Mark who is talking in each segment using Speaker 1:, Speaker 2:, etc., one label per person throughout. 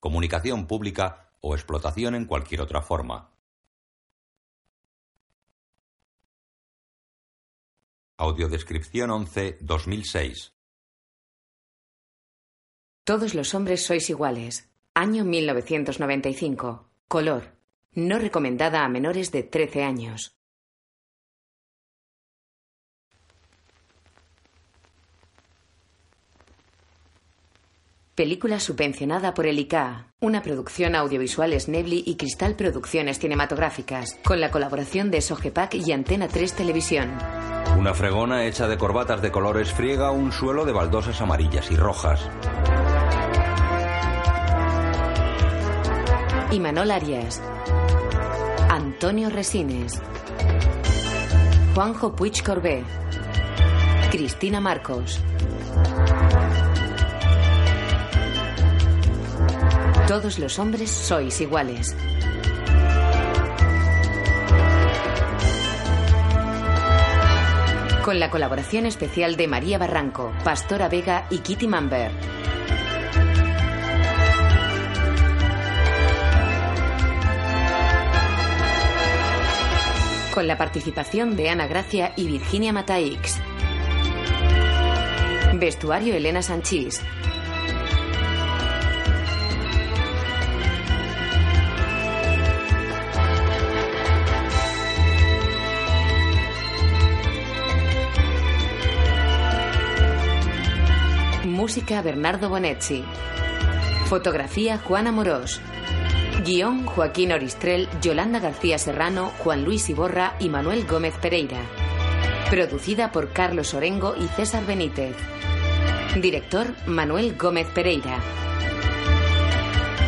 Speaker 1: comunicación pública o explotación en cualquier otra forma. Audiodescripción 11-2006
Speaker 2: Todos los hombres sois iguales. Año 1995. Color. No recomendada a menores de 13 años. Película subvencionada por el ICA, una producción audiovisual Snebly y Cristal Producciones Cinematográficas, con la colaboración de Sogepac y Antena 3 Televisión.
Speaker 1: Una fregona hecha de corbatas de colores friega un suelo de baldosas amarillas y rojas.
Speaker 2: Imanol Arias, Antonio Resines, Juanjo Puig Corbé, Cristina Marcos. Todos los hombres sois iguales. Con la colaboración especial de María Barranco, Pastora Vega y Kitty Mamber. Con la participación de Ana Gracia y Virginia Mataix. Vestuario Elena Sanchís. Música Bernardo Bonetti. Fotografía Juana Morós. Guión Joaquín Oristrel, Yolanda García Serrano, Juan Luis Iborra y Manuel Gómez Pereira. Producida por Carlos Orengo y César Benítez. Director Manuel Gómez Pereira.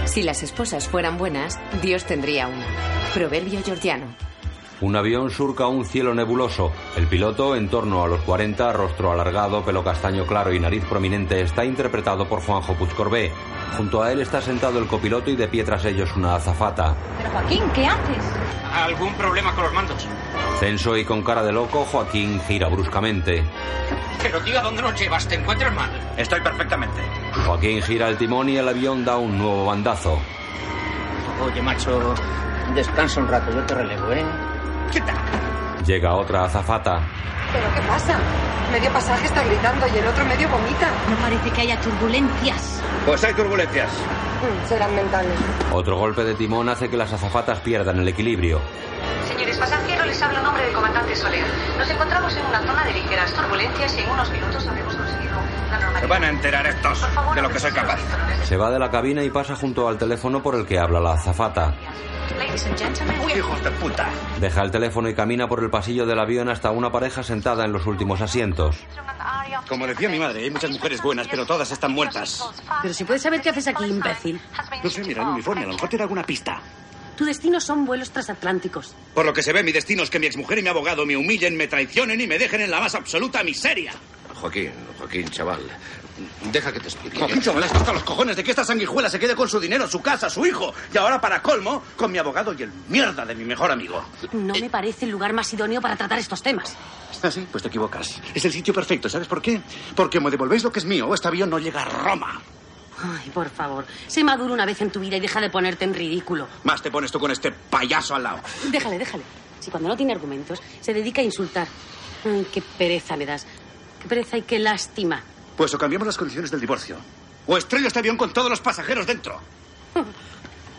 Speaker 2: Si las esposas fueran buenas, Dios tendría una. Proverbio georgiano.
Speaker 1: Un avión surca un cielo nebuloso. El piloto, en torno a los 40, rostro alargado, pelo castaño claro y nariz prominente, está interpretado por Juanjo Puigcorbé. Junto a él está sentado el copiloto y de pie tras ellos una azafata.
Speaker 3: Pero Joaquín, ¿qué haces?
Speaker 4: ¿Algún problema con los mandos?
Speaker 1: Censo y con cara de loco, Joaquín gira bruscamente.
Speaker 4: Pero tío, ¿a dónde nos llevas? ¿Te encuentras mal?
Speaker 5: Estoy perfectamente.
Speaker 1: Joaquín gira el timón y el avión da un nuevo bandazo.
Speaker 5: Oye, macho, descansa un rato, yo te relevo, ¿eh?
Speaker 4: ¿Qué tal?
Speaker 1: Llega otra azafata.
Speaker 6: ¿Pero qué pasa? Medio pasaje está gritando y el otro medio vomita.
Speaker 3: No parece que haya turbulencias.
Speaker 5: Pues hay turbulencias.
Speaker 6: Mm, Serán mentales.
Speaker 1: Otro golpe de timón hace que las azafatas pierdan el equilibrio.
Speaker 7: Señores pasajeros, les hablo en nombre del comandante Soler. Nos encontramos en una zona de ligeras turbulencias y en unos minutos habremos conseguido la
Speaker 5: Se
Speaker 7: normalidad.
Speaker 5: van a enterar estos
Speaker 7: Por favor,
Speaker 5: de lo que soy capaz.
Speaker 1: Se va de la cabina y pasa junto al teléfono por el que habla la azafata.
Speaker 7: Ladies and gentlemen, we-
Speaker 5: Hijos de puta.
Speaker 1: Deja el teléfono y camina por el pasillo del avión hasta una pareja sentada en los últimos asientos.
Speaker 5: Como decía mi madre, hay muchas mujeres buenas, pero todas están muertas.
Speaker 8: Pero si puedes saber qué haces aquí, imbécil.
Speaker 5: No sé, mira el uniforme, a lo mejor te da alguna pista.
Speaker 8: Tu destino son vuelos transatlánticos.
Speaker 5: Por lo que se ve, mi destino es que mi exmujer y mi abogado me humillen, me traicionen y me dejen en la más absoluta miseria.
Speaker 9: Joaquín, Joaquín, chaval. Deja que te explique.
Speaker 5: Joaquín, chaval, está hasta los cojones de que esta sanguijuela se quede con su dinero, su casa, su hijo. Y ahora, para colmo, con mi abogado y el mierda de mi mejor amigo.
Speaker 8: No me parece el lugar más idóneo para tratar estos temas.
Speaker 5: Ah, sí, pues te equivocas. Es el sitio perfecto, ¿sabes por qué? Porque me devolvéis lo que es mío, o este avión no llega a Roma.
Speaker 8: Ay, por favor, sé maduro una vez en tu vida y deja de ponerte en ridículo.
Speaker 5: Más te pones tú con este payaso al lado.
Speaker 8: Déjale, déjale. Si cuando no tiene argumentos, se dedica a insultar. Ay, qué pereza me das. Qué pereza y qué lástima.
Speaker 5: Pues o cambiamos las condiciones del divorcio, o estrello este avión con todos los pasajeros dentro.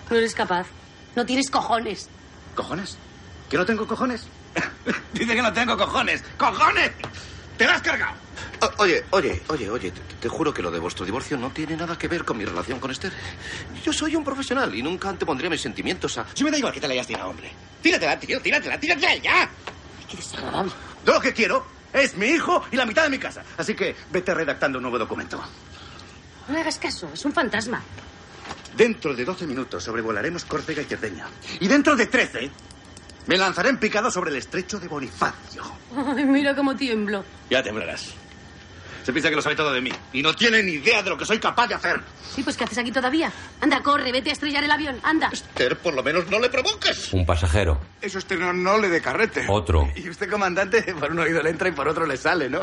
Speaker 8: No eres capaz. No tienes cojones.
Speaker 5: ¿Cojones? ¿Que no tengo cojones? Dice que no tengo cojones. ¡Cojones! ¡Te la has cargado!
Speaker 9: O- Oye, oye, oye, oye, te, te juro que lo de vuestro divorcio no tiene nada que ver con mi relación con Esther. Yo soy un profesional y nunca antepondría mis sentimientos a...
Speaker 5: Si me da igual que te la hayas tirado, hombre. Tíratela, tío, tíratela, tíratela ya.
Speaker 8: Ay, qué desagradable.
Speaker 5: Yo lo que quiero es mi hijo y la mitad de mi casa. Así que vete redactando un nuevo documento.
Speaker 8: No le hagas caso, es un fantasma.
Speaker 5: Dentro de 12 minutos sobrevolaremos Córcega y Cerdeña. Y dentro de 13 me lanzaré en picado sobre el estrecho de Bonifacio.
Speaker 8: Ay, mira cómo tiemblo.
Speaker 5: Ya temblarás. Se piensa que lo sabe todo de mí. Y no tiene ni idea de lo que soy capaz de hacer.
Speaker 8: Sí, pues ¿qué haces aquí todavía? Anda, corre, vete a estrellar el avión. Anda.
Speaker 5: Ter, por lo menos no le provoques. Oh.
Speaker 1: Un pasajero.
Speaker 10: Eso es le de carrete.
Speaker 1: Otro.
Speaker 10: Y usted, comandante, por un oído le entra y por otro le sale, ¿no?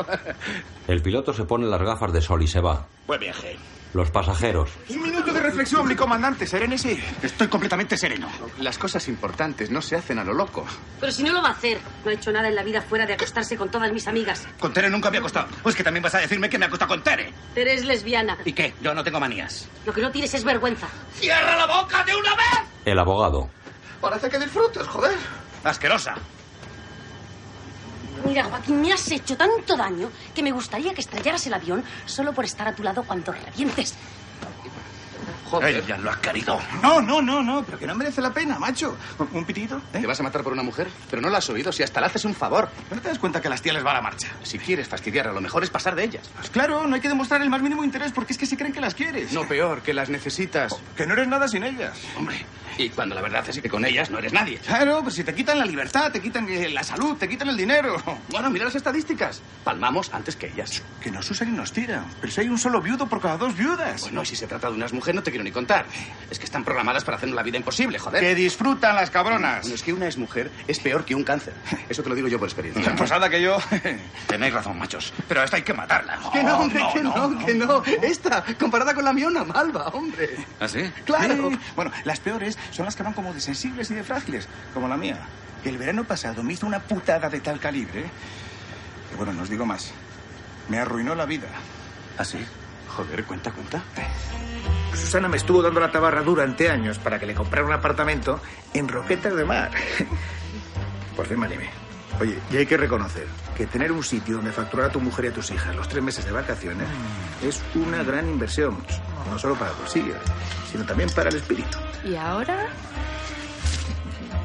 Speaker 1: El piloto se pone las gafas de sol y se va.
Speaker 5: Buen viaje.
Speaker 1: Los pasajeros.
Speaker 10: Un minuto de reflexión, mi comandante. Serénese.
Speaker 5: Estoy completamente sereno.
Speaker 10: Las cosas importantes no se hacen a lo loco.
Speaker 8: Pero si no lo va a hacer. No ha hecho nada en la vida fuera de acostarse con todas mis amigas.
Speaker 5: Con Tere nunca me he acostado. Pues que también vas a decirme que me he acostado con Tere.
Speaker 8: Pero es lesbiana.
Speaker 5: ¿Y qué? Yo no tengo manías.
Speaker 8: Lo que no tienes es vergüenza.
Speaker 5: ¡Cierra la boca de una vez!
Speaker 1: El abogado.
Speaker 10: Parece que disfrutas, joder.
Speaker 5: Asquerosa.
Speaker 8: Mira, Joaquín, me has hecho tanto daño que me gustaría que estrellaras el avión solo por estar a tu lado cuando revientes.
Speaker 5: Ella lo ha querido.
Speaker 10: No, no, no, no. Pero que no merece la pena, macho. ¿Un ¿eh? pitido? ¿Te vas a matar por una mujer? Pero no la has oído si hasta le haces un favor. ¿No te das cuenta que a las tías les va la marcha? Si quieres fastidiarla, lo mejor es pasar de ellas. Pues claro, no hay que demostrar el más mínimo interés porque es que se creen que las quieres. No, peor, que las necesitas. que no eres nada sin ellas.
Speaker 5: Hombre, y cuando la verdad es que con ellas no eres nadie.
Speaker 10: Claro, pues si te quitan la libertad, te quitan eh, la salud, te quitan el dinero.
Speaker 5: Bueno, mira las estadísticas. Palmamos antes que ellas.
Speaker 10: Que nos usan y nos tiran. Pero si hay un solo viudo por cada dos viudas.
Speaker 5: Bueno, y si se trata de unas mujeres, no te quiero ni contar. Es que están programadas para hacernos la vida imposible, joder.
Speaker 10: que disfrutan las cabronas.
Speaker 5: Bueno, es que una es mujer es peor que un cáncer. Eso te lo digo yo por experiencia.
Speaker 10: Pues anda que yo.
Speaker 5: Tenéis razón, machos. Pero esta hay que matarla.
Speaker 10: Que no, hombre, que no, que no. Esta, comparada con la miona, malva, hombre.
Speaker 5: ¿Ah, sí?
Speaker 10: Claro. Bueno, las peores son las que van como de sensibles y de frágiles, como la mía. Que el verano pasado me hizo una putada de tal calibre. Que bueno, no os digo más. Me arruinó la vida.
Speaker 5: ¿Ah, sí? Joder, cuenta, cuenta.
Speaker 11: Susana me estuvo dando la tabarra durante años para que le comprara un apartamento en Roquetas de Mar. Por fin me animé. Oye, y hay que reconocer que tener un sitio donde facturar a tu mujer y a tus hijas los tres meses de vacaciones es una gran inversión. No solo para el bolsillo, sino también para el espíritu.
Speaker 6: ¿Y ahora?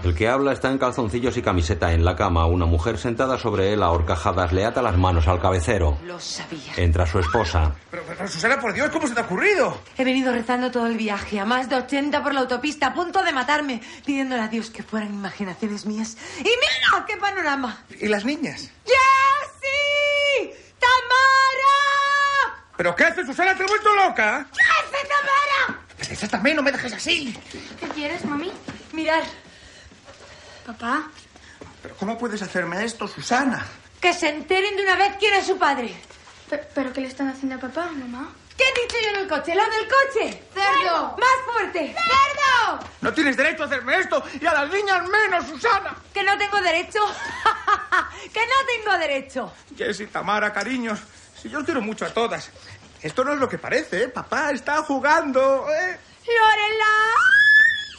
Speaker 1: El que habla está en calzoncillos y camiseta en la cama. Una mujer sentada sobre él a horcajadas le ata las manos al cabecero.
Speaker 6: Lo sabía.
Speaker 1: Entra su esposa.
Speaker 10: Pero, pero, Susana, por Dios, ¿cómo se te ha ocurrido?
Speaker 6: He venido rezando todo el viaje, a más de 80 por la autopista, a punto de matarme, pidiéndole a Dios que fueran imaginaciones mías. ¡Y mira qué panorama!
Speaker 10: ¿Y las niñas?
Speaker 6: ¡Jessy! ¡Tamara!
Speaker 10: ¿Pero qué haces, Susana? ¿Te has vuelto loca?
Speaker 6: ¡Jessy, Tamara!
Speaker 10: Pero también, no me dejes así.
Speaker 9: ¿Qué quieres, mami?
Speaker 6: Mirar,
Speaker 9: Papá.
Speaker 10: ¿Pero cómo puedes hacerme esto, Susana?
Speaker 6: que se enteren de una vez quién es su padre.
Speaker 9: Pe- ¿Pero qué le están haciendo a papá, mamá?
Speaker 6: ¿Qué he dicho yo en el coche? ¡Lo del coche!
Speaker 9: ¡Cerdo!
Speaker 6: ¡Más fuerte! ¡Cerdo!
Speaker 10: No tienes derecho a hacerme esto y a las niñas menos, Susana.
Speaker 6: ¿Que no tengo derecho? ¡Que no tengo derecho!
Speaker 10: Jessy, Tamara, cariños, si yo os quiero mucho a todas. Esto no es lo que parece, ¿eh? Papá está jugando, ¿eh?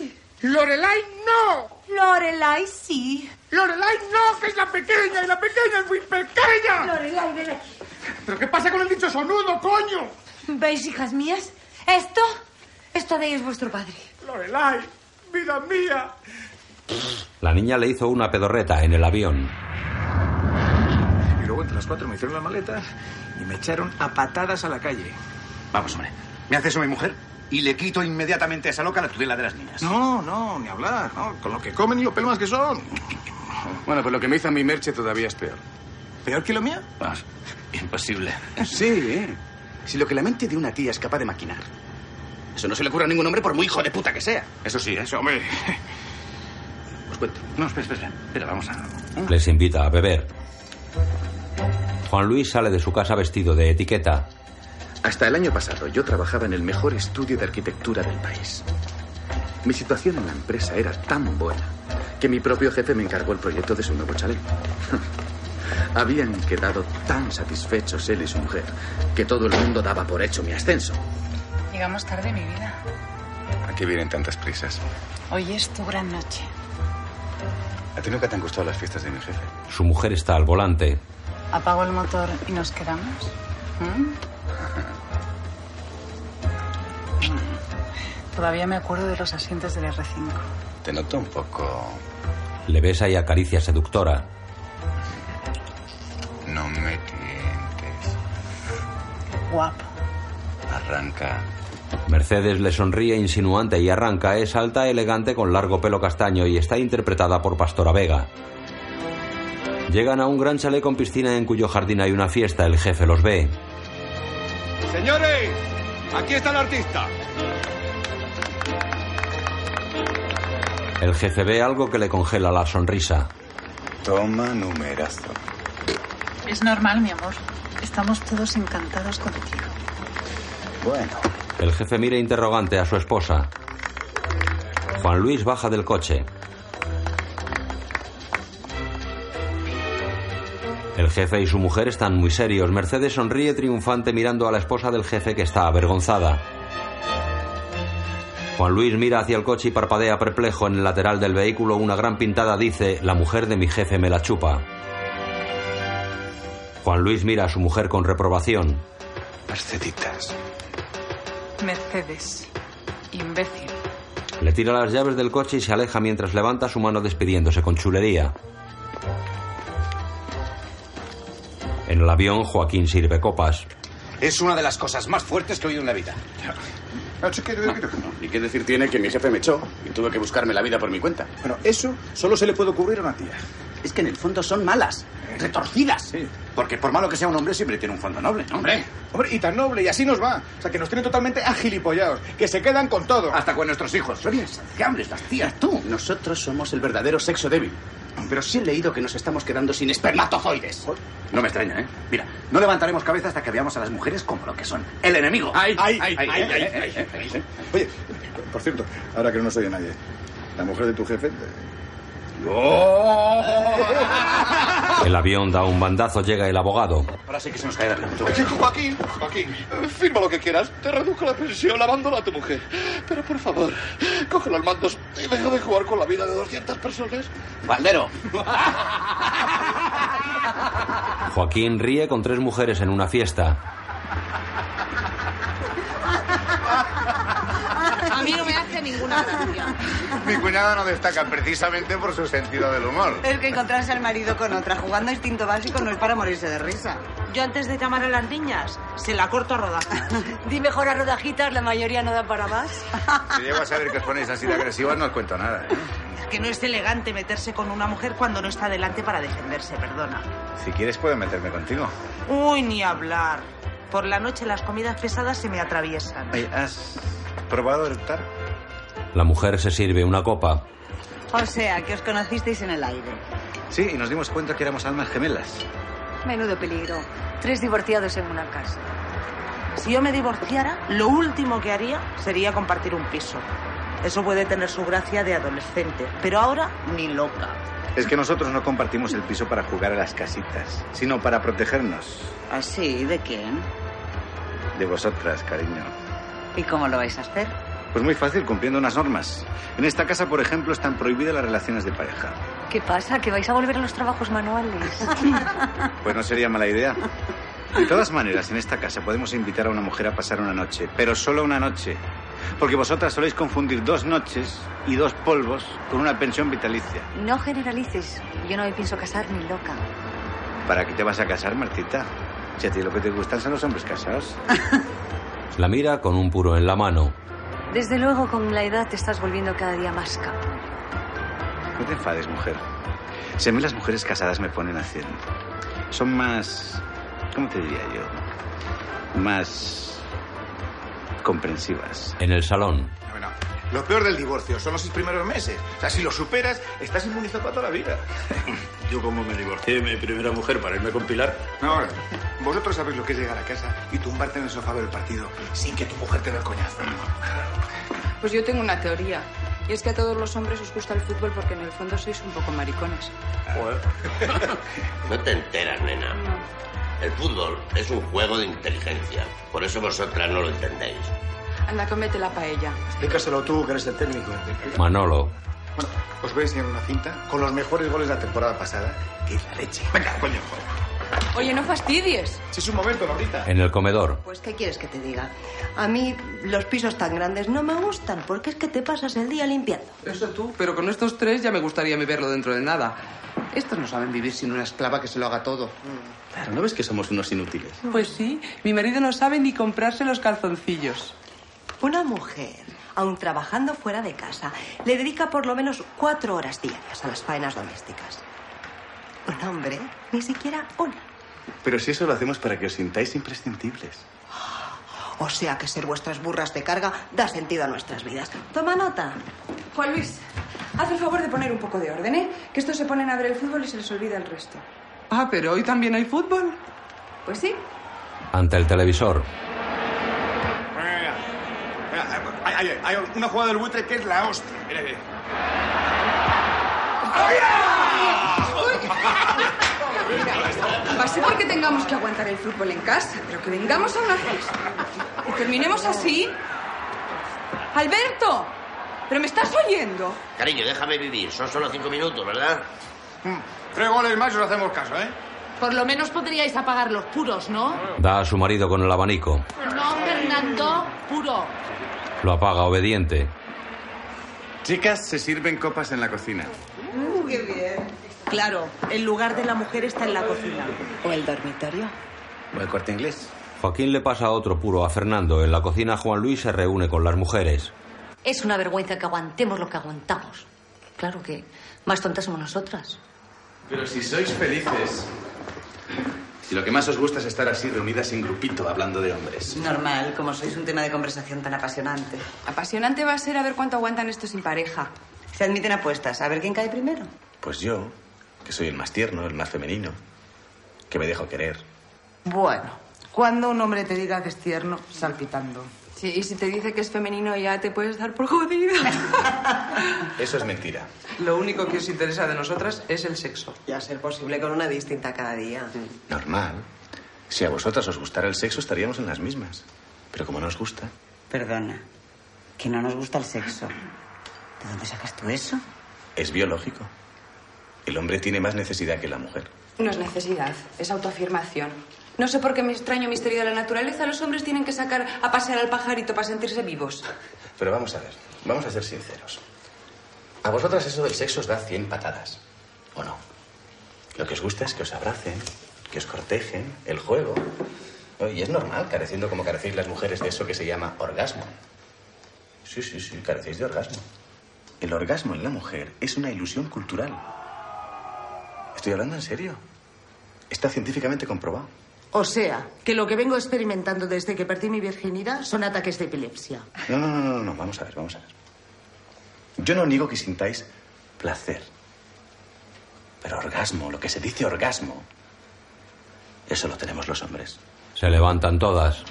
Speaker 6: ¡Lorelai!
Speaker 10: ¡Lorelai no!
Speaker 6: ¡Lorelai sí!
Speaker 10: ¡Lorelai no, que es la pequeña y la pequeña es muy pequeña!
Speaker 6: ¡Lorelai, ven aquí.
Speaker 10: ¿Pero qué pasa con el dicho sonudo, coño?
Speaker 6: ¿Veis, hijas mías? Esto, esto de ahí es vuestro padre.
Speaker 10: ¡Lorelai, vida mía!
Speaker 1: La niña le hizo una pedorreta en el avión.
Speaker 11: Y luego entre las cuatro me hicieron las maletas y me echaron a patadas a la calle.
Speaker 5: Vamos, hombre. Me haces eso mi mujer y le quito inmediatamente a esa loca la tutela de las niñas.
Speaker 11: No, no, ni hablar. no. Con lo que comen y lo pelmas que son.
Speaker 10: Bueno, pues lo que me hizo a mi merche todavía es peor.
Speaker 11: ¿Peor que lo mío?
Speaker 5: Ah, imposible.
Speaker 11: Sí,
Speaker 10: eh.
Speaker 11: Si lo que la mente de una tía es capaz de maquinar.
Speaker 5: Eso no se le ocurre a ningún hombre por muy hijo de puta que sea. Eso sí, eso.
Speaker 10: Eso, hombre.
Speaker 5: Os cuento. No, espera, espera. espera. Espera, vamos a...
Speaker 1: Les invita a beber. Juan Luis sale de su casa vestido de etiqueta.
Speaker 11: Hasta el año pasado yo trabajaba en el mejor estudio de arquitectura del país. Mi situación en la empresa era tan buena que mi propio jefe me encargó el proyecto de su nuevo chalet. Habían quedado tan satisfechos él y su mujer que todo el mundo daba por hecho mi ascenso.
Speaker 6: Llegamos tarde, mi vida.
Speaker 10: ¿A qué vienen tantas prisas?
Speaker 6: Hoy es tu gran noche.
Speaker 10: ¿A ti nunca te han gustado las fiestas de mi jefe?
Speaker 1: Su mujer está al volante.
Speaker 6: Apago el motor y nos quedamos. ¿Mm? Mm. Todavía me acuerdo de los asientos del R5.
Speaker 10: Te noto un poco...
Speaker 1: Le besa y acaricia seductora.
Speaker 10: No me tientes.
Speaker 6: Guapo.
Speaker 10: Arranca.
Speaker 1: Mercedes le sonríe insinuante y arranca. Es alta, elegante, con largo pelo castaño y está interpretada por Pastora Vega. Llegan a un gran chalet con piscina en cuyo jardín hay una fiesta. El jefe los ve.
Speaker 10: Señores, aquí está el artista.
Speaker 1: El jefe ve algo que le congela la sonrisa.
Speaker 12: Toma numerazo.
Speaker 13: Es normal, mi amor. Estamos todos encantados contigo.
Speaker 12: Bueno.
Speaker 1: El jefe mira interrogante a su esposa. Juan Luis baja del coche. El jefe y su mujer están muy serios. Mercedes sonríe triunfante mirando a la esposa del jefe que está avergonzada. Juan Luis mira hacia el coche y parpadea perplejo. En el lateral del vehículo una gran pintada dice, la mujer de mi jefe me la chupa. Juan Luis mira a su mujer con reprobación.
Speaker 12: Merceditas.
Speaker 13: Mercedes, imbécil.
Speaker 1: Le tira las llaves del coche y se aleja mientras levanta su mano despidiéndose con chulería. En el avión, Joaquín sirve copas.
Speaker 14: Es una de las cosas más fuertes que he oído en la vida. Ah,
Speaker 15: ¿Y qué decir tiene que mi jefe me echó y tuve que buscarme la vida por mi cuenta?
Speaker 14: Bueno, eso solo se le puede ocurrir a una tía. Es que en el fondo son malas, retorcidas. Porque por malo que sea un hombre, siempre tiene un fondo noble, ¿no? Hombre.
Speaker 10: Hombre, y tan noble, y así nos va. O sea, que nos tienen totalmente agilipollados, que se quedan con todo.
Speaker 14: Hasta con nuestros hijos. Son insaciables las tías, tú. Nosotros somos el verdadero sexo débil. Pero sí he leído que nos estamos quedando sin espermatozoides. No me extraña, ¿eh? Mira, no levantaremos cabeza hasta que veamos a las mujeres como lo que son. El enemigo.
Speaker 15: Ay,
Speaker 14: ay,
Speaker 15: ay, ay, ay, ay,
Speaker 14: ay.
Speaker 16: Oye, por cierto, ahora que no nos oye nadie, la mujer de tu jefe.
Speaker 10: Oh.
Speaker 1: El avión da un bandazo, llega el abogado.
Speaker 14: Ahora sí que se nos cae la
Speaker 10: Joaquín, Joaquín, firma lo que quieras. Te reduzco la pensión, abandona a tu mujer. Pero por favor, coge los mandos y deja de jugar con la vida de 200 personas.
Speaker 14: Bandero.
Speaker 1: Joaquín ríe con tres mujeres en una fiesta.
Speaker 7: A mí no me hace ninguna gracia.
Speaker 5: Mi cuñada no destaca precisamente por su sentido del humor.
Speaker 7: Es que encontrarse al marido con otra jugando a instinto básico no es para morirse de risa. Yo antes de llamar a las niñas, se la corto a rodajas.
Speaker 6: Di mejor a rodajitas, la mayoría no da para más.
Speaker 5: Si llego a saber que os ponéis así de agresivos, no os cuento nada. ¿eh?
Speaker 7: Que no es elegante meterse con una mujer cuando no está delante para defenderse, perdona.
Speaker 5: Si quieres, puedo meterme contigo.
Speaker 7: Uy, ni hablar. Por la noche las comidas pesadas se me atraviesan.
Speaker 5: Oye, ¿Has probado el tar?
Speaker 1: La mujer se sirve una copa.
Speaker 7: O sea, que os conocisteis en el aire.
Speaker 5: Sí, y nos dimos cuenta que éramos almas gemelas.
Speaker 6: Menudo peligro. Tres divorciados en una casa.
Speaker 7: Si yo me divorciara, lo último que haría sería compartir un piso. Eso puede tener su gracia de adolescente, pero ahora ni loca.
Speaker 5: Es que nosotros no compartimos el piso para jugar a las casitas, sino para protegernos
Speaker 7: ¿Así? ¿De quién?
Speaker 5: de vosotras, cariño.
Speaker 7: ¿Y cómo lo vais a hacer?
Speaker 5: Pues muy fácil, cumpliendo unas normas. En esta casa, por ejemplo, están prohibidas las relaciones de pareja.
Speaker 6: ¿Qué pasa? ¿Que vais a volver a los trabajos manuales?
Speaker 5: Pues no sería mala idea. De todas maneras, en esta casa podemos invitar a una mujer a pasar una noche, pero solo una noche. Porque vosotras soléis confundir dos noches y dos polvos con una pensión vitalicia.
Speaker 6: No generalices. Yo no me pienso casar ni loca.
Speaker 5: ¿Para qué te vas a casar, Martita? Si a ti lo que te gustan son los hombres casados.
Speaker 1: La mira con un puro en la mano.
Speaker 6: Desde luego, con la edad te estás volviendo cada día más capo.
Speaker 5: No te enfades, mujer. Si a mí las mujeres casadas me ponen a cien. Son más... ¿Cómo te diría yo? Más... comprensivas.
Speaker 1: En el salón.
Speaker 5: Bueno,
Speaker 10: Lo peor del divorcio son los seis primeros meses. O sea, si lo superas, estás inmunizado para toda la vida.
Speaker 17: Yo como me divorcié de mi primera mujer para irme con Pilar.
Speaker 10: Ahora, vosotros sabéis lo que es llegar a casa y tumbarte en el sofá del partido sin que tu mujer te dé el coñazo.
Speaker 18: Pues yo tengo una teoría. Y es que a todos los hombres os gusta el fútbol porque en el fondo sois un poco maricones.
Speaker 9: No te enteras, nena. El fútbol es un juego de inteligencia. Por eso vosotras no lo entendéis.
Speaker 18: Anda, cómete la paella.
Speaker 10: Explícaselo tú, que eres el técnico.
Speaker 1: Manolo.
Speaker 10: Os voy a enseñar una cinta con los mejores goles de la temporada pasada, que es la leche. Venga, coño.
Speaker 18: Oye, no fastidies.
Speaker 10: Si es un momento, Laurita.
Speaker 1: En el comedor.
Speaker 7: Pues, ¿qué quieres que te diga?
Speaker 6: A mí los pisos tan grandes no me gustan porque es que te pasas el día limpiando.
Speaker 19: Eso tú, pero con estos tres ya me gustaría verlo dentro de nada. Estos no saben vivir sin una esclava que se lo haga todo.
Speaker 20: Claro, ¿no ves que somos unos inútiles?
Speaker 19: Pues sí, mi marido no sabe ni comprarse los calzoncillos.
Speaker 21: Una mujer, aun trabajando fuera de casa, le dedica por lo menos cuatro horas diarias a las faenas domésticas. Un hombre, ni siquiera una.
Speaker 5: Pero si eso lo hacemos para que os sintáis imprescindibles.
Speaker 21: O sea que ser vuestras burras de carga da sentido a nuestras vidas. Toma nota.
Speaker 6: Juan Luis, haz el favor de poner un poco de orden, ¿eh? Que estos se ponen a ver el fútbol y se les olvida el resto.
Speaker 22: Ah, pero hoy también hay fútbol.
Speaker 6: Pues sí.
Speaker 1: Ante el televisor,
Speaker 10: Hay, hay- hay una jugada del buitre que es la hostia. Mira, mira.
Speaker 6: Va a ser porque tengamos que aguantar el fútbol en casa, pero que vengamos a una fiesta. Y terminemos así. ¡Alberto! ¿Pero me estás oyendo?
Speaker 9: Cariño, déjame vivir. Son solo cinco minutos, ¿verdad?
Speaker 10: Hmm. Tres goles más y os hacemos caso, ¿eh?
Speaker 23: Por lo menos podríais apagar los puros, ¿no?
Speaker 1: da a su marido con el abanico.
Speaker 23: No, Fernando, puro.
Speaker 1: Lo apaga obediente.
Speaker 5: Chicas, se sirven copas en la cocina.
Speaker 7: qué bien. Claro, el lugar de la mujer está en la cocina.
Speaker 21: O el dormitorio.
Speaker 1: O el corte inglés. Joaquín le pasa otro puro a Fernando. En la cocina, Juan Luis se reúne con las mujeres.
Speaker 24: Es una vergüenza que aguantemos lo que aguantamos. Claro que más tontas somos nosotras.
Speaker 5: Pero si sois felices. Si lo que más os gusta es estar así reunidas en grupito hablando de hombres.
Speaker 25: Normal, como sois un tema de conversación tan apasionante.
Speaker 6: Apasionante va a ser a ver cuánto aguantan estos sin pareja.
Speaker 25: Se admiten apuestas. A ver quién cae primero.
Speaker 5: Pues yo, que soy el más tierno, el más femenino, que me dejo querer.
Speaker 25: Bueno, cuando un hombre te diga que es tierno, salpitando.
Speaker 6: Sí, y si te dice que es femenino ya te puedes dar por jodida.
Speaker 25: Ah.
Speaker 5: Eso es mentira.
Speaker 6: Lo único que os interesa de nosotras es el sexo.
Speaker 25: Y a ser posible con una distinta cada día.
Speaker 5: Normal. Si a vosotras os gustara el sexo, estaríamos en las mismas. Pero como no os gusta.
Speaker 25: Perdona, que no nos gusta el sexo. ¿De dónde sacas tú eso?
Speaker 5: Es biológico. El hombre tiene más necesidad que la mujer.
Speaker 6: No es necesidad, es autoafirmación. No sé por qué mi extraño misterio de la naturaleza los hombres tienen que sacar a pasear al pajarito para sentirse vivos.
Speaker 5: Pero vamos a ver, vamos a ser sinceros. A vosotras eso del sexo os da 100 patadas, ¿o no? Lo que os gusta es que os abracen, que os cortejen, el juego. ¿no? Y es normal, careciendo como carecéis las mujeres de eso que se llama orgasmo. Sí, sí, sí, carecéis de orgasmo. El orgasmo en la mujer es una ilusión cultural. Estoy hablando en serio. Está científicamente comprobado.
Speaker 26: O sea, que lo que vengo experimentando desde que perdí mi virginidad son ataques de epilepsia.
Speaker 5: No, no, no, no, no, vamos a ver, vamos a ver. Yo no niego que sintáis placer. Pero orgasmo, lo que se dice orgasmo, eso lo tenemos los hombres.
Speaker 1: Se levantan todas.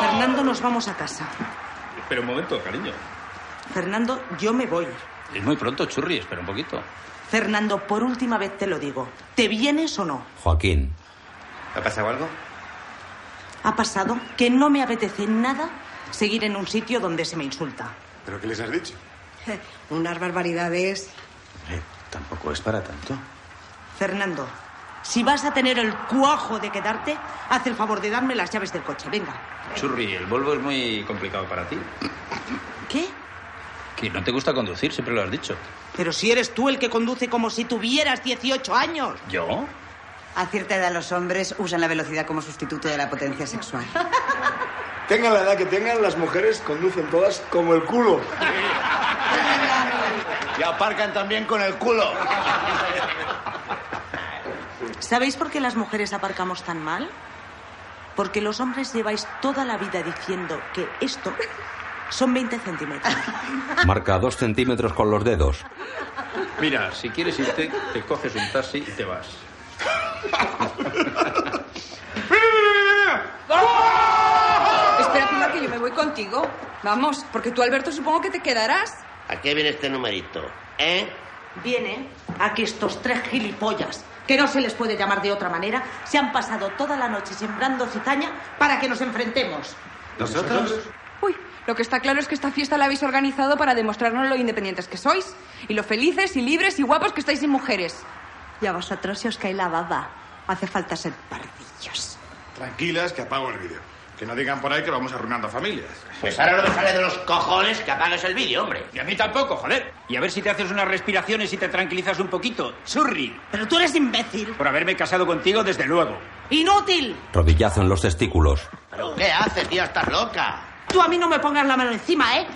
Speaker 7: Fernando, nos vamos a casa.
Speaker 27: Pero un momento, cariño.
Speaker 7: Fernando, yo me voy.
Speaker 27: Es muy pronto, churri, espera un poquito.
Speaker 7: Fernando, por última vez te lo digo. ¿Te vienes o no?
Speaker 1: Joaquín.
Speaker 5: ¿Ha pasado algo?
Speaker 7: Ha pasado que no me apetece nada seguir en un sitio donde se me insulta.
Speaker 5: ¿Pero qué les has dicho?
Speaker 7: Unas barbaridades.
Speaker 5: Tampoco es para tanto.
Speaker 7: Fernando, si vas a tener el cuajo de quedarte, haz el favor de darme las llaves del coche. Venga.
Speaker 27: Churri, el Volvo es muy complicado para ti.
Speaker 7: ¿Qué?
Speaker 27: Que no te gusta conducir, siempre lo has dicho.
Speaker 7: Pero si eres tú el que conduce como si tuvieras 18 años.
Speaker 27: ¿Yo?
Speaker 25: A cierta edad los hombres usan la velocidad como sustituto de la potencia sexual.
Speaker 5: Tengan la edad que tengan, las mujeres conducen todas como el culo.
Speaker 10: Y aparcan también con el culo.
Speaker 7: ¿Sabéis por qué las mujeres aparcamos tan mal? Porque los hombres lleváis toda la vida diciendo que esto son 20 centímetros.
Speaker 1: Marca dos centímetros con los dedos.
Speaker 27: Mira, si quieres irte, te coges un taxi y te vas.
Speaker 6: Espera, Pilar, que yo me voy contigo. Vamos, porque tú, Alberto, supongo que te quedarás.
Speaker 9: ¿A qué viene este numerito? ¿Eh?
Speaker 7: Viene a que estos tres gilipollas, que no se les puede llamar de otra manera, se han pasado toda la noche sembrando cizaña para que nos enfrentemos.
Speaker 5: ¿Nosotros?
Speaker 6: Uy, lo que está claro es que esta fiesta la habéis organizado para demostrarnos lo independientes que sois y lo felices y libres y guapos que estáis sin mujeres.
Speaker 21: Y a vosotros se os cae la baba. Hace falta ser pardillos.
Speaker 10: Tranquilas, que apago el vídeo. Que no digan por ahí que vamos arruinando familias.
Speaker 9: Pues ahora no me sale de los cojones que apagues el vídeo, hombre.
Speaker 10: Y a mí tampoco, joder.
Speaker 28: Y a ver si te haces unas respiraciones y te tranquilizas un poquito. ¡Churri!
Speaker 7: Pero tú eres imbécil.
Speaker 28: Por haberme casado contigo, desde luego.
Speaker 7: Inútil.
Speaker 1: Rodillazo en los testículos.
Speaker 7: ¿Pero qué haces, tía? Estás loca. Tú a mí no me pongas la mano encima, ¿eh?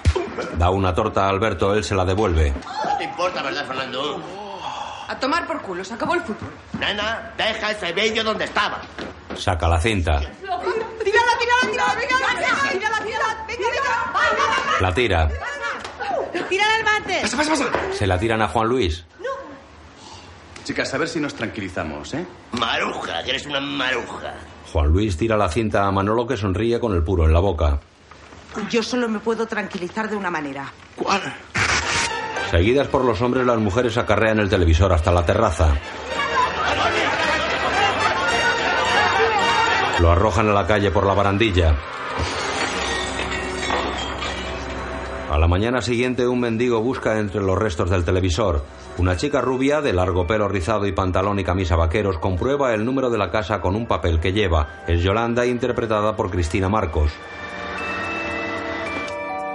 Speaker 1: Da una torta a Alberto, él se la devuelve.
Speaker 7: No te importa, ¿verdad, Fernando?
Speaker 9: A tomar por culo, se acabó el fútbol.
Speaker 7: Nena, deja ese vídeo donde estaba.
Speaker 1: Saca la cinta.
Speaker 9: ¡Tírala, tírala, tírala! ¡Venga, tírala, tírala! ¡Venga, venga!
Speaker 1: La tira.
Speaker 8: ¡Tírala al bate! ¡Pasa, pasa, pasa!
Speaker 1: Se la tiran a Juan Luis.
Speaker 5: Chicas, a ver si nos tranquilizamos, ¿eh?
Speaker 7: Maruja, que eres una maruja.
Speaker 1: Juan Luis tira la cinta a Manolo que sonríe con el puro en la boca.
Speaker 29: Yo solo me puedo tranquilizar de una manera.
Speaker 1: ¿Cuál? Seguidas por los hombres, las mujeres acarrean el televisor hasta la terraza. Lo arrojan a la calle por la barandilla. A la mañana siguiente, un mendigo busca entre los restos del televisor. Una chica rubia, de largo pelo rizado y pantalón y camisa vaqueros, comprueba el número de la casa con un papel que lleva. Es Yolanda, interpretada por Cristina Marcos.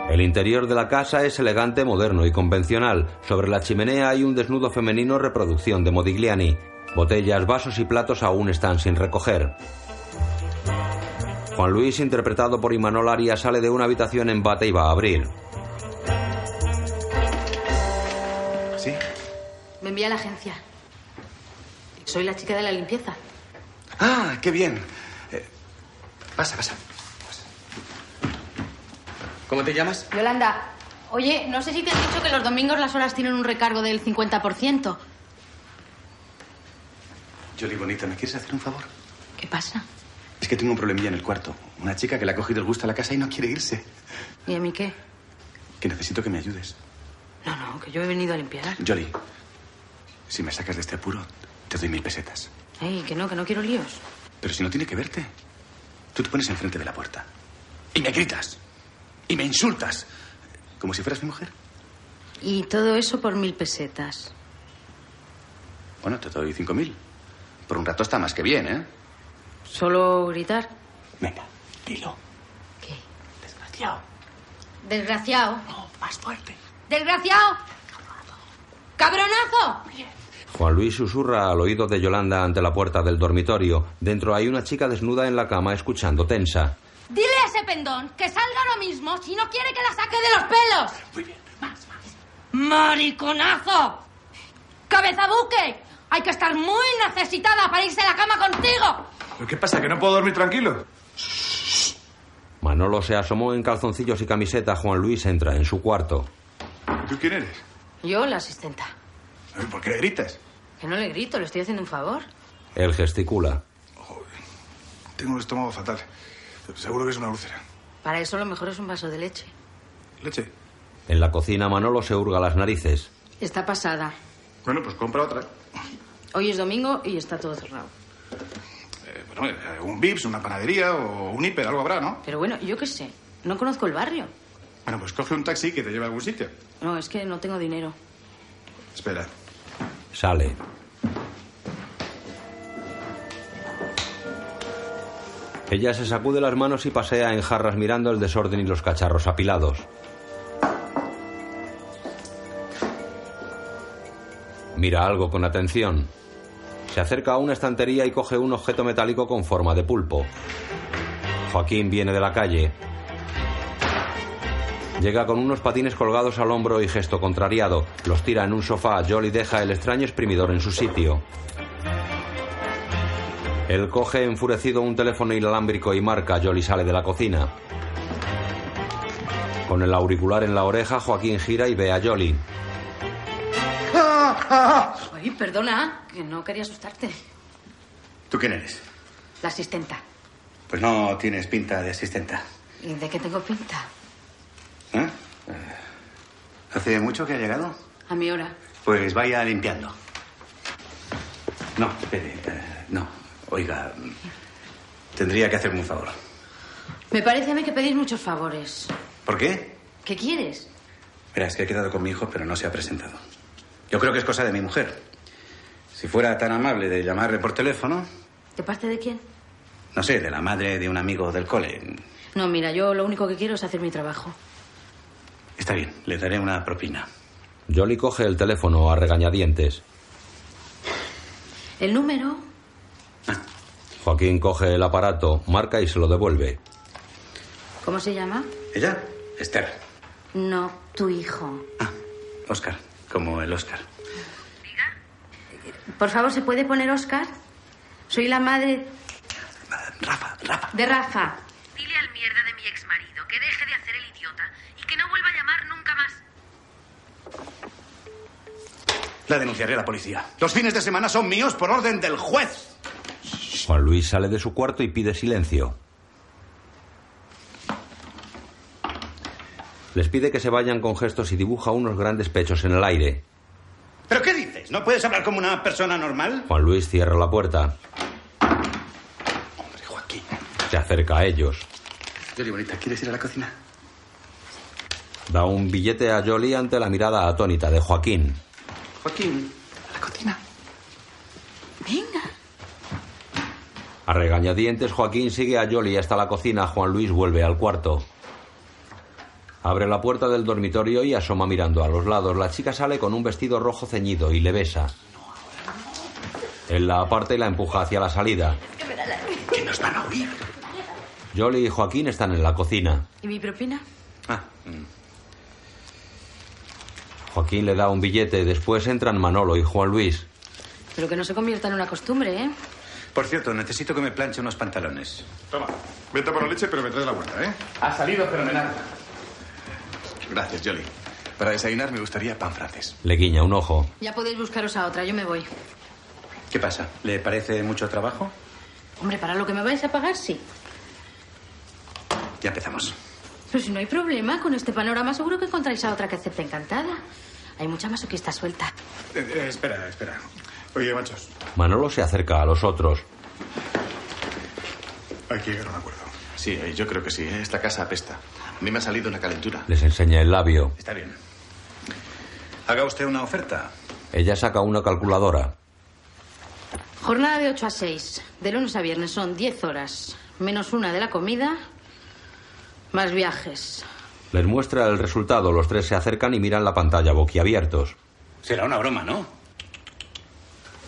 Speaker 1: El interior de la casa es elegante, moderno y convencional. Sobre la chimenea hay un desnudo femenino reproducción de Modigliani. Botellas, vasos y platos aún están sin recoger. Juan Luis, interpretado por Imanol Arias, sale de una habitación en bata y va a abrir.
Speaker 5: ¿Sí?
Speaker 30: Me envía a la agencia. Soy la chica de la limpieza.
Speaker 5: Ah, qué bien. Eh, pasa, pasa. ¿Cómo te llamas?
Speaker 8: Yolanda.
Speaker 31: Oye, no sé si te han dicho que los domingos las horas tienen un recargo del 50%.
Speaker 5: Jolie Bonita, ¿me quieres hacer un favor?
Speaker 31: ¿Qué pasa?
Speaker 5: Es que tengo un problemilla en el cuarto. Una chica que le ha cogido el gusto a la casa y no quiere irse.
Speaker 31: ¿Y a mí qué?
Speaker 5: Que necesito que me ayudes.
Speaker 31: No, no, que yo he venido a limpiar.
Speaker 5: Jolie, si me sacas de este apuro, te doy mil pesetas.
Speaker 31: Ey, que no, que no quiero líos.
Speaker 5: Pero si no tiene que verte. Tú te pones enfrente de la puerta. Y me gritas. Y me insultas. Como si fueras mi mujer.
Speaker 31: Y todo eso por mil pesetas.
Speaker 5: Bueno, te doy cinco mil. Por un rato está más que bien, ¿eh?
Speaker 31: ¿Solo gritar?
Speaker 5: Venga, dilo.
Speaker 31: Desgraciado. Desgraciado.
Speaker 8: No, más fuerte. ¡Desgraciado! ¡Cabronazo!
Speaker 1: Juan Luis susurra al oído de Yolanda ante la puerta del dormitorio. Dentro hay una chica desnuda en la cama escuchando tensa.
Speaker 31: Dile a ese pendón que salga ahora mismo si no quiere que la saque de los pelos. Muy bien, ¡Mariconazo! ¡Cabezabuque! Hay que estar muy necesitada para irse a la cama contigo.
Speaker 10: ¿Pero qué pasa? ¿Que no puedo dormir tranquilo?
Speaker 1: Manolo se asomó en calzoncillos y camiseta. Juan Luis entra en su cuarto.
Speaker 10: ¿Tú quién eres?
Speaker 31: Yo, la asistenta.
Speaker 10: ¿Por qué gritas?
Speaker 31: Que no le grito, le estoy haciendo un favor.
Speaker 1: Él gesticula.
Speaker 10: Tengo el estómago fatal. Seguro que es una úlcera.
Speaker 31: Para eso lo mejor es un vaso de leche.
Speaker 10: Leche.
Speaker 1: En la cocina Manolo se hurga las narices.
Speaker 31: Está pasada.
Speaker 10: Bueno, pues compra otra.
Speaker 31: Hoy es domingo y está todo cerrado.
Speaker 10: Eh, bueno, eh, un Vips, una panadería o un hiper, algo habrá, ¿no?
Speaker 31: Pero bueno, yo qué sé. No conozco el barrio.
Speaker 10: Bueno, pues coge un taxi que te lleve a algún sitio.
Speaker 31: No, es que no tengo dinero.
Speaker 10: Espera.
Speaker 1: Sale. Ella se sacude las manos y pasea en jarras mirando el desorden y los cacharros apilados. Mira algo con atención. Se acerca a una estantería y coge un objeto metálico con forma de pulpo. Joaquín viene de la calle. Llega con unos patines colgados al hombro y gesto contrariado. Los tira en un sofá. Jolly deja el extraño exprimidor en su sitio. Él coge enfurecido un teléfono inalámbrico y marca. Jolly sale de la cocina. Con el auricular en la oreja, Joaquín gira y ve a Jolly.
Speaker 31: Ay, perdona, que no quería asustarte.
Speaker 5: ¿Tú quién eres?
Speaker 31: La asistenta.
Speaker 5: Pues no tienes pinta de asistenta.
Speaker 31: ¿Y de qué tengo pinta?
Speaker 5: ¿Eh? Eh, ¿Hace mucho que ha llegado?
Speaker 31: A mi hora.
Speaker 5: Pues vaya limpiando. No, espere. eh, no, oiga. Tendría que hacerme un favor.
Speaker 31: Me parece a mí que pedís muchos favores.
Speaker 5: ¿Por qué?
Speaker 31: ¿Qué quieres?
Speaker 5: Verás, que he quedado con mi hijo, pero no se ha presentado. Yo creo que es cosa de mi mujer. Si fuera tan amable de llamarle por teléfono,
Speaker 31: ¿De parte de quién?
Speaker 5: no sé, de la madre de un amigo del cole.
Speaker 31: No, mira, yo lo único que quiero es hacer mi trabajo.
Speaker 5: Está bien, le daré una propina.
Speaker 1: Jolly coge el teléfono a regañadientes.
Speaker 31: El número
Speaker 1: Joaquín coge el aparato, marca y se lo devuelve.
Speaker 31: ¿Cómo se llama?
Speaker 5: ¿Ella? Esther.
Speaker 31: No, tu hijo.
Speaker 5: Oscar. Como el Oscar.
Speaker 31: Por favor, ¿se puede poner Oscar? Soy la madre... Rafa, Rafa. De Rafa.
Speaker 8: Dile al mierda de mi exmarido que deje de hacer el idiota y que no vuelva a llamar nunca más.
Speaker 5: La denunciaré a la policía. Los fines de semana son míos por orden del juez.
Speaker 1: Juan Luis sale de su cuarto y pide silencio. Les pide que se vayan con gestos y dibuja unos grandes pechos en el aire.
Speaker 5: ¿Pero qué dices? ¿No puedes hablar como una persona normal?
Speaker 1: Juan Luis cierra la puerta. Hombre, Joaquín. Se acerca a ellos.
Speaker 5: Yoli, bonita, ¿quieres ir a la cocina?
Speaker 1: Da un billete a Jolly ante la mirada atónita de Joaquín.
Speaker 5: Joaquín.
Speaker 1: A regañadientes, Joaquín sigue a Jolly hasta la cocina. Juan Luis vuelve al cuarto. Abre la puerta del dormitorio y asoma mirando a los lados. La chica sale con un vestido rojo ceñido y le besa. Él la aparta y la empuja hacia la salida.
Speaker 5: Que nos van a oír.
Speaker 1: Jolly y Joaquín están en la cocina.
Speaker 31: ¿Y mi propina?
Speaker 1: Joaquín le da un billete. Después entran Manolo y Juan Luis.
Speaker 31: Pero que no se convierta en una costumbre, ¿eh?
Speaker 5: Por cierto, necesito que me planche unos pantalones.
Speaker 10: Toma, vete por la leche, pero me traes la vuelta, ¿eh?
Speaker 5: Ha salido fenomenal. Gracias, Jolly. Para desayunar me gustaría pan francés.
Speaker 1: Le guiña un ojo.
Speaker 31: Ya podéis buscaros a otra, yo me voy.
Speaker 5: ¿Qué pasa? ¿Le parece mucho trabajo?
Speaker 31: Hombre, para lo que me vais a pagar, sí.
Speaker 5: Ya empezamos.
Speaker 31: Pero si no hay problema, con este panorama seguro que encontráis a otra que acepte encantada. Hay mucha masoquista suelta.
Speaker 10: Eh, eh, espera, espera. Oye, machos,
Speaker 1: Manolo se acerca a los otros.
Speaker 10: hay que llegar a un acuerdo.
Speaker 9: Sí, eh, yo creo que sí. ¿eh? Esta casa apesta. A mí me ha salido una calentura.
Speaker 1: Les enseña el labio.
Speaker 9: Está bien. Haga usted una oferta.
Speaker 1: Ella saca una calculadora.
Speaker 31: Jornada de 8 a 6, de lunes a viernes son 10 horas, menos una de la comida, más viajes.
Speaker 1: Les muestra el resultado. Los tres se acercan y miran la pantalla boquiabiertos.
Speaker 5: Será una broma, ¿no?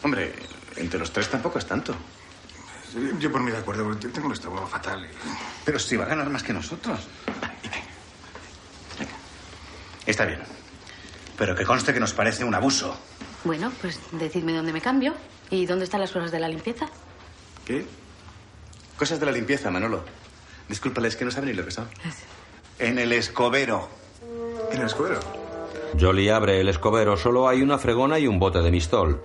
Speaker 5: Hombre, entre los tres tampoco es tanto.
Speaker 10: Yo por mí de acuerdo, porque tengo el estómago fatal.
Speaker 5: Pero si va a ganar más que nosotros. Está bien. Pero que conste que nos parece un abuso.
Speaker 31: Bueno, pues decidme dónde me cambio y dónde están las horas de la limpieza.
Speaker 9: ¿Qué? Cosas de la limpieza, Manolo. Discúlpales que no saben ni lo que son.
Speaker 5: En el escobero.
Speaker 10: ¿En el escobero?
Speaker 1: Jolly abre el escobero. Solo hay una fregona y un bote de mistol.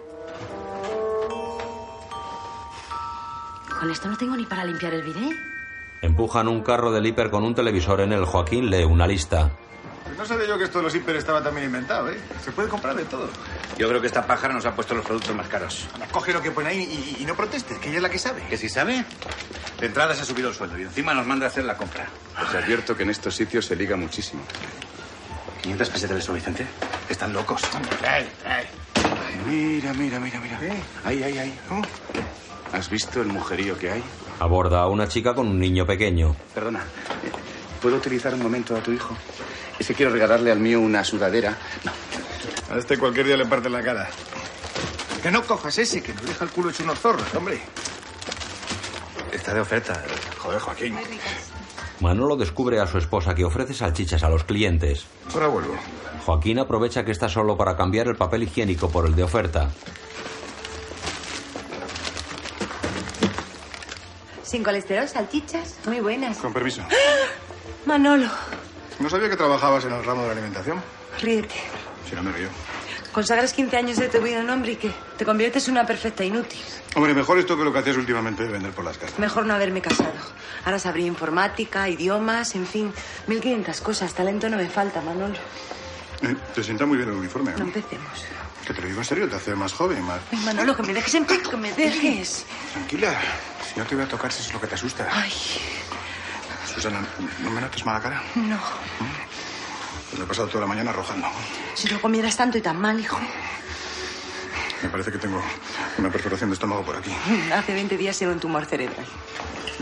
Speaker 31: Con esto no tengo ni para limpiar el bidet.
Speaker 1: Empujan un carro del hiper con un televisor en él. Joaquín lee una lista.
Speaker 10: Pues no sabía yo que esto de los hiper estaba también inventado, ¿eh? Se puede comprar de todo.
Speaker 5: Yo creo que esta pájara nos ha puesto los productos más caros.
Speaker 10: Coge lo que pone ahí y- y, y no protestes, que ella es la que sabe.
Speaker 5: ¿Que si sabe? De entrada se ha subido el sueldo y encima nos manda a hacer la compra.
Speaker 9: Os advierto que en estos sitios se liga muchísimo.
Speaker 5: 500 pesetas de eso, Vicente. Están locos.
Speaker 9: Mira, mira, mira, mira. Ahí, ahí, ahí.
Speaker 5: Oh.
Speaker 9: ¿Has visto el mujerío que hay?
Speaker 1: Aborda a una chica con un niño pequeño.
Speaker 9: Perdona. eh, ¿Puedo utilizar un momento a tu hijo? Es que quiero regalarle al mío una sudadera.
Speaker 10: A este cualquier día le parte la cara. Que no cojas ese, que nos deja el culo hecho unos zorros, hombre.
Speaker 5: Está de oferta.
Speaker 10: Joder, Joaquín.
Speaker 1: Manolo descubre a su esposa que ofrece salchichas a los clientes.
Speaker 10: Ahora vuelvo.
Speaker 1: Joaquín aprovecha que está solo para cambiar el papel higiénico por el de oferta.
Speaker 6: Sin colesterol, salchichas, muy buenas.
Speaker 10: Con permiso.
Speaker 6: Manolo,
Speaker 10: No sabía que trabajabas en el ramo de la alimentación.
Speaker 6: ríete.
Speaker 10: Si no me río.
Speaker 6: Consagras 15 años de tu vida a un hombre y que te conviertes en una perfecta inútil.
Speaker 10: Hombre, mejor esto que lo que hacías últimamente de vender por las casas.
Speaker 6: Mejor no haberme casado. Ahora sabría informática, idiomas, en fin, 1500 cosas. Talento no me falta, Manolo.
Speaker 10: Eh, te sienta muy bien el uniforme. ¿eh?
Speaker 6: No empecemos.
Speaker 10: Que te lo digo en serio, te hace más joven, más...
Speaker 6: Ay, Manolo, que me dejes en paz, que me dejes.
Speaker 10: Tranquila, si no te voy a tocar si es lo que te asusta.
Speaker 6: Ay.
Speaker 10: Susana, ¿no me notas mala cara?
Speaker 6: No.
Speaker 10: Pues me he pasado toda la mañana arrojando.
Speaker 6: Si no comieras tanto y tan mal, hijo.
Speaker 10: Me parece que tengo una perforación de estómago por aquí.
Speaker 32: Mm,
Speaker 6: Hace 20 días era un tumor cerebral.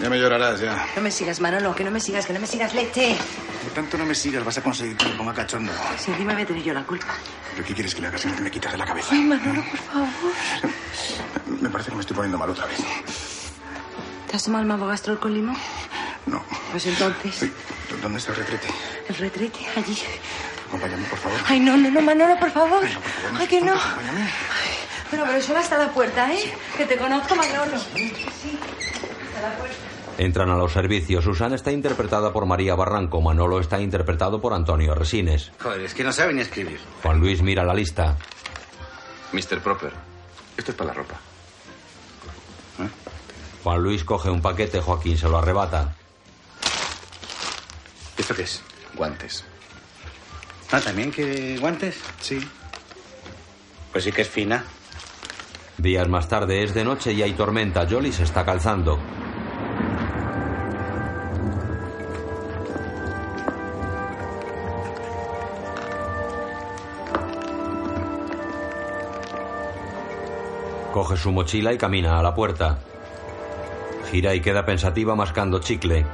Speaker 10: Ya me llorarás, ya.
Speaker 32: No me sigas, Manolo, que no me sigas, que no me sigas, leche.
Speaker 10: Por tanto, no me sigas, vas a conseguir que me ponga cachondo.
Speaker 32: Si encima voy a tener yo la culpa.
Speaker 10: ¿Pero qué quieres que le hagas si no te me quitas de la cabeza?
Speaker 32: Ay, Manolo, por favor.
Speaker 10: Me parece que me estoy poniendo mal otra vez.
Speaker 32: ¿Te has tomado el mavogastrol con limón?
Speaker 10: No.
Speaker 32: Pues entonces,
Speaker 10: ¿Dónde está el retrete?
Speaker 32: el retrete allí.
Speaker 10: Acompáñame, por favor.
Speaker 32: Ay, no, no, no, Manolo, por favor.
Speaker 10: no
Speaker 32: Ay, que no.
Speaker 10: Acompáñame.
Speaker 32: Bueno, pero solo hasta la puerta, ¿eh? Que te conozco, Manolo. Sí, hasta la puerta.
Speaker 1: Entran a los servicios. Susana está interpretada por María Barranco. Manolo está interpretado por Antonio Resines.
Speaker 5: Joder, es que no sabe ni escribir.
Speaker 1: Juan Luis mira la lista.
Speaker 5: Mr. Proper, esto es para la ropa. ¿Eh?
Speaker 1: Juan Luis coge un paquete. Joaquín se lo arrebata.
Speaker 5: ¿Esto qué es? Guantes. Ah, ¿también que guantes? Sí. Pues sí que es fina.
Speaker 1: Días más tarde es de noche y hay tormenta. Jolly se está calzando. Coge su mochila y camina a la puerta. Gira y queda pensativa mascando chicle.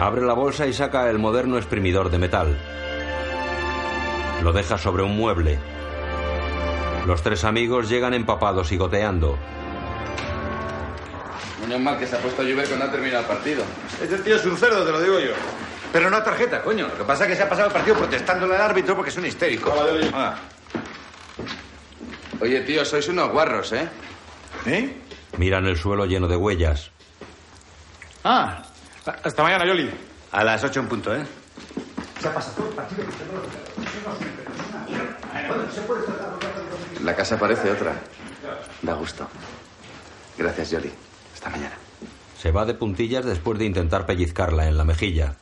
Speaker 1: Abre la bolsa y saca el moderno exprimidor de metal. Lo deja sobre un mueble. Los tres amigos llegan empapados y goteando.
Speaker 33: Menos mal que se ha puesto a llover cuando ha terminado el partido.
Speaker 10: Este tío es un cerdo, te lo digo yo. Pero no tarjeta, coño. Lo que pasa es que se ha pasado el partido protestándole al árbitro porque es un histérico.
Speaker 33: Oye, tío, sois unos guarros, ¿eh?
Speaker 1: ¿Eh? Miran el suelo lleno de huellas.
Speaker 10: Ah, hasta mañana, Yoli.
Speaker 5: A las ocho en punto, ¿eh? La casa parece otra. Da gusto. Gracias, Jolly. Hasta mañana.
Speaker 1: Se va de puntillas después de intentar pellizcarla en la mejilla.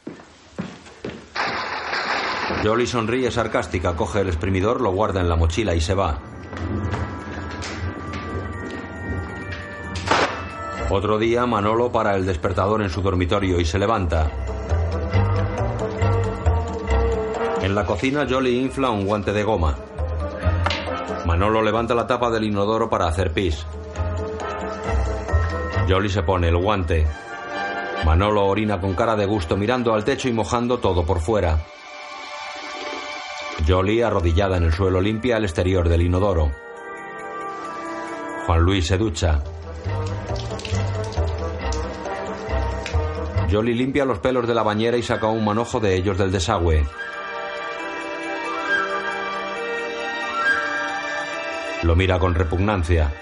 Speaker 1: Jolly sonríe sarcástica, coge el exprimidor, lo guarda en la mochila y se va. Otro día, Manolo para el despertador en su dormitorio y se levanta. En la cocina, Jolly infla un guante de goma. Manolo levanta la tapa del inodoro para hacer pis. Jolly se pone el guante. Manolo orina con cara de gusto mirando al techo y mojando todo por fuera. Jolly, arrodillada en el suelo, limpia el exterior del inodoro. Juan Luis se ducha. Jolly limpia los pelos de la bañera y saca un manojo de ellos del desagüe. Lo mira con repugnancia.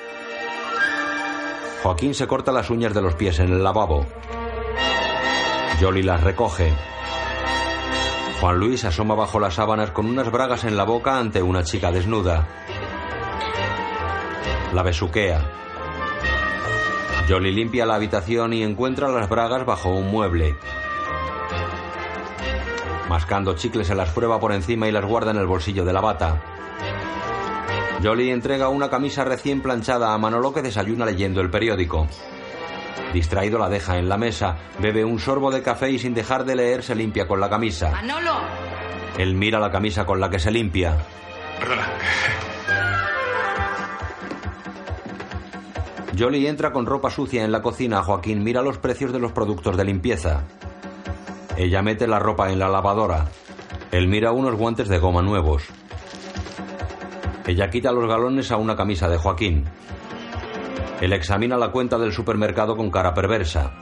Speaker 1: Joaquín se corta las uñas de los pies en el lavabo. Jolly las recoge. Juan Luis asoma bajo las sábanas con unas bragas en la boca ante una chica desnuda. La besuquea. Jolly limpia la habitación y encuentra las bragas bajo un mueble. Mascando chicle se las prueba por encima y las guarda en el bolsillo de la bata. Jolly entrega una camisa recién planchada a Manolo que desayuna leyendo el periódico. Distraído la deja en la mesa, bebe un sorbo de café y sin dejar de leer se limpia con la camisa.
Speaker 31: Manolo,
Speaker 1: Él mira la camisa con la que se limpia. Jolly entra con ropa sucia en la cocina. Joaquín mira los precios de los productos de limpieza. Ella mete la ropa en la lavadora. Él mira unos guantes de goma nuevos. Ella quita los galones a una camisa de Joaquín. Él examina la cuenta del supermercado con cara perversa.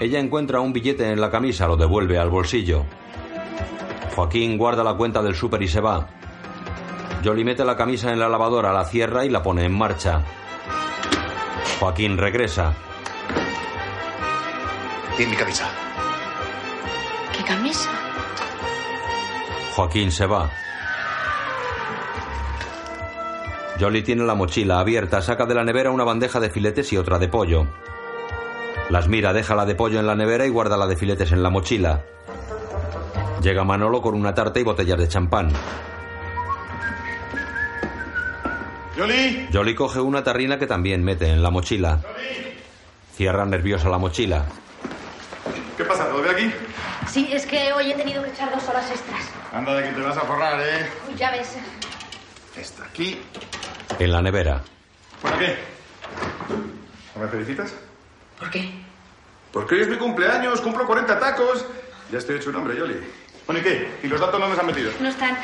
Speaker 1: Ella encuentra un billete en la camisa, lo devuelve al bolsillo. Joaquín guarda la cuenta del súper y se va. Jolly mete la camisa en la lavadora, la cierra y la pone en marcha. Joaquín regresa.
Speaker 10: Tiene mi camisa.
Speaker 8: ¿Qué camisa?
Speaker 1: Joaquín se va. Jolly tiene la mochila abierta, saca de la nevera una bandeja de filetes y otra de pollo. Las mira, deja la de pollo en la nevera y guarda la de filetes en la mochila. Llega Manolo con una tarta y botellas de champán.
Speaker 10: ¡Yoli!
Speaker 1: Jolly coge una tarrina que también mete en la mochila. Cierra nerviosa la mochila.
Speaker 10: ¿Qué pasa? ¿Te lo veo aquí?
Speaker 34: Sí, es que hoy he tenido que echar dos horas extras.
Speaker 10: Anda de que te vas a forrar, ¿eh?
Speaker 34: Uy, ya ves.
Speaker 10: Está aquí.
Speaker 1: En la nevera.
Speaker 10: ¿Para qué? ¿No me felicitas?
Speaker 6: ¿Por qué?
Speaker 10: Porque es mi cumpleaños, cumplo 40 tacos. Ya estoy hecho un hombre, Yoli. Bueno, ¿y qué? ¿Y los datos no nos han metido?
Speaker 6: No están.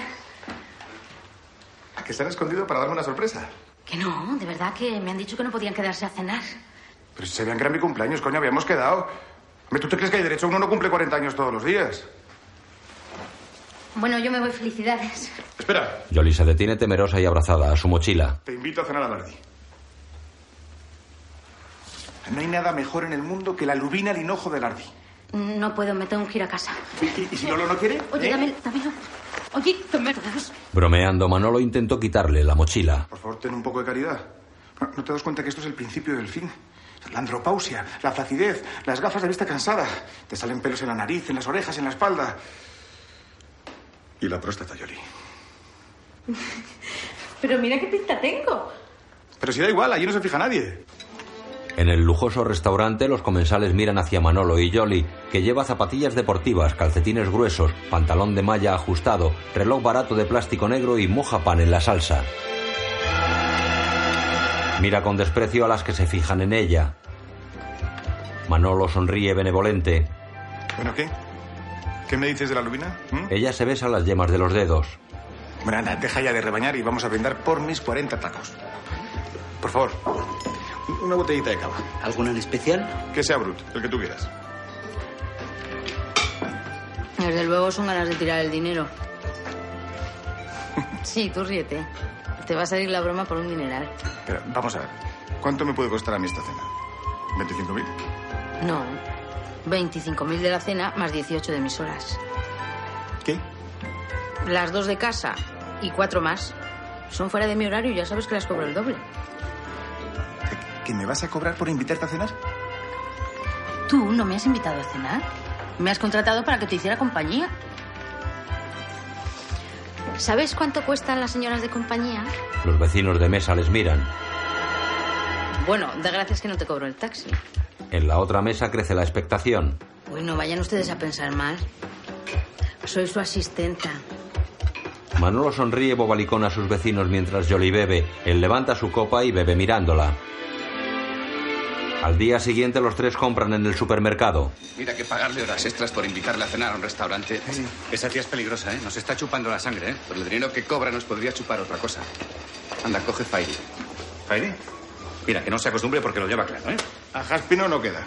Speaker 10: ¿A que se han escondido para darme una sorpresa?
Speaker 6: Que no, de verdad que me han dicho que no podían quedarse a cenar.
Speaker 10: Pero si sabían que era mi cumpleaños, coño, habíamos quedado. Hombre, ¿tú te crees que hay derecho? Uno no cumple 40 años todos los días.
Speaker 6: Bueno, yo me voy, felicidades.
Speaker 10: Espera,
Speaker 1: Jolie se detiene temerosa y abrazada a su mochila.
Speaker 10: te invito a cenar a Bardi. No hay nada mejor en el mundo que la lubina al hinojo del Ardi.
Speaker 6: No puedo, me tengo que ir a casa.
Speaker 10: ¿Y, y- y si Lolo no quiere?
Speaker 6: Oye,
Speaker 10: ¿Eh?
Speaker 6: dámelo, dámelo. Oye, dámelo.
Speaker 1: Bromeando, Manolo intentó quitarle la mochila.
Speaker 10: Por favor, ten un poco de caridad. ¿No- ¿No te das cuenta que esto es el principio del fin? La andropausia, la flacidez, las gafas de vista cansada. Te salen pelos en la nariz, en las orejas, en la espalda. Y la próstata, Yoli.
Speaker 31: Pero mira qué pinta tengo.
Speaker 10: Pero si da igual, allí no se fija nadie.
Speaker 1: En el lujoso restaurante, los comensales miran hacia Manolo y Jolly, que lleva zapatillas deportivas, calcetines gruesos, pantalón de malla ajustado, reloj barato de plástico negro y moja pan en la salsa. Mira con desprecio a las que se fijan en ella. Manolo sonríe benevolente.
Speaker 10: Bueno, ¿qué? ¿Qué me dices de la lubina?
Speaker 1: Ella se besa las yemas de los dedos.
Speaker 10: Bueno, anda, deja ya de rebañar y vamos a brindar por mis 40 tacos. Por favor, una botellita de cava. ¿Alguna en especial? Que sea Brut, el que tú quieras.
Speaker 31: Desde luego son ganas de tirar el dinero. Sí, tú ríete. Te va a salir la broma por un dineral.
Speaker 10: Pero vamos a ver, ¿cuánto me puede costar a mí esta cena? ¿25.000?
Speaker 31: No. 25.000 de la cena más 18 de mis horas.
Speaker 10: ¿Qué?
Speaker 31: Las dos de casa y cuatro más son fuera de mi horario y ya sabes que las cobro el doble.
Speaker 10: ¿Que me vas a cobrar por invitarte a cenar?
Speaker 31: ¿Tú no me has invitado a cenar? ¿Me has contratado para que te hiciera compañía?
Speaker 6: ¿Sabes cuánto cuestan las señoras de compañía?
Speaker 1: Los vecinos de mesa les miran.
Speaker 31: Bueno, da gracias que no te cobro el taxi.
Speaker 1: En la otra mesa crece la expectación.
Speaker 31: Uy, no vayan ustedes a pensar mal. Soy su asistenta.
Speaker 1: Manolo sonríe bobalicón a sus vecinos mientras Jolly bebe. Él levanta su copa y bebe mirándola. Al día siguiente los tres compran en el supermercado.
Speaker 5: Mira que pagarle horas extras por invitarle a cenar a un restaurante. Esa tía es peligrosa, ¿eh? Nos está chupando la sangre, ¿eh? Por el dinero que cobra nos podría chupar otra cosa. Anda, coge Fairy. ¿Fairy? Mira, que no se acostumbre porque lo lleva claro, ¿eh?
Speaker 10: A Jaspino no queda.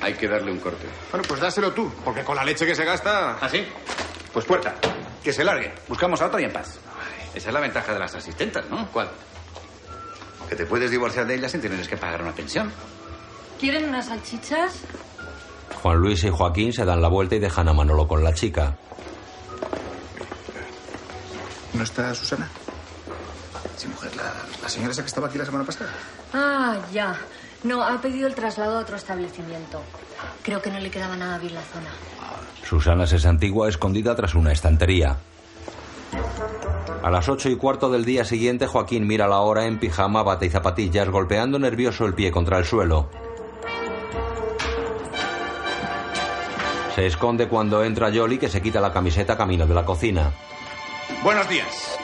Speaker 5: Hay que darle un corte.
Speaker 10: Bueno, pues dáselo tú, porque con la leche que se gasta... ¿Ah, sí? Pues puerta, que se largue. Buscamos a otro y en paz.
Speaker 5: Esa es la ventaja de las asistentas, ¿no? ¿Cuál? Que te puedes divorciar de ellas sin tener que pagar una pensión.
Speaker 35: ¿Quieren unas salchichas?
Speaker 1: Juan Luis y Joaquín se dan la vuelta y dejan a Manolo con la chica.
Speaker 10: ¿No está Susana? Sí, mujer, la, la señora esa que estaba aquí la semana pasada.
Speaker 6: Ah, ya. No, ha pedido el traslado a otro establecimiento. Creo que no le quedaba nada bien la zona.
Speaker 1: Susana se santigua escondida tras una estantería. A las ocho y cuarto del día siguiente, Joaquín mira la hora en pijama, bata y zapatillas, golpeando nervioso el pie contra el suelo. Se esconde cuando entra Jolly, que se quita la camiseta camino de la cocina.
Speaker 5: Buenos días.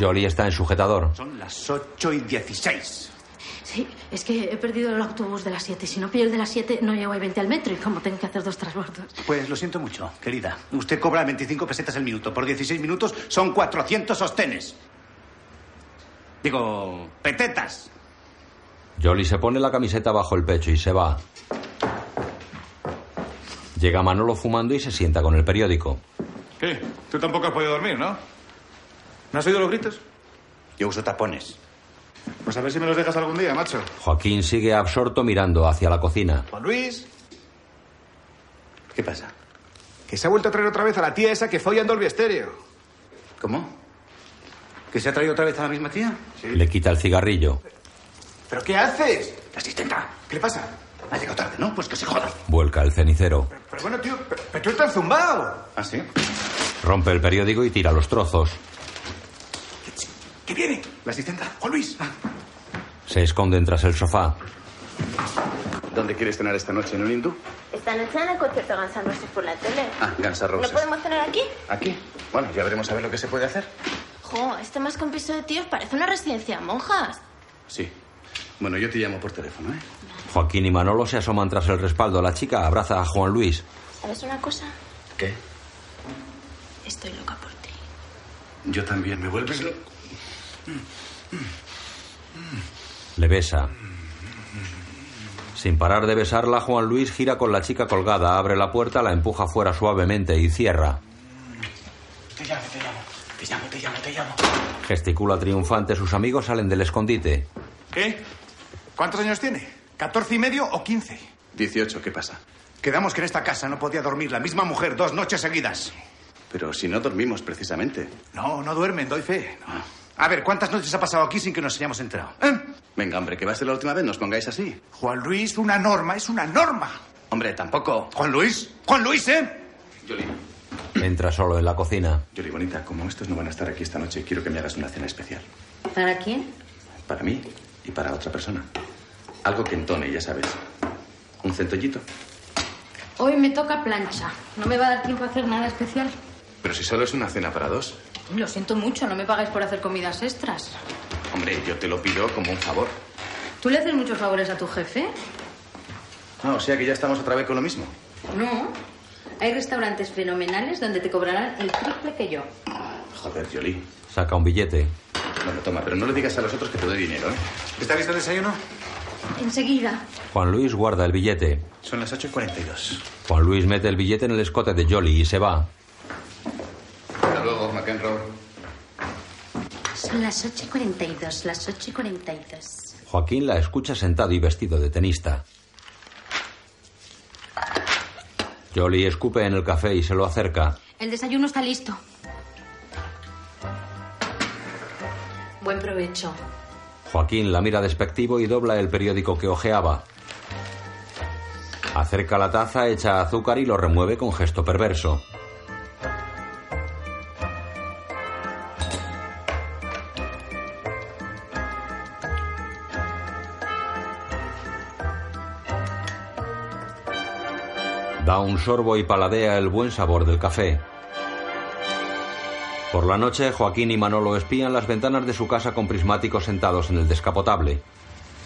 Speaker 1: Jolly está en sujetador.
Speaker 5: Son las 8 y 16.
Speaker 6: Sí, es que he perdido el autobús de las 7. Si no pillo el de las 7, no llego a 20 al metro. Y como tengo que hacer dos transbordos.
Speaker 5: Pues lo siento mucho, querida. Usted cobra 25 pesetas el minuto. Por 16 minutos son 400 sostenes. Digo, petetas.
Speaker 1: Jolly se pone la camiseta bajo el pecho y se va. Llega Manolo fumando y se sienta con el periódico.
Speaker 10: ¿Qué? Tú tampoco has podido dormir, ¿no? ¿No has oído los gritos?
Speaker 5: Yo uso tapones.
Speaker 10: Pues a ver si me los dejas algún día, macho.
Speaker 1: Joaquín sigue absorto mirando hacia la cocina.
Speaker 10: Juan Luis.
Speaker 5: ¿Qué pasa?
Speaker 10: Que se ha vuelto a traer otra vez a la tía esa que folla en Dolby Estéreo.
Speaker 5: ¿Cómo? ¿Que se ha traído otra vez a la misma tía?
Speaker 1: Le quita el cigarrillo.
Speaker 10: ¿Pero qué haces?
Speaker 5: Asistenta.
Speaker 10: ¿Qué le pasa?
Speaker 5: Ha llegado tarde, ¿no? Pues que se joda.
Speaker 1: Vuelca el cenicero.
Speaker 10: Pero bueno, tío, pero, pero tú estás zumbado.
Speaker 5: ¿Ah, sí?
Speaker 1: Rompe el periódico y tira los trozos.
Speaker 10: ¿Qué viene? La asistenta. Juan Luis.
Speaker 5: Ah.
Speaker 1: Se esconden tras el sofá.
Speaker 5: ¿Dónde quieres cenar esta noche? ¿En un hindú?
Speaker 9: Esta noche en el concierto de Guns N' Roses por la tele.
Speaker 5: Ah, Gansa
Speaker 9: ¿No podemos cenar aquí?
Speaker 5: ¿Aquí? Bueno, ya veremos a ver lo que se puede hacer.
Speaker 9: Jo, este más que un piso de tíos parece una residencia de monjas.
Speaker 5: Sí. Bueno, yo te llamo por teléfono, ¿eh?
Speaker 1: Joaquín y Manolo se asoman tras el respaldo. La chica abraza a Juan Luis.
Speaker 6: ¿Sabes una cosa?
Speaker 5: ¿Qué?
Speaker 6: Estoy loca por ti.
Speaker 5: Yo también. ¿Me vuelves loco?
Speaker 1: Le besa. Sin parar de besarla, Juan Luis gira con la chica colgada, abre la puerta, la empuja fuera suavemente y cierra.
Speaker 5: Te llamo, te llamo. Te llamo, te llamo, te llamo.
Speaker 1: Gesticula triunfante, sus amigos salen del escondite.
Speaker 10: ¿Qué? ¿Cuántos años tiene? ¿14 y medio o 15?
Speaker 5: 18, ¿qué pasa?
Speaker 10: Quedamos que en esta casa no podía dormir la misma mujer dos noches seguidas.
Speaker 5: Pero si no dormimos precisamente.
Speaker 10: No, no duermen, doy fe. No. A ver, ¿cuántas noches ha pasado aquí sin que nos hayamos enterado? Ah. ¿Eh?
Speaker 5: Venga, hombre, que va a ser la última vez, nos pongáis así.
Speaker 10: Juan Luis, una norma, es una norma.
Speaker 5: Hombre, tampoco.
Speaker 10: Juan Luis, Juan Luis, ¿eh?
Speaker 5: Yoli,
Speaker 1: Entra solo en la cocina.
Speaker 5: Yoli, bonita, como estos no van a estar aquí esta noche, quiero que me hagas una cena especial.
Speaker 8: ¿Para quién?
Speaker 5: Para mí y para otra persona. Algo que entone, ya sabes. Un centollito.
Speaker 8: Hoy me toca plancha. No me va a dar tiempo a hacer nada especial.
Speaker 5: Pero si solo es una cena para dos.
Speaker 8: Lo siento mucho, no me pagáis por hacer comidas extras.
Speaker 5: Hombre, yo te lo pido como un favor.
Speaker 8: ¿Tú le haces muchos favores a tu jefe?
Speaker 5: Ah, o sea que ya estamos otra vez con lo mismo.
Speaker 8: No. Hay restaurantes fenomenales donde te cobrarán el triple que yo.
Speaker 5: Joder, Yoli.
Speaker 1: Saca un billete.
Speaker 5: Bueno, toma, pero no le digas a los otros que te doy dinero, ¿eh?
Speaker 10: ¿Está listo el desayuno?
Speaker 8: Enseguida.
Speaker 1: Juan Luis guarda el billete.
Speaker 5: Son las 8 y 42.
Speaker 1: Juan Luis mete el billete en el escote de Jolly y se va.
Speaker 5: Hasta luego, McEnroe.
Speaker 8: Son las 8 y 42, las 8 y 42.
Speaker 1: Joaquín la escucha sentado y vestido de tenista. Jolly escupe en el café y se lo acerca.
Speaker 8: El desayuno está listo. Buen provecho.
Speaker 1: Joaquín la mira despectivo y dobla el periódico que ojeaba. Acerca la taza, echa azúcar y lo remueve con gesto perverso. Da un sorbo y paladea el buen sabor del café. Por la noche, Joaquín y Manolo espían las ventanas de su casa con prismáticos sentados en el descapotable.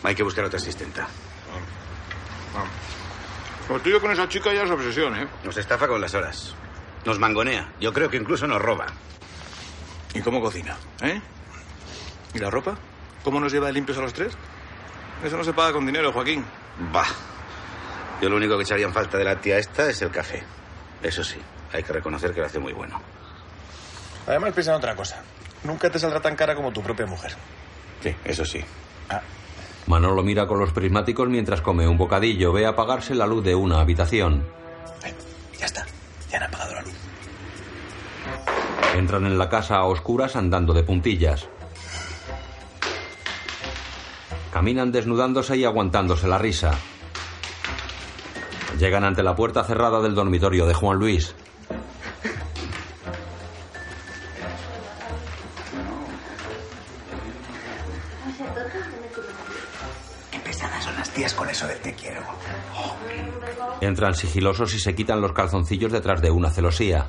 Speaker 5: Hay que buscar otra asistenta.
Speaker 33: Lo tuyo con esa chica ya es obsesión, ¿eh?
Speaker 5: Nos estafa con las horas. Nos mangonea. Yo creo que incluso nos roba.
Speaker 10: ¿Y cómo cocina? ¿Eh? ¿Y la ropa? ¿Cómo nos lleva de limpios a los tres? Eso no se paga con dinero, Joaquín.
Speaker 5: Bah. Yo lo único que echaría en falta de la tía esta es el café. Eso sí, hay que reconocer que lo hace muy bueno.
Speaker 9: Además, piensa en otra cosa. Nunca te saldrá tan cara como tu propia mujer.
Speaker 5: Sí, eso sí. Ah.
Speaker 1: Manolo mira con los prismáticos mientras come un bocadillo. Ve apagarse la luz de una habitación.
Speaker 9: Ya está. Ya han apagado la luz.
Speaker 1: Entran en la casa a oscuras andando de puntillas. Caminan desnudándose y aguantándose la risa. Llegan ante la puerta cerrada del dormitorio de Juan Luis.
Speaker 9: Qué pesadas son las tías con eso del te quiero.
Speaker 1: Entran sigilosos y se quitan los calzoncillos detrás de una celosía.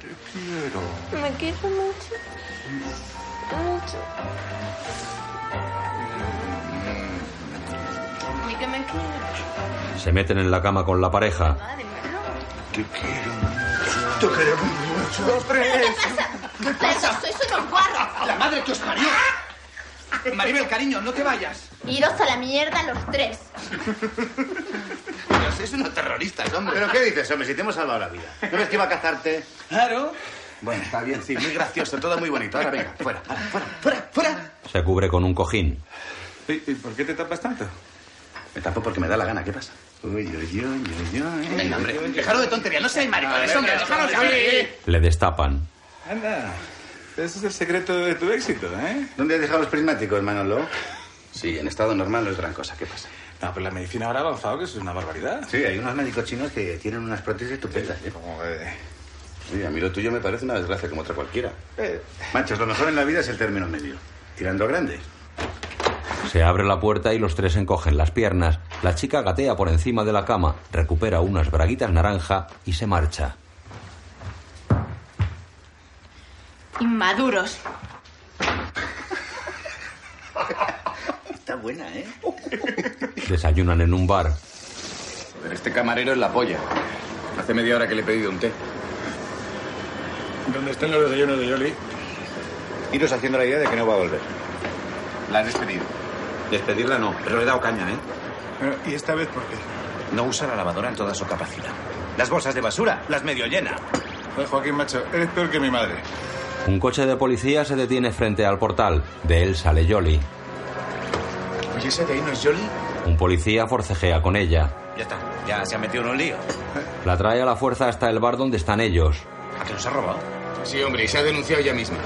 Speaker 6: Me quiero mucho. Mucho. Y que me quiero.
Speaker 1: Se meten en la cama con la pareja.
Speaker 6: Madre mía.
Speaker 9: Te quiero mucho. Te quiero mucho. Dos, tres.
Speaker 6: ¿Qué pasa? Sois unos guarros.
Speaker 36: La madre que os parió. Maribel, cariño, no te vayas.
Speaker 6: Iros a la mierda los tres.
Speaker 5: Pero sois unos terroristas, hombre. ¿Pero qué dices, hombre? Si te hemos salvado la vida. ¿No ves que iba a cazarte?
Speaker 36: Claro.
Speaker 5: Bueno, está bien, sí. Muy gracioso, todo muy bonito. Ahora venga, fuera.
Speaker 1: Se cubre con un cojín.
Speaker 10: ¿Y, y por qué te tapas tanto?
Speaker 5: Me tapo porque me da la gana. ¿Qué pasa? Uy, uy, uy, uy, uy.
Speaker 36: Venga, hombre.
Speaker 5: Dejaros de tonterías.
Speaker 36: No seáis maricones,
Speaker 5: Venga,
Speaker 36: hombre. Dejaros de...
Speaker 1: Le destapan.
Speaker 37: Anda, ese es el secreto de tu éxito, ¿eh?
Speaker 5: ¿Dónde has dejado los prismáticos, Manolo? Sí, en estado normal no es gran cosa. ¿Qué pasa?
Speaker 37: No, pero la medicina ahora ha avanzado, que es una barbaridad.
Speaker 5: Sí, hay unos médicos chinos que tienen unas prótesis estupendas. ¿eh?
Speaker 37: Como que-
Speaker 5: Sí, a mí lo tuyo me parece una desgracia como otra cualquiera.
Speaker 10: Eh.
Speaker 5: Manchos, lo mejor en la vida es el término medio. Tirando a grande.
Speaker 1: Se abre la puerta y los tres encogen las piernas. La chica gatea por encima de la cama, recupera unas braguitas naranja y se marcha.
Speaker 38: Inmaduros.
Speaker 5: Está buena, ¿eh?
Speaker 1: Desayunan en un bar.
Speaker 10: Este camarero es la polla. Hace media hora que le he pedido un té.
Speaker 39: ¿Dónde están los desayunos de Yoli?
Speaker 10: Iros haciendo la idea de que no va a volver. La has despedido. Despedirla no, pero le he dado caña, ¿eh?
Speaker 39: ¿Y esta vez por qué?
Speaker 10: No usa la lavadora en toda su capacidad. Las bolsas de basura, las medio llena. Eh,
Speaker 39: Joaquín Macho, eres peor que mi madre.
Speaker 1: Un coche de policía se detiene frente al portal. De él sale Jolly.
Speaker 10: Oye, ese Pues de ahí no es Yoli.
Speaker 1: Un policía forcejea con ella.
Speaker 10: Ya está, ya se ha metido en un lío.
Speaker 1: La trae a la fuerza hasta el bar donde están ellos.
Speaker 10: ¿A que nos ha robado? Sí, hombre, y se ha denunciado ya misma.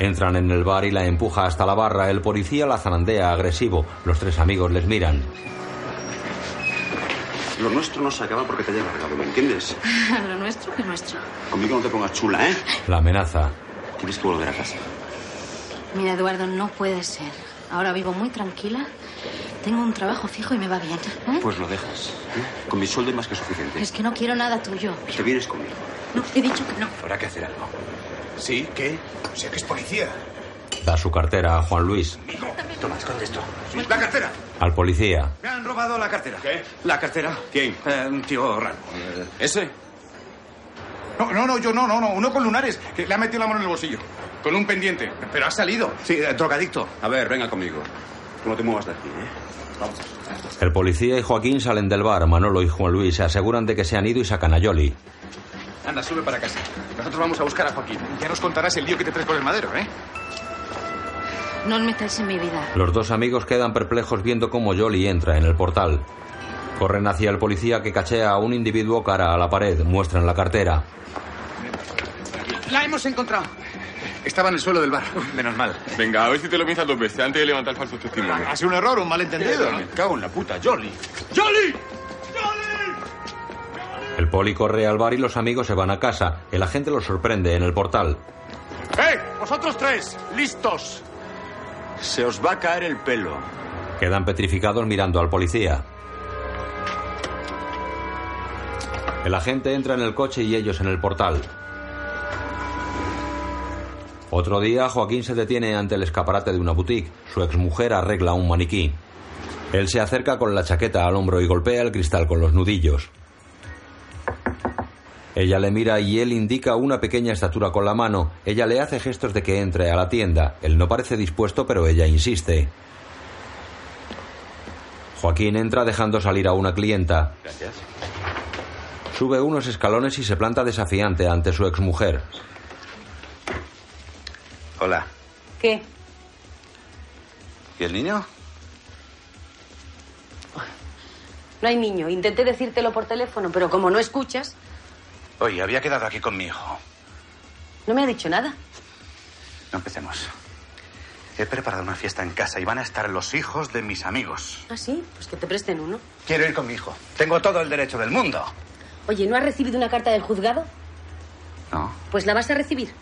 Speaker 1: Entran en el bar y la empuja hasta la barra. El policía la zarandea agresivo. Los tres amigos les miran.
Speaker 5: Lo nuestro no se acaba porque te haya largado, ¿me entiendes?
Speaker 8: Lo nuestro que nuestro.
Speaker 5: Conmigo no te pongas chula, ¿eh?
Speaker 1: La amenaza.
Speaker 5: Tienes que volver a casa.
Speaker 8: Mira, Eduardo, no puede ser. Ahora vivo muy tranquila, tengo un trabajo fijo y me va bien. ¿eh?
Speaker 5: Pues lo dejas. ¿eh? Con mi sueldo es más que suficiente.
Speaker 8: Es que no quiero nada tuyo.
Speaker 5: Te vienes conmigo.
Speaker 8: No, he dicho que no.
Speaker 5: Habrá que hacer algo.
Speaker 10: ¿Sí? ¿Qué? O sea que es policía.
Speaker 1: Da su cartera a Juan Luis.
Speaker 10: Toma, esconde esto. ¡La cartera!
Speaker 1: Al policía.
Speaker 10: Me han robado la cartera. ¿Qué? ¿La cartera? ¿Quién? un tío raro.
Speaker 5: Eh,
Speaker 10: ¿Ese? No, no, no, yo no, no, no. Uno con lunares, que le ha metido la mano en el bolsillo. Con un pendiente. Pero ha salido. Sí, eh, drogadicto.
Speaker 5: A ver, venga conmigo. Tú no te muevas de aquí, ¿eh?
Speaker 10: Vamos.
Speaker 1: El policía y Joaquín salen del bar. Manolo y Juan Luis se aseguran de que se han ido y sacan a Yoli.
Speaker 10: Anda, sube para casa. Nosotros vamos a buscar a Joaquín. Ya nos contarás el lío que te traes por el madero, ¿eh?
Speaker 8: No os metáis en mi vida.
Speaker 1: Los dos amigos quedan perplejos viendo cómo Jolly entra en el portal. Corren hacia el policía que cachea a un individuo cara a la pared. Muestran la cartera.
Speaker 10: La hemos encontrado. Estaba en el suelo del bar. Menos mal.
Speaker 40: Venga, a ver si te lo piensas dos veces antes de levantar falsos testimonios.
Speaker 10: Ha sido un error, un malentendido. ¿no?
Speaker 5: Me cago en la puta, Jolly.
Speaker 10: ¡Jolly!
Speaker 1: El poli corre al bar y los amigos se van a casa. El agente los sorprende en el portal.
Speaker 10: ¡Eh! ¡Vosotros tres! ¡Listos!
Speaker 5: Se os va a caer el pelo.
Speaker 1: Quedan petrificados mirando al policía. El agente entra en el coche y ellos en el portal. Otro día, Joaquín se detiene ante el escaparate de una boutique. Su exmujer arregla un maniquí. Él se acerca con la chaqueta al hombro y golpea el cristal con los nudillos. Ella le mira y él indica una pequeña estatura con la mano. Ella le hace gestos de que entre a la tienda. Él no parece dispuesto, pero ella insiste. Joaquín entra dejando salir a una clienta.
Speaker 5: Gracias.
Speaker 1: Sube unos escalones y se planta desafiante ante su exmujer.
Speaker 5: Hola.
Speaker 8: ¿Qué?
Speaker 5: ¿Y el niño?
Speaker 8: No hay niño. Intenté decírtelo por teléfono, pero como no escuchas,
Speaker 5: Oye, había quedado aquí con mi hijo.
Speaker 8: no me ha dicho nada.
Speaker 5: No empecemos. He preparado una fiesta en casa y van a estar los hijos de mis amigos.
Speaker 8: ¿Ah, sí? Pues que te presten uno.
Speaker 5: Quiero ir con mi hijo. Tengo todo el derecho del mundo.
Speaker 8: Oye, ¿no has recibido una carta del juzgado?
Speaker 5: No.
Speaker 8: Pues la vas a recibir.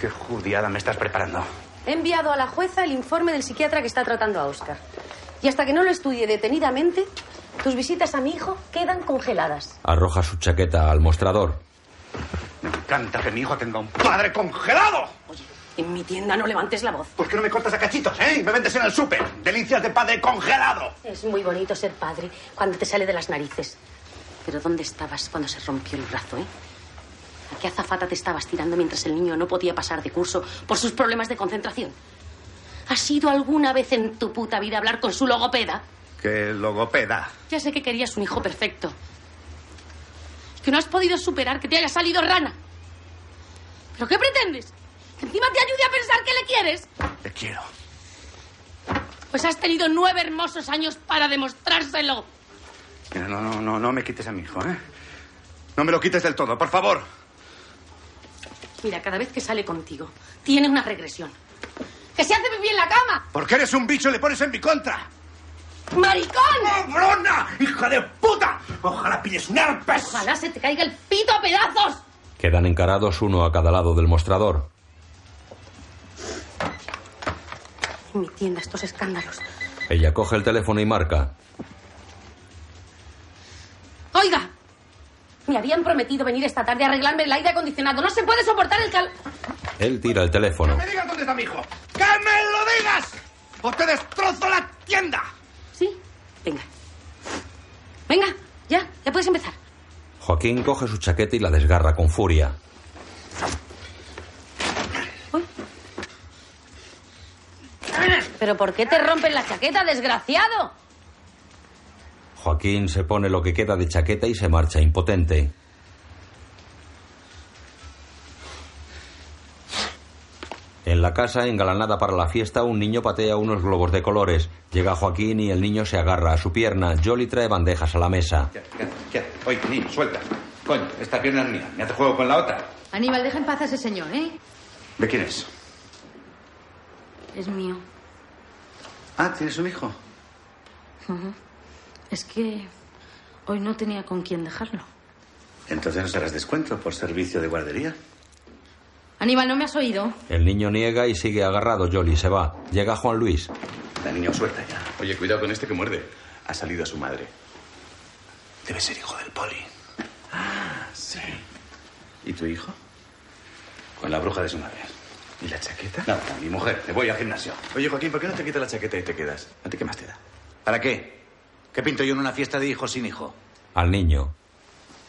Speaker 5: ¿Qué judiada me estás preparando?
Speaker 8: He enviado a la jueza el informe del psiquiatra que está tratando a Oscar. Y hasta que no lo estudie detenidamente, tus visitas a mi hijo quedan congeladas.
Speaker 1: Arroja su chaqueta al mostrador.
Speaker 5: Me encanta que mi hijo tenga un padre congelado.
Speaker 8: En mi tienda no levantes la voz.
Speaker 5: ¿Por qué no me cortas a cachitos, eh? Y me vendes en el súper. Delicias de padre congelado.
Speaker 8: Es muy bonito ser padre cuando te sale de las narices. Pero ¿dónde estabas cuando se rompió el brazo, eh? ¿A qué azafata te estabas tirando mientras el niño no podía pasar de curso por sus problemas de concentración? ¿Has ido alguna vez en tu puta vida a hablar con su logopeda?
Speaker 5: Que logopeda.
Speaker 8: Ya sé que querías un hijo perfecto. Que no has podido superar que te haya salido rana. ¿Pero qué pretendes? ¿Que encima te ayude a pensar que le quieres?
Speaker 5: Te quiero.
Speaker 8: Pues has tenido nueve hermosos años para demostrárselo.
Speaker 5: Mira, no, no, no, no me quites a mi hijo, ¿eh? No me lo quites del todo, por favor.
Speaker 8: Mira, cada vez que sale contigo, tiene una regresión. ¡Que se hace pipí en la cama!
Speaker 5: Porque eres un bicho y le pones en mi contra.
Speaker 8: ¡Maricón!
Speaker 5: ¡Brona! ¡Hija de puta! Ojalá pilles un herpes.
Speaker 8: Ojalá se te caiga el pito a pedazos.
Speaker 1: Quedan encarados uno a cada lado del mostrador.
Speaker 8: En mi tienda estos escándalos.
Speaker 1: Ella coge el teléfono y marca.
Speaker 8: Oiga, me habían prometido venir esta tarde a arreglarme el aire acondicionado. No se puede soportar el cal...
Speaker 1: Él tira el teléfono.
Speaker 5: ¡Que me digas dónde está mi hijo! ¡Que me lo digas! ¡O te destrozo la tienda!
Speaker 8: Sí, venga. Venga, Ya, ya puedes empezar.
Speaker 1: Joaquín coge su chaqueta y la desgarra con furia.
Speaker 8: ¿Pero por qué te rompen la chaqueta, desgraciado?
Speaker 1: Joaquín se pone lo que queda de chaqueta y se marcha impotente. En la casa, engalanada para la fiesta, un niño patea unos globos de colores. Llega Joaquín y el niño se agarra a su pierna. Jolly trae bandejas a la mesa.
Speaker 41: Oye, niño, suelta. Coño, esta pierna es mía. Me hace juego con la otra.
Speaker 34: Aníbal, deja en paz a ese señor, ¿eh?
Speaker 41: ¿De quién es?
Speaker 34: Es mío.
Speaker 41: Ah, ¿tienes un hijo?
Speaker 34: Ujú. Es que hoy no tenía con quién dejarlo.
Speaker 41: Entonces nos harás descuento por servicio de guardería.
Speaker 34: Aníbal, ¿no me has oído?
Speaker 1: El niño niega y sigue agarrado. Jolly se va. Llega Juan Luis.
Speaker 5: La niña suelta ya. Oye, cuidado con este que muerde. Ha salido a su madre. Debe ser hijo del poli. Ah, sí. ¿Y tu hijo?
Speaker 41: Con la bruja de su madre.
Speaker 5: ¿Y la chaqueta?
Speaker 41: No, no, mi mujer. Me voy al gimnasio.
Speaker 5: Oye, Joaquín, ¿por qué no te quitas la chaqueta y te quedas?
Speaker 41: ¿A ti qué más te da? ¿Para qué? ¿Qué pinto yo en una fiesta de hijos sin hijo?
Speaker 1: Al niño.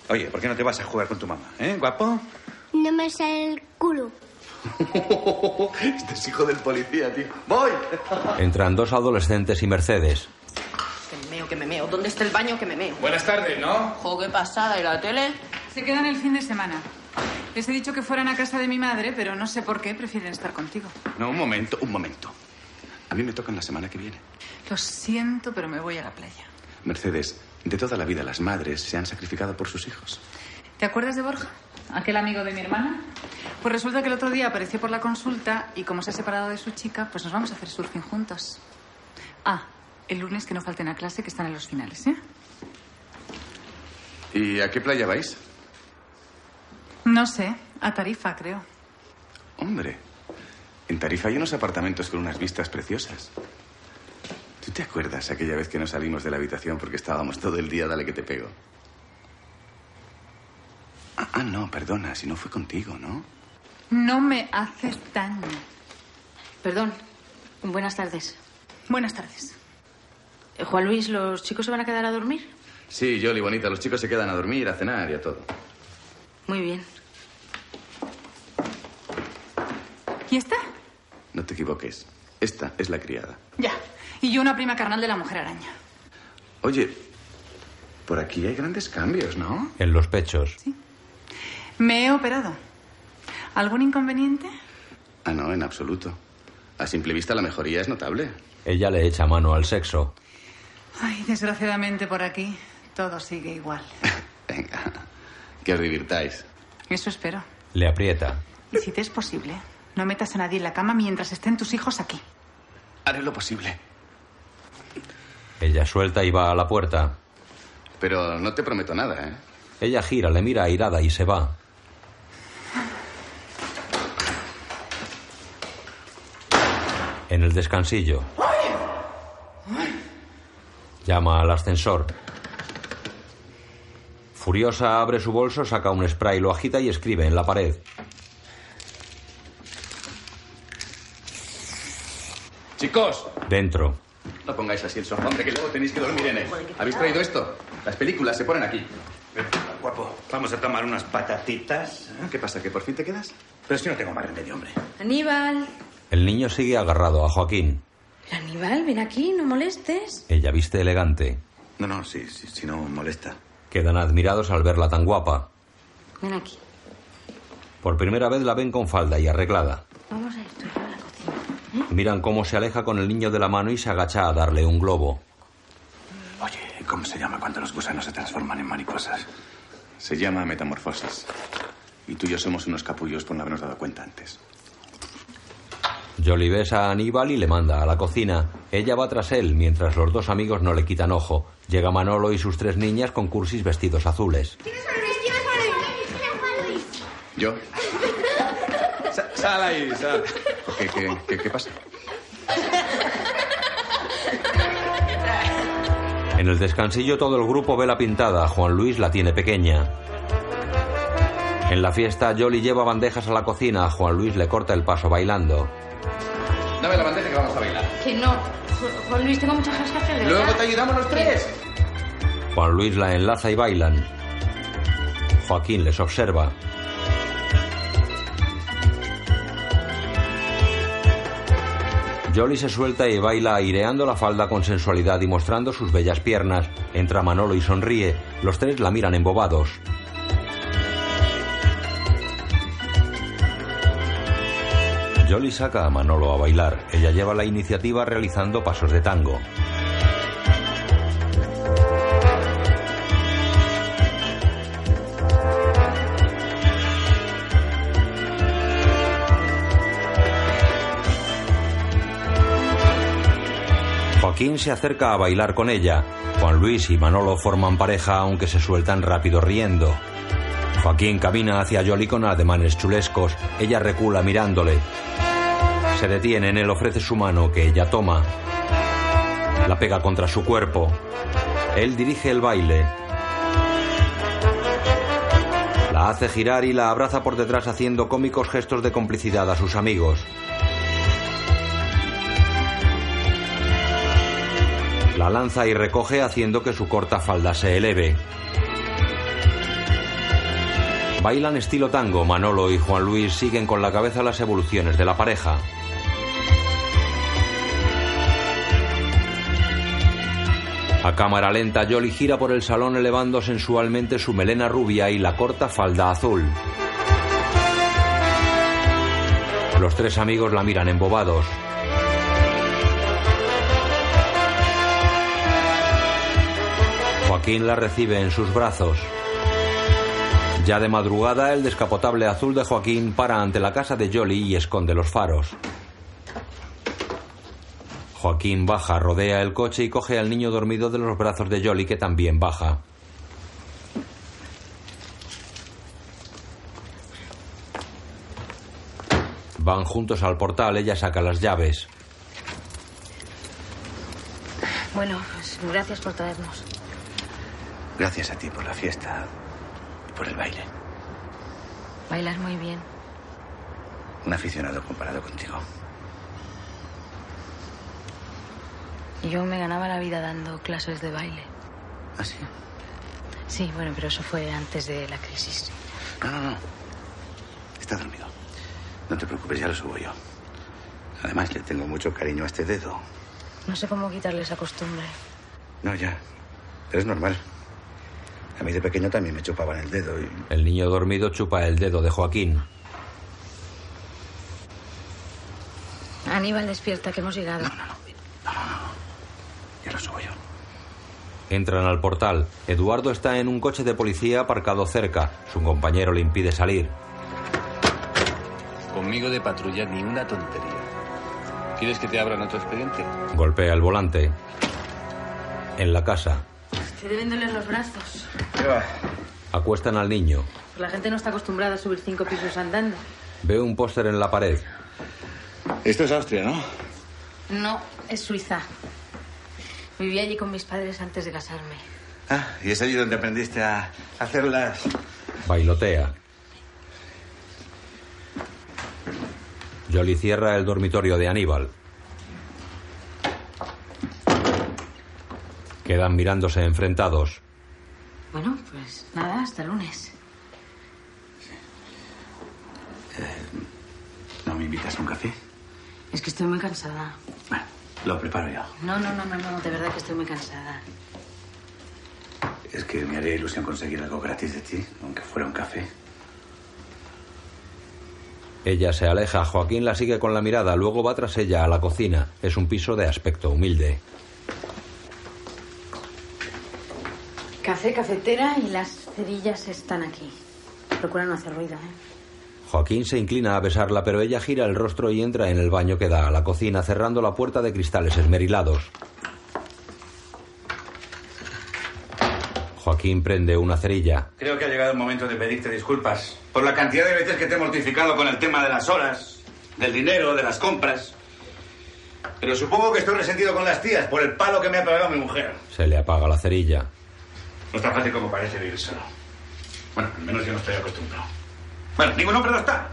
Speaker 41: Oye, ¿por qué no te vas a jugar con tu mamá? ¿Eh, guapo?
Speaker 2: No me sale el culo.
Speaker 5: Este es hijo del policía, tío. ¡Voy!
Speaker 1: Entran dos adolescentes y Mercedes.
Speaker 42: Que me meo, que me meo. ¿Dónde está el baño que me meo?
Speaker 1: Buenas tardes, ¿no?
Speaker 42: Jo, qué pasada. ¿Y la tele?
Speaker 18: Se quedan el fin de semana. Les he dicho que fueran a casa de mi madre, pero no sé por qué prefieren estar contigo.
Speaker 5: No, un momento, un momento. A mí me tocan la semana que viene.
Speaker 18: Lo siento, pero me voy a la playa.
Speaker 5: Mercedes, de toda la vida las madres se han sacrificado por sus hijos.
Speaker 18: ¿Te acuerdas de Borja? Aquel amigo de mi hermana. Pues resulta que el otro día apareció por la consulta y como se ha separado de su chica, pues nos vamos a hacer surfing juntos. Ah, el lunes que no falten a clase, que están en los finales, ¿eh?
Speaker 5: ¿Y a qué playa vais?
Speaker 18: No sé, a Tarifa, creo.
Speaker 5: Hombre, en Tarifa hay unos apartamentos con unas vistas preciosas. ¿Tú te acuerdas aquella vez que no salimos de la habitación porque estábamos todo el día, dale que te pego? Ah, ah, no, perdona, si no fue contigo, ¿no?
Speaker 18: No me haces daño.
Speaker 34: Perdón. Buenas tardes.
Speaker 18: Buenas tardes.
Speaker 34: Eh, Juan Luis, ¿los chicos se van a quedar a dormir?
Speaker 5: Sí, Jolly, bonita, los chicos se quedan a dormir, a cenar y a todo.
Speaker 34: Muy bien.
Speaker 18: ¿Y esta?
Speaker 5: No te equivoques, esta es la criada.
Speaker 18: Ya. Y yo una prima carnal de la mujer araña.
Speaker 5: Oye, por aquí hay grandes cambios, ¿no?
Speaker 1: En los pechos.
Speaker 18: Me he operado. ¿Algún inconveniente?
Speaker 5: Ah, no, en absoluto. A simple vista la mejoría es notable.
Speaker 1: Ella le echa mano al sexo.
Speaker 18: Ay, desgraciadamente por aquí todo sigue igual.
Speaker 5: Que os divirtáis.
Speaker 18: Eso espero.
Speaker 1: Le aprieta.
Speaker 18: Y si te es posible, no metas a nadie en la cama mientras estén tus hijos aquí.
Speaker 5: Haré lo posible.
Speaker 1: Ella suelta y va a la puerta.
Speaker 5: Pero no te prometo nada, ¿eh?
Speaker 1: Ella gira, le mira airada y se va. En el descansillo. Llama al ascensor. Furiosa abre su bolso, saca un spray, lo agita y escribe en la pared.
Speaker 5: Chicos,
Speaker 1: Dentro.
Speaker 5: no pongáis así el sofá, hombre, que luego tenéis que dormir en él. ¿Habéis traído esto? Las películas se ponen aquí.
Speaker 41: Guapo, vamos a tomar unas patatitas.
Speaker 5: ¿Qué pasa, que por fin te quedas?
Speaker 41: Pero es que no tengo más remedio, hombre.
Speaker 34: Aníbal.
Speaker 1: El niño sigue agarrado a Joaquín.
Speaker 34: Aníbal, ven aquí, no molestes.
Speaker 1: Ella viste elegante.
Speaker 5: No, no, si, si, no molesta.
Speaker 1: Quedan admirados al verla tan guapa.
Speaker 34: Ven aquí.
Speaker 1: Por primera vez la ven con falda y arreglada.
Speaker 34: Vamos a ir tú y yo a la cocina. ¿eh?
Speaker 1: Miran cómo se aleja con el niño de la mano y se agacha a darle un globo.
Speaker 5: Oye, ¿cómo se llama cuando los gusanos se transforman en mariposas? Se llama metamorfosis. Y tú y yo somos unos capullos por no habernos dado cuenta antes.
Speaker 1: Jolly besa a Aníbal y le manda a la cocina. Ella va tras él, mientras los dos amigos no le quitan ojo. Llega Manolo y sus tres niñas con cursis vestidos azules.
Speaker 5: ¿Yo? Sa- sal ahí, sal. ¿Qué, qué, qué, qué pasa?
Speaker 1: En el descansillo todo el grupo ve la pintada. Juan Luis la tiene pequeña. En la fiesta, Jolly lleva bandejas a la cocina. Juan Luis le corta el paso bailando.
Speaker 5: Dame la bandeja que vamos a bailar.
Speaker 34: Que no. Ju- Juan Luis, tengo muchas cosas que hacer.
Speaker 5: Luego te ayudamos los tres.
Speaker 1: Juan Luis la enlaza y bailan. Joaquín les observa. Jolly se suelta y baila aireando la falda con sensualidad y mostrando sus bellas piernas. Entra Manolo y sonríe. Los tres la miran embobados. Jolly saca a Manolo a bailar. Ella lleva la iniciativa realizando pasos de tango. Joaquín se acerca a bailar con ella. Juan Luis y Manolo forman pareja aunque se sueltan rápido riendo. Joaquín camina hacia Yoli con ademanes chulescos. Ella recula mirándole. Se detienen, él ofrece su mano que ella toma. La pega contra su cuerpo. Él dirige el baile. La hace girar y la abraza por detrás haciendo cómicos gestos de complicidad a sus amigos. La lanza y recoge haciendo que su corta falda se eleve. Bailan estilo tango, Manolo y Juan Luis siguen con la cabeza las evoluciones de la pareja. A cámara lenta, Jolly gira por el salón elevando sensualmente su melena rubia y la corta falda azul. Los tres amigos la miran embobados. Joaquín la recibe en sus brazos. Ya de madrugada, el descapotable azul de Joaquín para ante la casa de Jolly y esconde los faros. Joaquín baja, rodea el coche y coge al niño dormido de los brazos de Jolly, que también baja. Van juntos al portal, ella saca las llaves.
Speaker 43: Bueno, pues, gracias por traernos.
Speaker 44: Gracias a ti por la fiesta y por el baile.
Speaker 43: Bailas muy bien.
Speaker 44: Un aficionado comparado contigo.
Speaker 43: Yo me ganaba la vida dando clases de baile.
Speaker 44: ¿Ah, sí?
Speaker 43: Sí, bueno, pero eso fue antes de la crisis.
Speaker 44: No, no, no. Está dormido. No te preocupes, ya lo subo yo. Además, le tengo mucho cariño a este dedo.
Speaker 43: No sé cómo quitarle esa costumbre.
Speaker 44: No, ya. Pero es normal. A mí de pequeño también me chupaban el dedo y...
Speaker 1: El niño dormido chupa el dedo de Joaquín.
Speaker 43: Aníbal, despierta, que hemos llegado.
Speaker 44: Ya lo subo yo.
Speaker 1: Entran al portal. Eduardo está en un coche de policía aparcado cerca. Su compañero le impide salir.
Speaker 5: Conmigo de patrulla ni una tontería. ¿Quieres que te abran otro expediente?
Speaker 1: Golpea el volante. En la casa.
Speaker 31: Te deben doler los brazos.
Speaker 1: Acuestan al niño.
Speaker 31: La gente no está acostumbrada a subir cinco pisos andando.
Speaker 1: Ve un póster en la pared.
Speaker 5: Esto es Austria, ¿no?
Speaker 31: No, es Suiza. Viví allí con mis padres antes de casarme.
Speaker 5: Ah, y es allí donde aprendiste a hacer las...
Speaker 1: Bailotea. Jolly cierra el dormitorio de Aníbal. Quedan mirándose enfrentados.
Speaker 31: Bueno, pues nada, hasta lunes.
Speaker 44: ¿No me invitas a un café?
Speaker 31: Es que estoy muy cansada.
Speaker 44: Lo preparo yo.
Speaker 31: No, no, no, no, no, de verdad que estoy muy cansada.
Speaker 44: Es que me haría ilusión conseguir algo gratis de ti, aunque fuera un café.
Speaker 1: Ella se aleja, Joaquín la sigue con la mirada, luego va tras ella a la cocina. Es un piso de aspecto humilde.
Speaker 31: Café, cafetera y las cerillas están aquí. Procura no hacer ruido, ¿eh?
Speaker 1: Joaquín se inclina a besarla, pero ella gira el rostro y entra en el baño que da a la cocina, cerrando la puerta de cristales esmerilados. Joaquín prende una cerilla.
Speaker 5: Creo que ha llegado el momento de pedirte disculpas por la cantidad de veces que te he mortificado con el tema de las horas, del dinero, de las compras. Pero supongo que estoy resentido con las tías por el palo que me ha pagado mi mujer.
Speaker 1: Se le apaga la cerilla.
Speaker 5: No es tan fácil como parece vivir solo. Bueno, al menos yo no estoy acostumbrado. Bueno, ningún hombre lo está.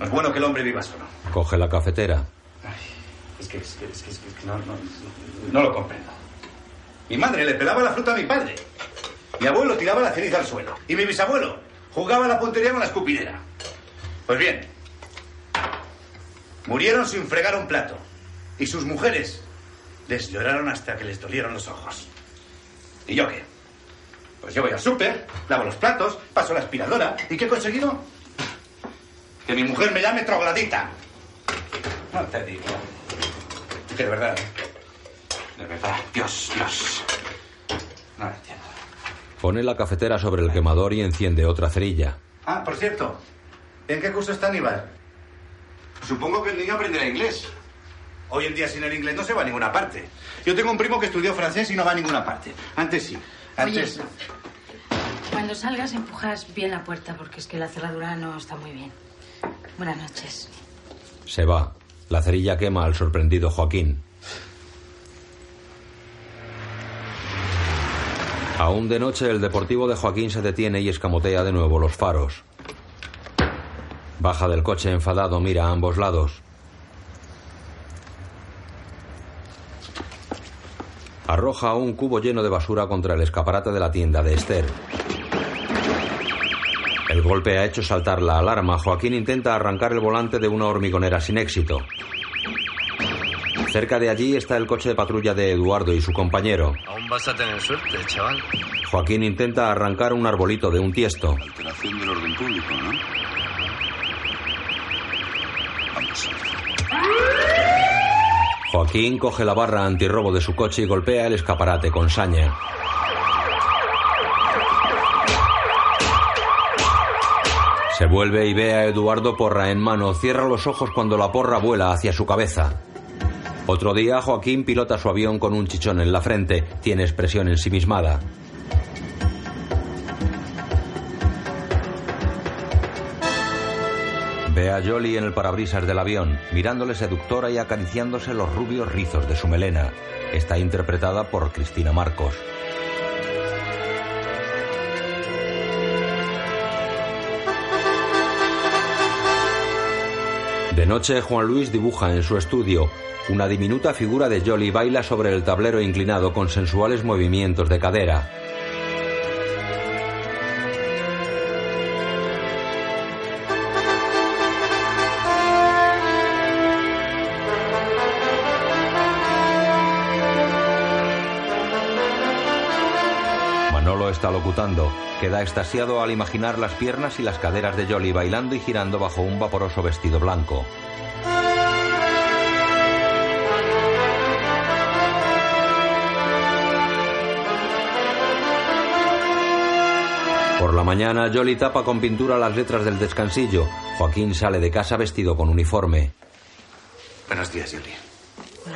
Speaker 5: No es bueno que el hombre viva solo.
Speaker 1: Coge la cafetera.
Speaker 5: Es que, es que, es que, es que no, no- no lo comprendo. Mi madre le pelaba la fruta a mi padre. Mi abuelo tiraba la ceniza al suelo. Y mi bisabuelo jugaba a la puntería con la escupidera. Pues bien, murieron sin fregar un plato. Y sus mujeres les lloraron hasta que les dolieron los ojos. ¿Y yo qué? Pues yo voy al súper, lavo los platos, paso la aspiradora. ¿Y qué he conseguido? Que mi mujer me llame troglodita. No te digo. Que de verdad. ¿eh? De verdad. Dios, Dios. No lo entiendo.
Speaker 1: Pone la cafetera sobre el quemador y enciende otra cerilla.
Speaker 5: Ah, por cierto. ¿En qué curso está Aníbal? Supongo que el niño aprenderá inglés. Hoy en día sin el inglés no se va a ninguna parte. Yo tengo un primo que estudió francés y no va a ninguna parte. Antes sí. Antes...
Speaker 31: Oye. Cuando salgas empujas bien la puerta porque es que la cerradura no está muy bien. Buenas noches.
Speaker 1: Se va. La cerilla quema al sorprendido Joaquín. Aún de noche, el deportivo de Joaquín se detiene y escamotea de nuevo los faros. Baja del coche enfadado, mira a ambos lados. Arroja un cubo lleno de basura contra el escaparate de la tienda de Esther. El golpe ha hecho saltar la alarma. Joaquín intenta arrancar el volante de una hormigonera sin éxito. Cerca de allí está el coche de patrulla de Eduardo y su compañero.
Speaker 45: Aún vas a tener suerte, chaval.
Speaker 1: Joaquín intenta arrancar un arbolito de un tiesto.
Speaker 45: Alteración del orden público, ¿no? Vamos.
Speaker 1: Joaquín coge la barra antirrobo de su coche y golpea el escaparate con saña. Se vuelve y ve a Eduardo porra en mano. Cierra los ojos cuando la porra vuela hacia su cabeza. Otro día, Joaquín pilota su avión con un chichón en la frente. Tiene expresión ensimismada. Ve a Jolly en el parabrisas del avión, mirándole seductora y acariciándose los rubios rizos de su melena. Está interpretada por Cristina Marcos. De noche, Juan Luis dibuja en su estudio. Una diminuta figura de Jolly baila sobre el tablero inclinado con sensuales movimientos de cadera. Manolo está locutando. Queda extasiado al imaginar las piernas y las caderas de Jolly bailando y girando bajo un vaporoso vestido blanco. Por la mañana, Jolly tapa con pintura las letras del descansillo. Joaquín sale de casa vestido con uniforme.
Speaker 46: Buenos días, Yoli.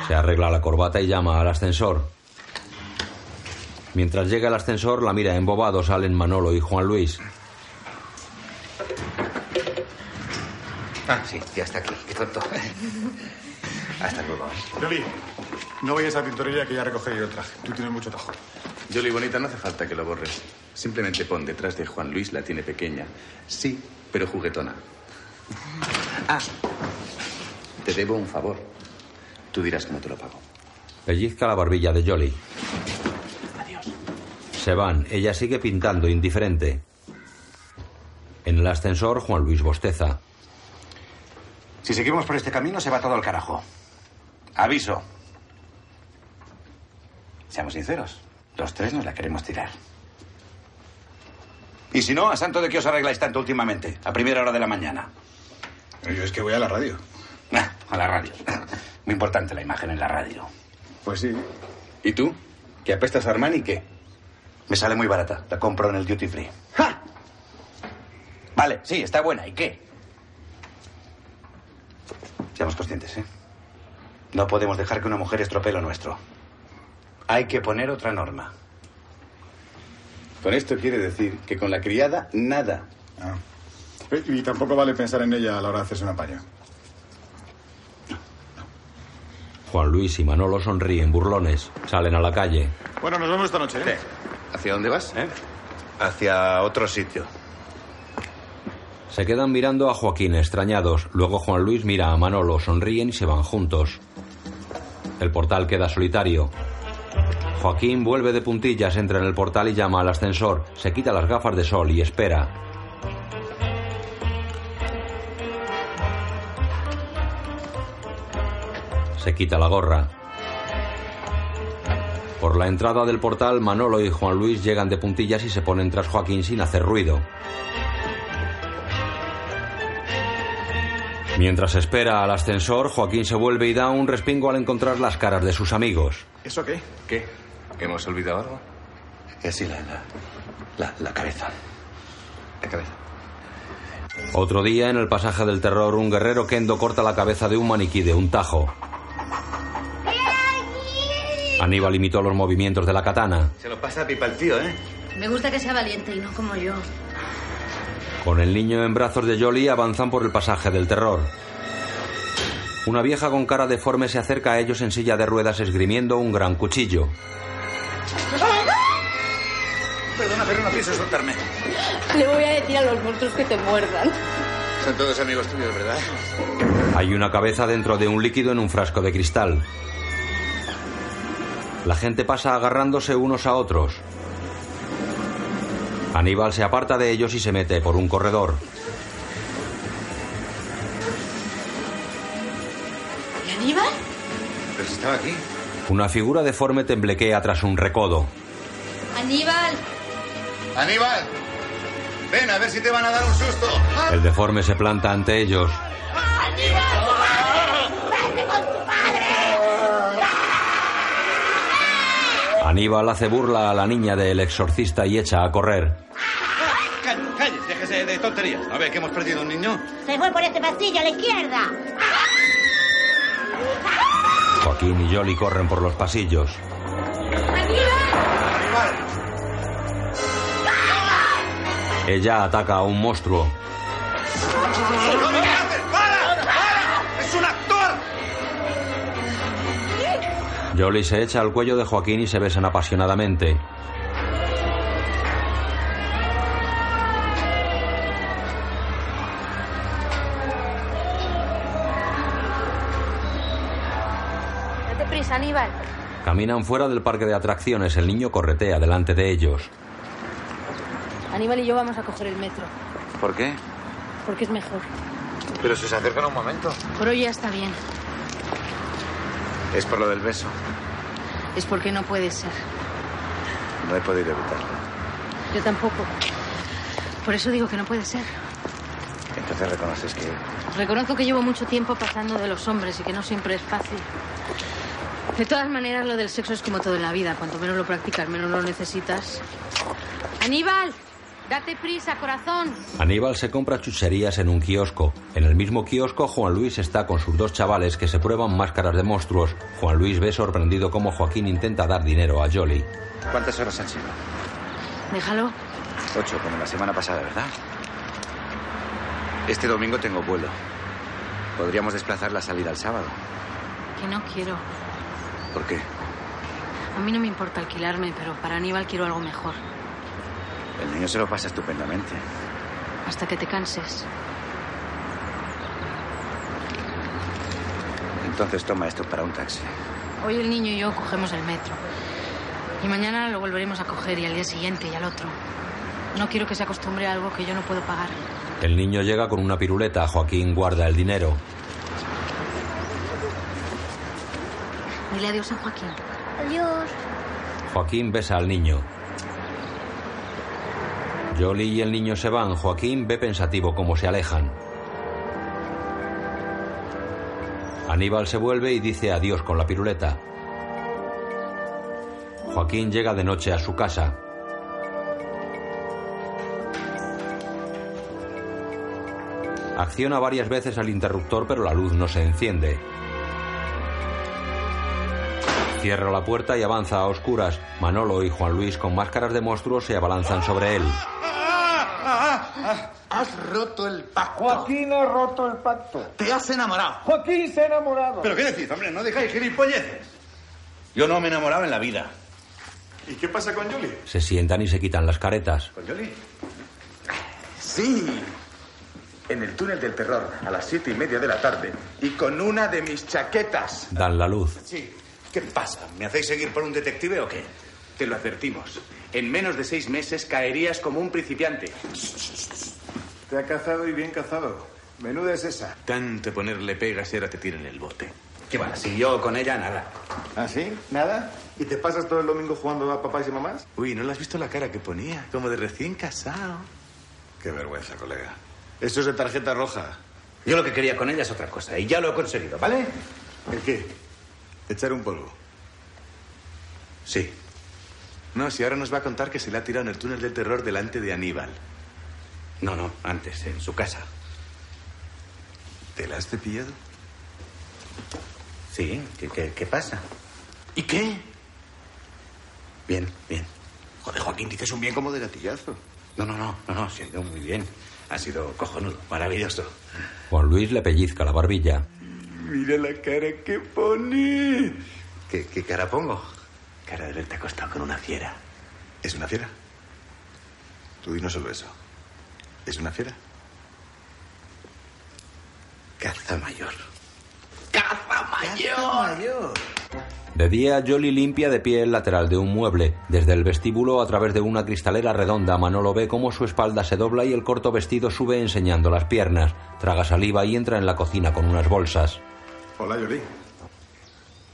Speaker 1: Se arregla la corbata y llama al ascensor. Mientras llega el ascensor, la mira embobado. Salen Manolo y Juan Luis.
Speaker 46: Ah, sí, ya está aquí. Qué tonto. Hasta luego.
Speaker 10: Yoli, no vayas a la tintorería que ya recogeré yo el traje. Tú tienes mucho tajo.
Speaker 9: Jolly Bonita, no hace falta que lo borres. Simplemente pon detrás de Juan Luis, la tiene pequeña. Sí, pero juguetona. Ah, te debo un favor. Tú dirás cómo te lo pago.
Speaker 1: Pellizca la barbilla de Jolly. Se van. Ella sigue pintando, indiferente. En el ascensor, Juan Luis bosteza.
Speaker 46: Si seguimos por este camino, se va todo al carajo. Aviso. Seamos sinceros. Los tres nos la queremos tirar. Y si no, ¿a santo de qué os arregláis tanto últimamente? A primera hora de la mañana.
Speaker 10: Yo es que voy a la radio.
Speaker 46: Ah, A la radio. Muy importante la imagen en la radio.
Speaker 10: Pues sí.
Speaker 9: ¿Y tú? ¿Que apestas a Armani qué?
Speaker 46: Me sale muy barata. La compro en el duty free. ¡Ja! Vale, sí, está buena. ¿Y qué? Seamos conscientes, ¿eh? No podemos dejar que una mujer estropee lo nuestro. Hay que poner otra norma.
Speaker 9: Con esto quiere decir que con la criada, nada.
Speaker 10: Eh, Y tampoco vale pensar en ella a la hora de hacerse un apaño.
Speaker 1: Juan Luis y Manolo sonríen burlones. Salen a la calle.
Speaker 10: Bueno, nos vemos esta noche, ¿eh?
Speaker 9: ¿Hacia dónde vas?
Speaker 5: ¿Eh? Hacia otro sitio.
Speaker 1: Se quedan mirando a Joaquín extrañados. Luego Juan Luis mira a Manolo, sonríen y se van juntos. El portal queda solitario. Joaquín vuelve de puntillas, entra en el portal y llama al ascensor. Se quita las gafas de sol y espera. Se quita la gorra. Por la entrada del portal, Manolo y Juan Luis llegan de puntillas y se ponen tras Joaquín sin hacer ruido. Mientras espera al ascensor, Joaquín se vuelve y da un respingo al encontrar las caras de sus amigos.
Speaker 6: ¿Eso qué?
Speaker 47: ¿Qué? ¿Que hemos olvidado algo?
Speaker 5: Y así la, la, la, la cabeza. La cabeza.
Speaker 1: Otro día, en el pasaje del terror, un guerrero kendo corta la cabeza de un maniquí de un tajo. Aníbal imitó los movimientos de la katana.
Speaker 5: Se lo pasa a pipa el tío, ¿eh?
Speaker 48: Me gusta que sea valiente y no como yo.
Speaker 1: Con el niño en brazos de Jolly avanzan por el pasaje del terror. Una vieja con cara deforme se acerca a ellos en silla de ruedas esgrimiendo un gran cuchillo.
Speaker 6: Perdona, pero no pienso soltarme.
Speaker 31: Le voy a decir a los monstruos que te muerdan.
Speaker 6: Son todos amigos tuyos, ¿verdad?
Speaker 1: Hay una cabeza dentro de un líquido en un frasco de cristal. La gente pasa agarrándose unos a otros. Aníbal se aparta de ellos y se mete por un corredor.
Speaker 31: ¿Y Aníbal?
Speaker 5: Pero si estaba aquí.
Speaker 1: Una figura deforme temblequea tras un recodo.
Speaker 31: Aníbal.
Speaker 5: Aníbal, ven a ver si te van a dar un susto.
Speaker 1: El deforme se planta ante ellos. Aníbal hace burla a la niña del exorcista y echa a correr.
Speaker 5: Calles, calles, déjese Eh, de tonterías. A ver, que hemos perdido un niño.
Speaker 49: Se fue por este pasillo a la izquierda.
Speaker 1: Joaquín y Jolly corren por los pasillos. Ella ataca a un monstruo.
Speaker 6: ¡No me haces! ¡Para! ¡Para! ¡Es un actor!
Speaker 1: Jolly se echa al cuello de Joaquín y se besan apasionadamente.
Speaker 31: Date prisa, Aníbal.
Speaker 1: Caminan fuera del parque de atracciones. El niño corretea delante de ellos.
Speaker 31: Aníbal y yo vamos a coger el metro,
Speaker 5: ¿Por qué?
Speaker 31: porque es mejor.
Speaker 5: Pero si se acercan un momento.
Speaker 31: Por hoy ya está bien.
Speaker 5: Es por lo del beso.
Speaker 31: Es porque no puede ser.
Speaker 5: No he podido evitarlo.
Speaker 31: Yo tampoco. Por eso digo que no puede ser.
Speaker 5: Entonces reconoces que
Speaker 31: Reconozco que llevo mucho tiempo pasando de los hombres y que no siempre es fácil. De todas maneras, lo del sexo es como todo en la vida. Cuanto menos lo practicas, menos lo necesitas. Aníbal, date prisa, corazón.
Speaker 1: Aníbal se compra chucherías en un kiosco. En el mismo kiosco, Juan Luis está con sus dos chavales que se prueban máscaras de monstruos. Juan Luis ve sorprendido cómo Joaquín intenta dar dinero a Jolly.
Speaker 5: ¿Cuántas horas han sido?
Speaker 31: Déjalo.
Speaker 5: Ocho, como la semana pasada, ¿verdad? Este domingo tengo vuelo. Podríamos desplazar la salida al sábado.
Speaker 31: Que no quiero.
Speaker 5: ¿Por qué?
Speaker 31: A mí no me importa alquilarme, pero para Aníbal quiero algo mejor.
Speaker 5: El niño se lo pasa estupendamente.
Speaker 31: Hasta que te canses.
Speaker 5: Entonces toma esto para un taxi.
Speaker 31: Hoy el niño y yo cogemos el metro. Y mañana lo volveremos a coger y al día siguiente y al otro. No quiero que se acostumbre a algo que yo no puedo pagar.
Speaker 1: El niño llega con una piruleta. Joaquín guarda el dinero.
Speaker 31: Dile adiós a Joaquín.
Speaker 50: Adiós.
Speaker 1: Joaquín besa al niño. Jolly y el niño se van. Joaquín ve pensativo cómo se alejan. Aníbal se vuelve y dice adiós con la piruleta. Joaquín llega de noche a su casa. Acciona varias veces el interruptor pero la luz no se enciende. Cierra la puerta y avanza a oscuras. Manolo y Juan Luis con máscaras de monstruos se abalanzan sobre él.
Speaker 9: Ah, Has roto el pacto.
Speaker 10: Joaquín ha roto el pacto.
Speaker 9: Te has enamorado.
Speaker 10: Joaquín se ha enamorado.
Speaker 5: ¿Pero qué decís, hombre? No dejáis gilipolleces. Yo no me he enamorado en la vida.
Speaker 51: ¿Y qué pasa con Julie?
Speaker 1: Se sientan y se quitan las caretas.
Speaker 5: ¿Con Jolie?
Speaker 6: Sí. En el túnel del terror, a las siete y media de la tarde. Y con una de mis chaquetas.
Speaker 1: Dan la luz.
Speaker 6: Sí.
Speaker 9: ¿Qué pasa?
Speaker 52: ¿Me hacéis seguir por un detective o qué?
Speaker 5: Te lo advertimos. En menos de seis meses caerías como un principiante.
Speaker 10: Te ha cazado y bien cazado. Menuda es esa.
Speaker 5: Tanto ponerle pegas y ahora te tiran el bote. ¿Qué va? Si yo con ella nada.
Speaker 10: ¿Ah, sí? ¿Nada? ¿Y te pasas todo el domingo jugando a papás y mamás?
Speaker 5: Uy, ¿no le has visto la cara que ponía? Como de recién casado.
Speaker 52: Qué vergüenza, colega.
Speaker 5: Eso es de tarjeta roja. Yo lo que quería con ella es otra cosa y ya lo he conseguido, ¿vale?
Speaker 10: ¿El qué?
Speaker 5: Echar un polvo. Sí. No, si ahora nos va a contar que se le ha tirado en el túnel del terror delante de Aníbal. No, no, antes, en su casa. ¿Te la has cepillado? Sí, ¿qué, qué, qué pasa? ¿Y qué? Bien, bien. Joder, Joaquín, dices un bien como de gatillazo. No, no, no, no, no, ha sido muy bien. Ha sido cojonudo, maravilloso.
Speaker 1: Juan Luis le pellizca la barbilla.
Speaker 5: Mira la cara que pone. ¿Qué, qué cara pongo? Cara de haberte acostado con una fiera.
Speaker 52: ¿Es una fiera? Tú y no solo eso. ¿Es una fiera?
Speaker 5: Caza mayor.
Speaker 1: De día, Jolly limpia de pie el lateral de un mueble. Desde el vestíbulo, a través de una cristalera redonda, Manolo ve cómo su espalda se dobla y el corto vestido sube enseñando las piernas. Traga saliva y entra en la cocina con unas bolsas.
Speaker 10: Hola, Yoli.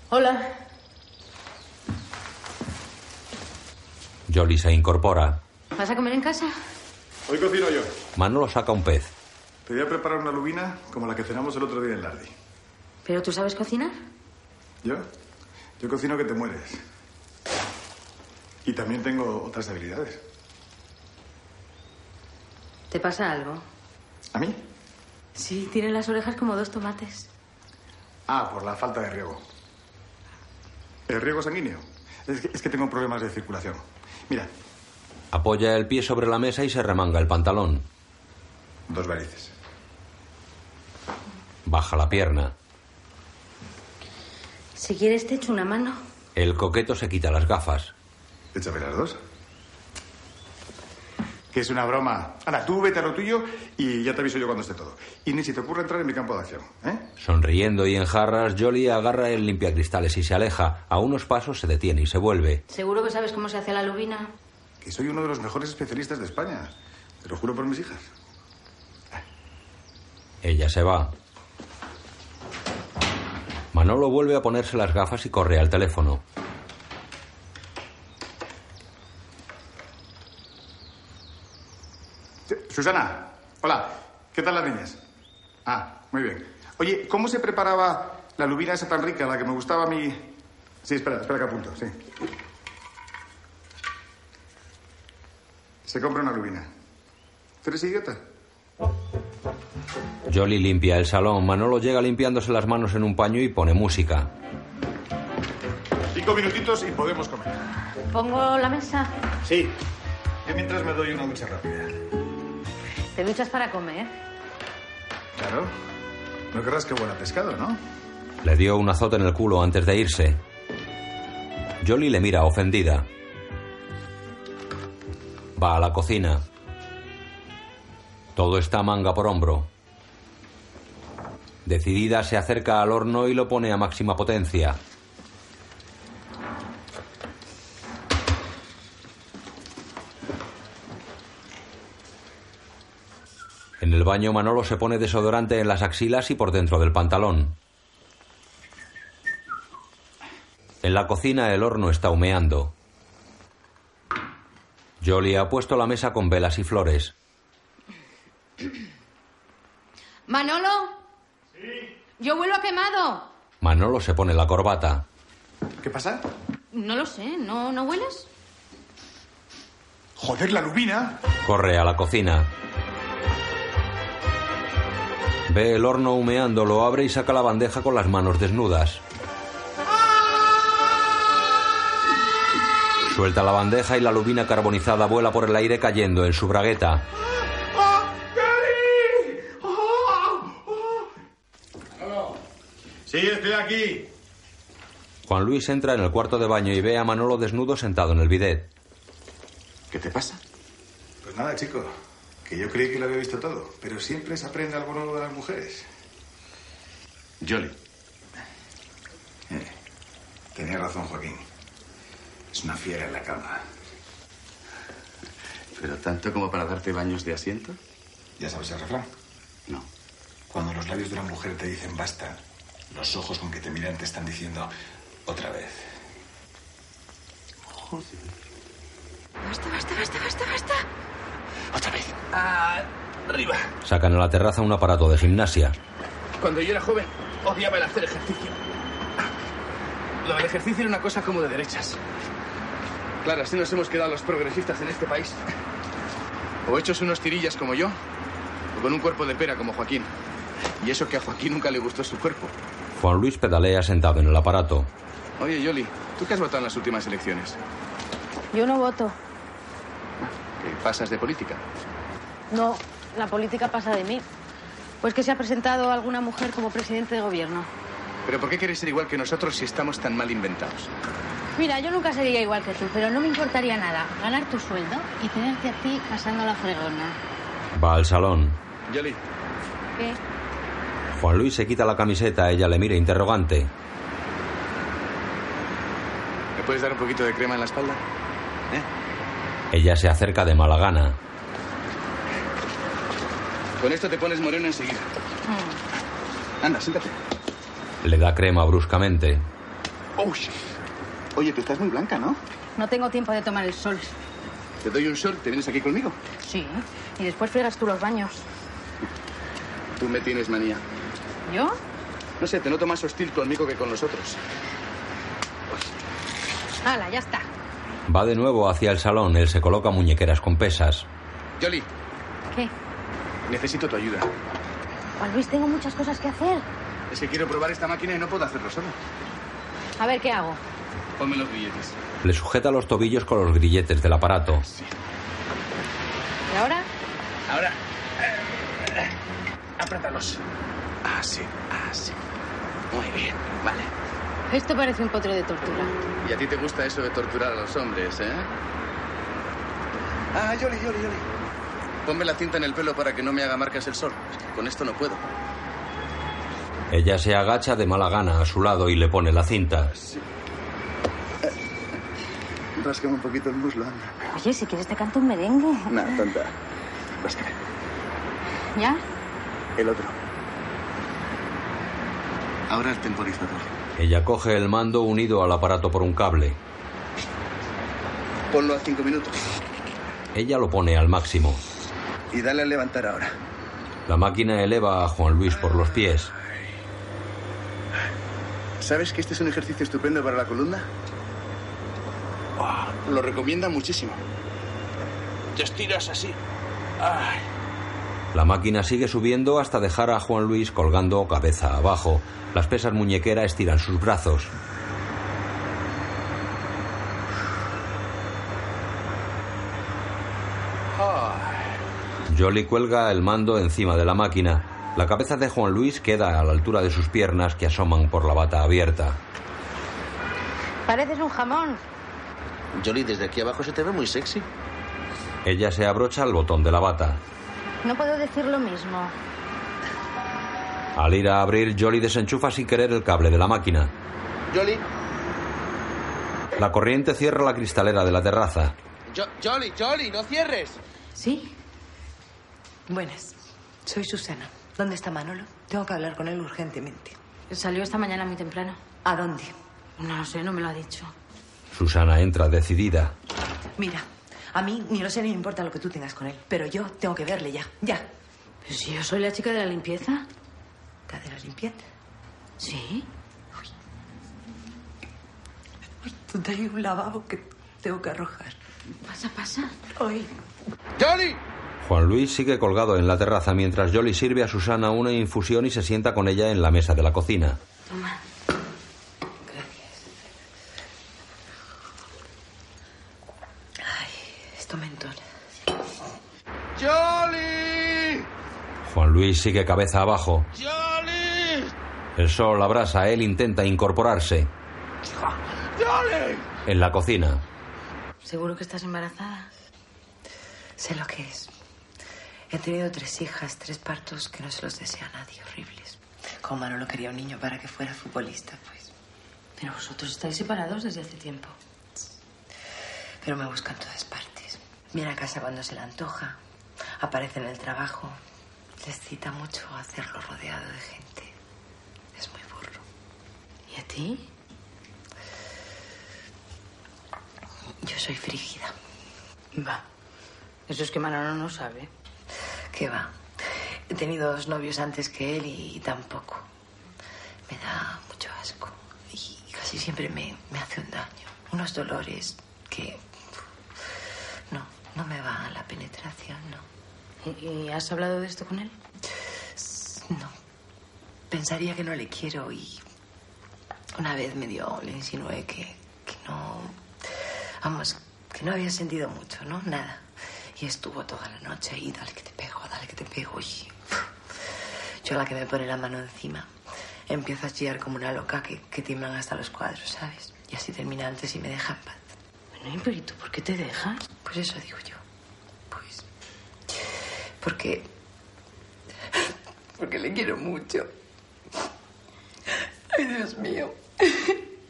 Speaker 31: Hola.
Speaker 1: Jolly se incorpora.
Speaker 31: ¿Vas a comer en casa?
Speaker 10: Hoy cocino yo.
Speaker 1: Manolo saca un pez.
Speaker 10: Te voy a preparar una lubina como la que cenamos el otro día en Lardi.
Speaker 31: ¿Pero tú sabes cocinar?
Speaker 10: ¿Yo? Yo cocino que te mueres. Y también tengo otras habilidades.
Speaker 31: ¿Te pasa algo?
Speaker 10: ¿A mí?
Speaker 31: Sí, tiene las orejas como dos tomates.
Speaker 10: Ah, por la falta de riego. ¿El riego sanguíneo? Es que, es que tengo problemas de circulación. Mira,
Speaker 1: Apoya el pie sobre la mesa y se remanga el pantalón.
Speaker 10: dos varices.
Speaker 1: Baja la pierna.
Speaker 31: Si quieres te echo una mano.
Speaker 1: El coqueto se quita las gafas.
Speaker 10: Échame las dos. Que es una broma. Ahora, tú vete a lo tuyo y ya te aviso yo cuando esté todo. Y ni si te ocurre entrar en mi campo de acción, ¿eh?
Speaker 1: Sonriendo y en jarras, Jolly agarra el limpiacristales y se aleja. A unos pasos se detiene y se vuelve.
Speaker 31: Seguro que sabes cómo se hace la lubina.
Speaker 10: Que soy uno de los mejores especialistas de España. Te lo juro por mis hijas.
Speaker 1: Ella se va. Manolo vuelve a ponerse las gafas y corre al teléfono.
Speaker 10: Susana, hola. ¿Qué tal las niñas? Ah, muy bien. Oye, ¿cómo se preparaba la lubina esa tan rica, la que me gustaba a mí? Sí, espera, espera que apunto, sí. Se compra una lubina. ¿Tú eres idiota?
Speaker 1: Jolly limpia el salón. Manolo llega limpiándose las manos en un paño y pone música.
Speaker 10: Cinco minutitos y podemos comer.
Speaker 31: ¿Pongo la mesa?
Speaker 10: Sí. Yo mientras me doy una ducha rápida.
Speaker 31: ¿Te duchas para comer?
Speaker 10: Claro. No querrás que huela a pescado, ¿no?
Speaker 1: Le dio un azote en el culo antes de irse. Jolly le mira ofendida. Va a la cocina. Todo está manga por hombro. Decidida se acerca al horno y lo pone a máxima potencia. En el baño Manolo se pone desodorante en las axilas y por dentro del pantalón. En la cocina el horno está humeando. Jolly ha puesto la mesa con velas y flores.
Speaker 53: Manolo. Yo vuelvo a quemado.
Speaker 1: Manolo se pone la corbata.
Speaker 10: ¿Qué pasa?
Speaker 53: No lo sé, ¿no, no hueles?
Speaker 10: Joder, la lubina.
Speaker 1: Corre a la cocina. Ve el horno humeando, lo abre y saca la bandeja con las manos desnudas. Suelta la bandeja y la lubina carbonizada vuela por el aire cayendo en su bragueta.
Speaker 9: Sí, estoy aquí.
Speaker 1: Juan Luis entra en el cuarto de baño y ve a Manolo desnudo sentado en el bidet.
Speaker 5: ¿Qué te pasa?
Speaker 10: Pues nada, chico. Que yo creí que lo había visto todo. Pero siempre se aprende algo nuevo de las mujeres.
Speaker 5: Jolly.
Speaker 10: Tenía razón, Joaquín. Es una fiera en la cama.
Speaker 54: Pero tanto como para darte baños de asiento.
Speaker 10: ¿Ya sabes el refrán?
Speaker 54: No.
Speaker 10: Cuando los labios de una mujer te dicen basta, los ojos con que te miran te están diciendo otra vez.
Speaker 9: Basta, basta, basta, basta, basta.
Speaker 5: Otra vez.
Speaker 1: Arriba. Sacan a la terraza un aparato de gimnasia.
Speaker 5: Cuando yo era joven, odiaba el hacer ejercicio. Lo del ejercicio era una cosa como de derechas. Claro, así nos hemos quedado los progresistas en este país. O hechos unos tirillas como yo, o con un cuerpo de pera como Joaquín. Y eso que a Joaquín nunca le gustó su cuerpo.
Speaker 1: Juan Luis pedalea sentado en el aparato.
Speaker 5: Oye, Yoli, ¿tú qué has votado en las últimas elecciones?
Speaker 31: Yo no voto.
Speaker 5: ¿Que pasas de política?
Speaker 31: No, la política pasa de mí. Pues que se ha presentado alguna mujer como presidente de gobierno.
Speaker 5: ¿Pero por qué queréis ser igual que nosotros si estamos tan mal inventados?
Speaker 31: Mira, yo nunca sería igual que tú, pero no me importaría nada ganar tu sueldo y tenerte a ti pasando la fregona.
Speaker 1: Va al salón.
Speaker 5: Yoli,
Speaker 31: ¿Qué?
Speaker 1: Juan Luis se quita la camiseta, ella le mira interrogante.
Speaker 5: ¿me puedes dar un poquito de crema en la espalda?
Speaker 1: Ella se acerca de mala gana.
Speaker 5: Con esto te pones moreno enseguida. Anda, siéntate.
Speaker 1: Le da crema bruscamente.
Speaker 5: Oh, shit. Oye, tú estás muy blanca, ¿no?
Speaker 31: No tengo tiempo de tomar el sol.
Speaker 5: Te doy un short, ¿te vienes aquí conmigo?
Speaker 31: Sí. Y después friegas tú los baños.
Speaker 5: Tú me tienes manía.
Speaker 31: ¿Yo?
Speaker 5: No sé, te noto más hostil conmigo que con los otros.
Speaker 31: Hala, ya está.
Speaker 1: Va de nuevo hacia el salón, él se coloca muñequeras con pesas.
Speaker 5: Yoli.
Speaker 31: ¿Qué?
Speaker 5: Necesito tu ayuda.
Speaker 31: Juan Luis, tengo muchas cosas que hacer.
Speaker 5: Es que quiero probar esta máquina y no puedo hacerlo solo.
Speaker 31: A ver, ¿qué hago?
Speaker 5: Ponme los billetes.
Speaker 1: Le sujeta los tobillos con los grilletes del aparato.
Speaker 31: ¿Y ahora?
Speaker 5: Ahora. eh, Apriétalos.
Speaker 9: Ah,
Speaker 5: Así, así. Ah, Muy bien, vale.
Speaker 31: Esto parece un potro de tortura.
Speaker 5: Y a ti te gusta eso de torturar a los hombres, ¿eh? Ah, Yoli, Yoli, Yoli. Ponme la cinta en el pelo para que no me haga marcas el sol. Con esto no puedo.
Speaker 1: Ella se agacha de mala gana a su lado y le pone la cinta.
Speaker 5: Ráscame un poquito el muslo, anda.
Speaker 31: Oye, si quieres te canto un merengue.
Speaker 5: No, tonta. Ráscame.
Speaker 31: ¿Ya?
Speaker 5: El otro. Ahora el temporizador.
Speaker 1: Ella coge el mando unido al aparato por un cable.
Speaker 5: Ponlo a cinco minutos.
Speaker 1: Ella lo pone al máximo.
Speaker 5: Y dale a levantar ahora.
Speaker 1: La máquina eleva a Juan Luis por los pies.
Speaker 5: ¿Sabes que este es un ejercicio estupendo para la columna? Ah, lo recomienda muchísimo. Te estiras así. Ay.
Speaker 1: La máquina sigue subiendo hasta dejar a Juan Luis colgando cabeza abajo. Las pesas muñequeras estiran sus brazos.
Speaker 5: Ah.
Speaker 1: Jolly cuelga el mando encima de la máquina. La cabeza de Juan Luis queda a la altura de sus piernas que asoman por la bata abierta.
Speaker 31: Pareces un jamón.
Speaker 1: Jolly, desde aquí abajo se te ve muy sexy. Ella se abrocha al botón de la bata.
Speaker 31: No puedo decir lo mismo.
Speaker 1: Al ir a abrir, Jolly desenchufa sin querer el cable de la máquina.
Speaker 5: Jolly,
Speaker 1: La corriente cierra la cristalera de la terraza.
Speaker 5: Jo- Jolly, Jolly, no cierres.
Speaker 6: ¿Sí? Buenas. Soy Susana. ¿Dónde está Manolo? Tengo que hablar con él urgentemente.
Speaker 31: Salió esta mañana muy temprano.
Speaker 6: ¿A dónde?
Speaker 31: No lo sé, no me lo ha dicho.
Speaker 1: Susana entra decidida.
Speaker 6: Mira, a mí ni lo sé ni me importa lo que tú tengas con él, pero yo tengo que verle ya, ya.
Speaker 31: Pero si yo soy la chica de la limpieza.
Speaker 6: ¿La de la limpieza?
Speaker 31: Sí.
Speaker 6: Tú te hay un lavabo que tengo que arrojar.
Speaker 31: Pasa, pasa.
Speaker 6: Hoy.
Speaker 5: ¡Jolly!
Speaker 1: Juan Luis sigue colgado en la terraza mientras Jolly sirve a Susana una infusión y se sienta con ella en la mesa de la cocina.
Speaker 31: Toma.
Speaker 6: Esto me entona.
Speaker 5: ¡Jolly!
Speaker 1: Juan Luis sigue cabeza abajo.
Speaker 5: ¡Jolly!
Speaker 1: El sol abrasa, él intenta incorporarse.
Speaker 5: ¡Jolly!
Speaker 1: En la cocina,
Speaker 6: ¿Seguro que estás embarazada? Sé lo que es. He tenido tres hijas, tres partos que no se los desea a nadie, horribles. Como Manolo quería un niño para que fuera futbolista, pues. Pero vosotros estáis separados desde hace tiempo. Pero me busca en todas partes. Viene a casa cuando se le antoja. Aparece en el trabajo. Les cita mucho hacerlo rodeado de gente. Es muy burro. ¿Y a ti? Yo soy frígida. Va.
Speaker 8: Eso es que Manolo no sabe.
Speaker 6: ¿Qué va? He tenido dos novios antes que él y tampoco. Me da mucho asco. Y casi siempre me, me hace un daño. Unos dolores que. No, no me va la penetración, no.
Speaker 8: ¿Y, y has hablado de esto con él?
Speaker 6: No. Pensaría que no le quiero y. Una vez me dio, le insinué que, que no. Vamos, que no había sentido mucho, ¿no? Nada. Y estuvo toda la noche ahí, dale que te pego, dale que te pego. Y yo la que me pone la mano encima, empiezo a chillar como una loca que, que tiemblan hasta los cuadros, ¿sabes? Y así termina antes y me deja en paz.
Speaker 8: Bueno, pero ¿y tú por qué te dejas?
Speaker 6: Pues eso digo yo. Pues... Porque... Porque le quiero mucho. Ay, Dios mío.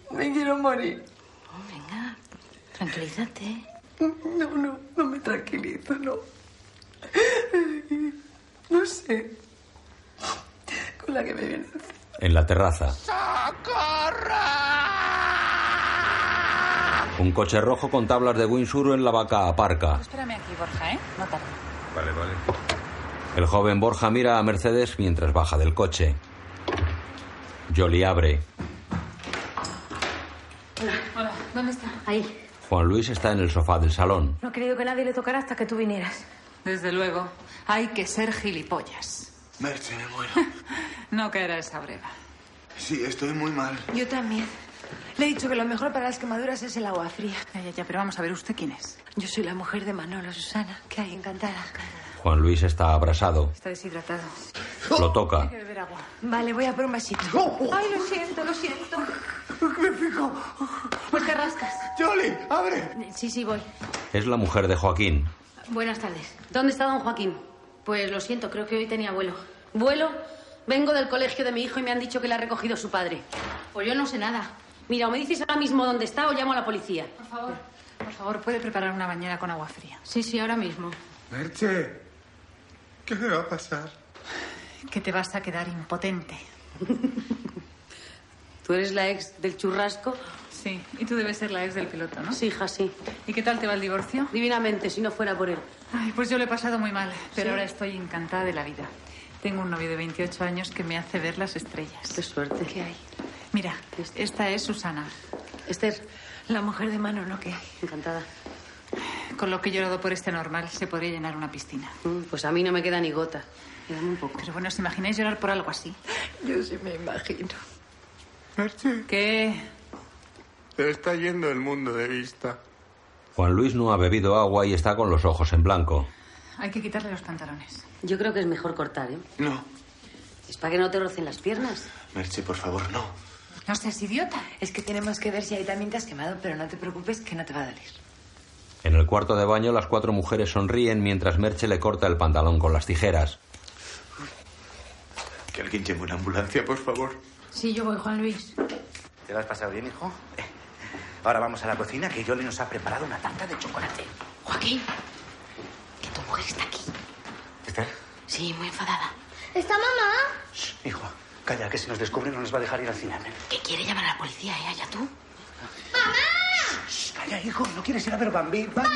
Speaker 6: Me quiero morir.
Speaker 8: Venga, tranquilízate.
Speaker 6: No, no, no me tranquilizo, no. No sé. Con la que me viene.
Speaker 1: En la terraza, un coche rojo con tablas de Winsur en la vaca aparca.
Speaker 18: Espérame aquí, Borja, ¿eh? No tarde.
Speaker 1: Vale, vale. El joven Borja mira a Mercedes mientras baja del coche. Jolly abre.
Speaker 18: Hola. Hola. ¿Dónde está? Ahí.
Speaker 1: Juan Luis está en el sofá del salón.
Speaker 18: No he querido que nadie le tocara hasta que tú vinieras. Desde luego. Hay que ser gilipollas.
Speaker 10: Merche, me muero.
Speaker 18: No caerá esa breva.
Speaker 10: Sí, estoy muy mal.
Speaker 55: Yo también. Le he dicho que lo mejor para las quemaduras es el agua fría.
Speaker 18: Ya, ya, ya, pero vamos a ver usted quién es.
Speaker 55: Yo soy la mujer de Manolo, Susana. Que hay encantada.
Speaker 1: Juan Luis está abrasado.
Speaker 55: Está deshidratado.
Speaker 1: Lo toca.
Speaker 55: que beber agua. Vale, voy a por un vasito.
Speaker 10: Ay,
Speaker 55: lo siento, lo siento.
Speaker 10: ¡Me pico!
Speaker 8: Pues te rascas.
Speaker 10: ¡Jolly, abre!
Speaker 8: Sí, sí, voy.
Speaker 1: Es la mujer de Joaquín.
Speaker 8: Buenas tardes. ¿Dónde está don Joaquín? Pues lo siento, creo que hoy tenía vuelo. ¿Vuelo? Vengo del colegio de mi hijo y me han dicho que le ha recogido su padre. Pues yo no sé nada. Mira, o me dices ahora mismo dónde está o llamo a la policía.
Speaker 18: Por favor, por favor, puede preparar una bañera con agua fría.
Speaker 8: Sí, sí, ahora mismo.
Speaker 10: Merche, ¿qué me va a pasar?
Speaker 18: Que te vas a quedar impotente.
Speaker 8: ¿Tú eres la ex del churrasco?
Speaker 18: Sí, y tú debes ser la ex del piloto, ¿no?
Speaker 8: Sí, hija, sí.
Speaker 18: ¿Y qué tal te va el divorcio?
Speaker 8: Divinamente, si no fuera por él.
Speaker 18: Ay, pues yo lo he pasado muy mal, pero
Speaker 8: ¿Sí?
Speaker 18: ahora estoy encantada de la vida. Tengo un novio de 28 años que me hace ver las estrellas.
Speaker 8: Qué suerte.
Speaker 18: ¿Qué hay? Mira, esta es Susana.
Speaker 8: Esther,
Speaker 55: la mujer de Manolo, que hay?
Speaker 8: Encantada.
Speaker 18: Con lo que he llorado por este normal, se podría llenar una piscina.
Speaker 8: Mm, Pues a mí no me queda ni gota. Me da muy poco.
Speaker 18: Pero bueno, ¿os imagináis llorar por algo así?
Speaker 55: Yo sí me imagino.
Speaker 18: ¿Qué?
Speaker 10: Te está yendo el mundo de vista.
Speaker 1: Juan Luis no ha bebido agua y está con los ojos en blanco.
Speaker 18: Hay que quitarle los pantalones.
Speaker 8: Yo creo que es mejor cortar, ¿eh?
Speaker 10: No.
Speaker 8: Es para que no te rocen las piernas.
Speaker 10: Merche, por favor, no.
Speaker 18: No seas idiota.
Speaker 6: Es que tenemos que ver si ahí también te has quemado, pero no te preocupes que no te va a doler.
Speaker 1: En el cuarto de baño, las cuatro mujeres sonríen mientras Merche le corta el pantalón con las tijeras.
Speaker 10: Que alguien lleve una ambulancia, por favor.
Speaker 31: Sí, yo voy, Juan Luis.
Speaker 56: ¿Te lo has pasado bien, hijo?
Speaker 57: Ahora vamos a la cocina que Jolly nos ha preparado una tarta de chocolate.
Speaker 31: Joaquín, que tu mujer está aquí.
Speaker 57: ¿Esther?
Speaker 31: Sí, muy enfadada.
Speaker 9: ¿Está mamá?
Speaker 57: Hijo, calla, que si nos descubren no nos va a dejar ir al cine.
Speaker 31: Que quiere llamar a la policía, ¿eh? Allá tú.
Speaker 57: Calla, hijo, no quieres ir a ver Bambi. Bambi.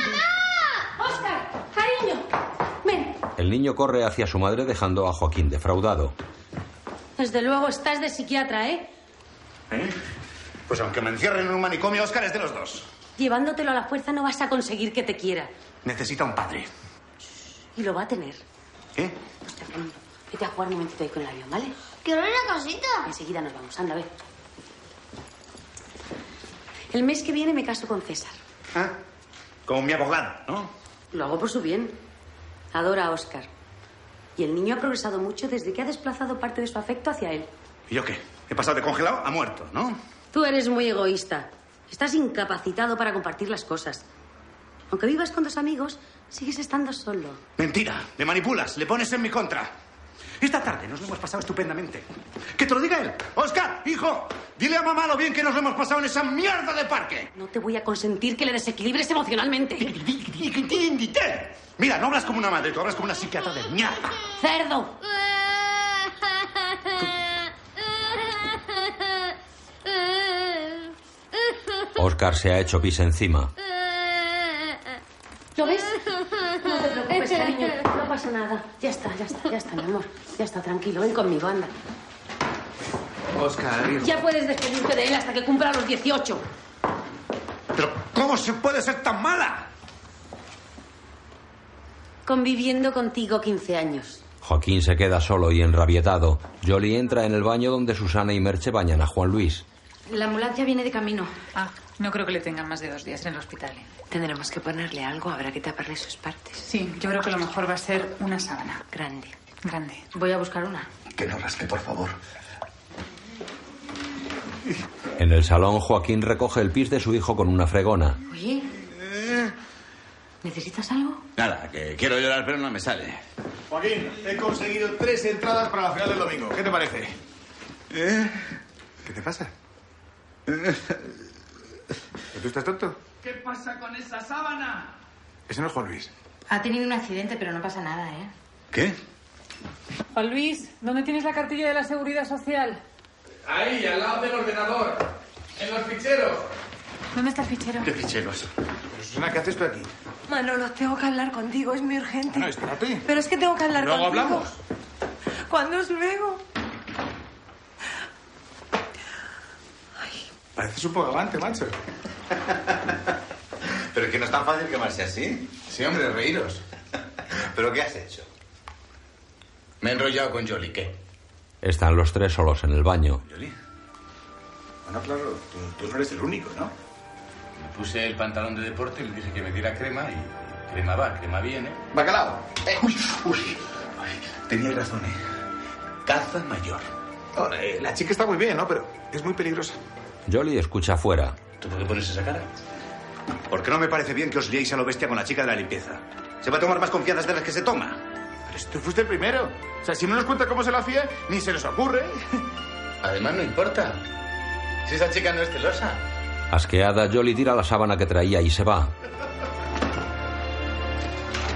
Speaker 58: Oscar, cariño, ven.
Speaker 1: El niño corre hacia su madre dejando a Joaquín defraudado.
Speaker 8: Desde luego estás de psiquiatra, ¿eh?
Speaker 5: ¿Eh? Pues aunque me encierren en un manicomio, Oscar es de los dos.
Speaker 8: Llevándotelo a la fuerza no vas a conseguir que te quiera.
Speaker 5: Necesita un padre.
Speaker 8: Y lo va a tener.
Speaker 5: ¿Eh?
Speaker 8: Vete a jugar un momentito ahí con el avión, ¿vale?
Speaker 9: Quiero una cosita.
Speaker 8: Enseguida nos vamos. Anda, ve. El mes que viene me caso con César.
Speaker 5: ¿Ah? Como mi abogado, ¿no?
Speaker 8: Lo hago por su bien. Adora a Oscar. Y el niño ha progresado mucho desde que ha desplazado parte de su afecto hacia él.
Speaker 5: ¿Y yo qué? He pasado de congelado a muerto, ¿no?
Speaker 8: Tú eres muy egoísta. Estás incapacitado para compartir las cosas. Aunque vivas con dos amigos, sigues estando solo.
Speaker 5: Mentira, le manipulas, le pones en mi contra.
Speaker 10: Esta tarde nos lo hemos pasado estupendamente. Que te lo diga él. Oscar, hijo, dile a mamá lo bien que nos lo hemos pasado en esa mierda de parque.
Speaker 7: No te voy a consentir que le desequilibres emocionalmente.
Speaker 10: Mira, no hablas como una madre, tú hablas como una psiquiatra de mierda.
Speaker 7: ¡Cerdo!
Speaker 1: Oscar se ha hecho pis encima.
Speaker 34: ¿Lo ves? No te preocupes, cariño. No pasa nada. Ya está, ya está, ya está, mi amor. Ya está, tranquilo. Ven conmigo, anda.
Speaker 10: Oscar, hijo.
Speaker 7: Ya puedes despedirte de él hasta que cumpla los 18.
Speaker 10: ¿Cómo se puede ser tan mala?
Speaker 7: Conviviendo contigo 15 años.
Speaker 1: Joaquín se queda solo y enrabietado. Jolie entra en el baño donde Susana y Merche bañan a Juan Luis.
Speaker 31: La ambulancia viene de camino.
Speaker 18: Ah, no creo que le tengan más de dos días en el hospital. ¿eh?
Speaker 6: Tendremos que ponerle algo, habrá que taparle sus partes.
Speaker 18: Sí, yo creo que lo mejor va a ser una sábana.
Speaker 6: Grande.
Speaker 18: Grande.
Speaker 31: Voy a buscar una.
Speaker 41: Que no rasque, por favor.
Speaker 1: En el salón, Joaquín recoge el pis de su hijo con una fregona.
Speaker 34: Oye. ¿Necesitas algo?
Speaker 5: Nada, que quiero llorar, pero no me sale.
Speaker 59: Joaquín, he conseguido tres entradas para la final del domingo. ¿Qué te parece?
Speaker 10: ¿Eh? ¿Qué te pasa? ¿Tú ¿Eh? estás tonto?
Speaker 36: ¿Qué pasa con esa sábana?
Speaker 10: Ese no es Juan Luis.
Speaker 31: Ha tenido un accidente, pero no pasa nada, ¿eh?
Speaker 10: ¿Qué?
Speaker 18: Juan Luis, ¿dónde tienes la cartilla de la seguridad social?
Speaker 36: Ahí, al lado del ordenador. En los ficheros.
Speaker 18: ¿Dónde está el fichero? Eh,
Speaker 10: ¿Qué ficheros? Pero Susana, ¿qué haces tú aquí?
Speaker 37: Manolo, tengo que hablar contigo, es muy urgente.
Speaker 10: No, espérate.
Speaker 37: Pero es que tengo que hablar
Speaker 10: Luego
Speaker 37: contigo.
Speaker 10: hablamos.
Speaker 37: ¿Cuándo es luego?
Speaker 59: Pareces un poco avante, macho.
Speaker 60: Pero es que no es tan fácil quemarse así. Sí, hombre, reíros. ¿Pero qué has hecho?
Speaker 5: Me he enrollado con Jolie, ¿qué?
Speaker 1: Están los tres solos en el baño.
Speaker 5: Bueno, claro, tú, no eres el único, ¿no? Me puse el pantalón de deporte y le dije que me diera crema y crema va, crema viene.
Speaker 10: ¡Bacalao!
Speaker 59: Eh,
Speaker 5: uy, uy, uy, tenía razón, eh. Caza mayor.
Speaker 10: Ahora, eh, la chica está muy bien, ¿no? Pero es muy peligrosa.
Speaker 1: Jolie escucha fuera.
Speaker 10: ¿Tú por qué pones esa cara? Porque no me parece bien que os liéis a lo bestia con la chica de la limpieza.
Speaker 59: Se va a tomar más confianzas de las que se toma. Pero si tú fuiste el primero. O sea, si no nos cuenta cómo se lo hacía, ni se les ocurre.
Speaker 5: Además, no importa. Si esa chica no es celosa.
Speaker 1: Asqueada, Jolie tira la sábana que traía y se va.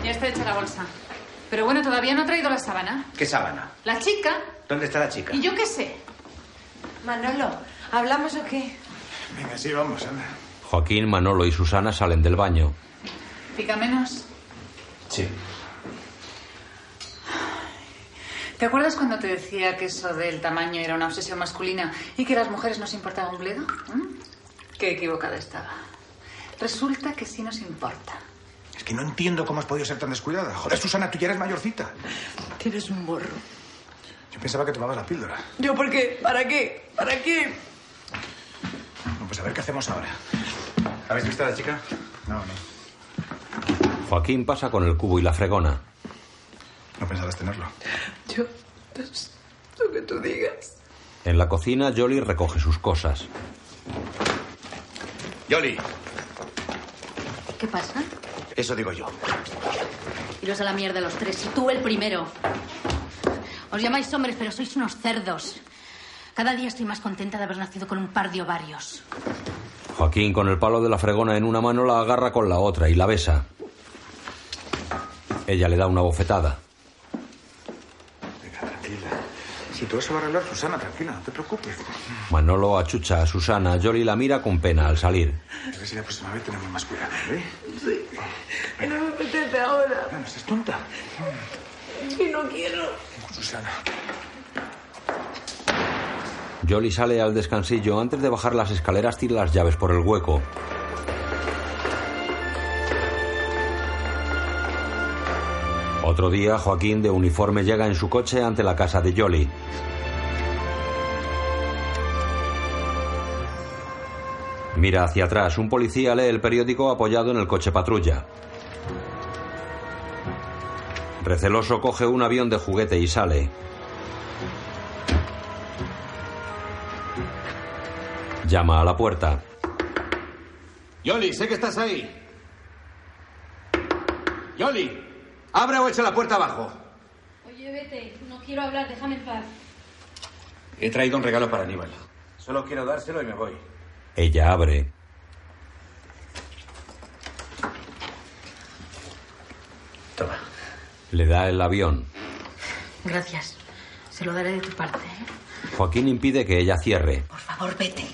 Speaker 18: Ya está hecha la bolsa. Pero bueno, todavía no ha traído la sábana.
Speaker 10: ¿Qué sábana?
Speaker 18: La chica,
Speaker 10: ¿Dónde está la chica?
Speaker 18: y yo qué sé.
Speaker 37: Manolo, ¿hablamos o qué?
Speaker 59: Venga, sí, vamos, anda.
Speaker 1: Joaquín, Manolo y Susana salen del baño.
Speaker 18: Pica menos.
Speaker 1: Sí.
Speaker 18: ¿Te acuerdas cuando te decía que eso del tamaño era una obsesión masculina y que a las mujeres nos importaba un bledo? ¿Mm? Qué equivocada estaba. Resulta que sí nos importa.
Speaker 10: Es que no entiendo cómo has podido ser tan descuidada. Joder, Susana, tú ya eres mayorcita.
Speaker 37: Eres un borro.
Speaker 10: Yo pensaba que tomabas la píldora.
Speaker 37: ¿Yo por qué? ¿Para qué? ¿Para qué?
Speaker 10: Bueno, pues a ver qué hacemos ahora. ¿Habéis visto a la chica? No, no.
Speaker 1: Joaquín pasa con el cubo y la fregona.
Speaker 10: No pensabas tenerlo.
Speaker 37: Yo. pues, Lo que tú digas.
Speaker 1: En la cocina, Jolie recoge sus cosas.
Speaker 5: Jolie,
Speaker 31: ¿Qué pasa?
Speaker 5: eso digo yo.
Speaker 31: Iros a la mierda los tres, y tú el primero. Os llamáis hombres, pero sois unos cerdos. Cada día estoy más contenta de haber nacido con un par de ovarios.
Speaker 1: Joaquín, con el palo de la fregona en una mano, la agarra con la otra y la besa. Ella le da una bofetada.
Speaker 10: Si todo eso va a arreglar, Susana, tranquila, no te preocupes.
Speaker 1: Manolo achucha a Susana. Jolie la mira con pena al salir.
Speaker 10: A ver si la próxima vez tenemos más cuidado, ¿eh?
Speaker 37: Sí. Que no me apetece ahora.
Speaker 10: No, no seas tonta.
Speaker 37: Y no quiero.
Speaker 10: Susana.
Speaker 1: Jolie sale al descansillo. Antes de bajar las escaleras, tira las llaves por el hueco. Otro día, Joaquín de uniforme llega en su coche ante la casa de Jolie. Mira hacia atrás. Un policía lee el periódico apoyado en el coche patrulla. Receloso coge un avión de juguete y sale. Llama a la puerta.
Speaker 10: Yoli, sé que estás ahí. Yoli, abra o echa la puerta abajo.
Speaker 61: Oye, vete, no quiero hablar, déjame en paz.
Speaker 62: He traído un regalo para Aníbal. Solo quiero dárselo y me voy.
Speaker 1: Ella abre.
Speaker 63: Toma.
Speaker 1: Le da el avión.
Speaker 31: Gracias. Se lo daré de tu parte. ¿eh?
Speaker 1: Joaquín impide que ella cierre.
Speaker 31: Por favor, vete.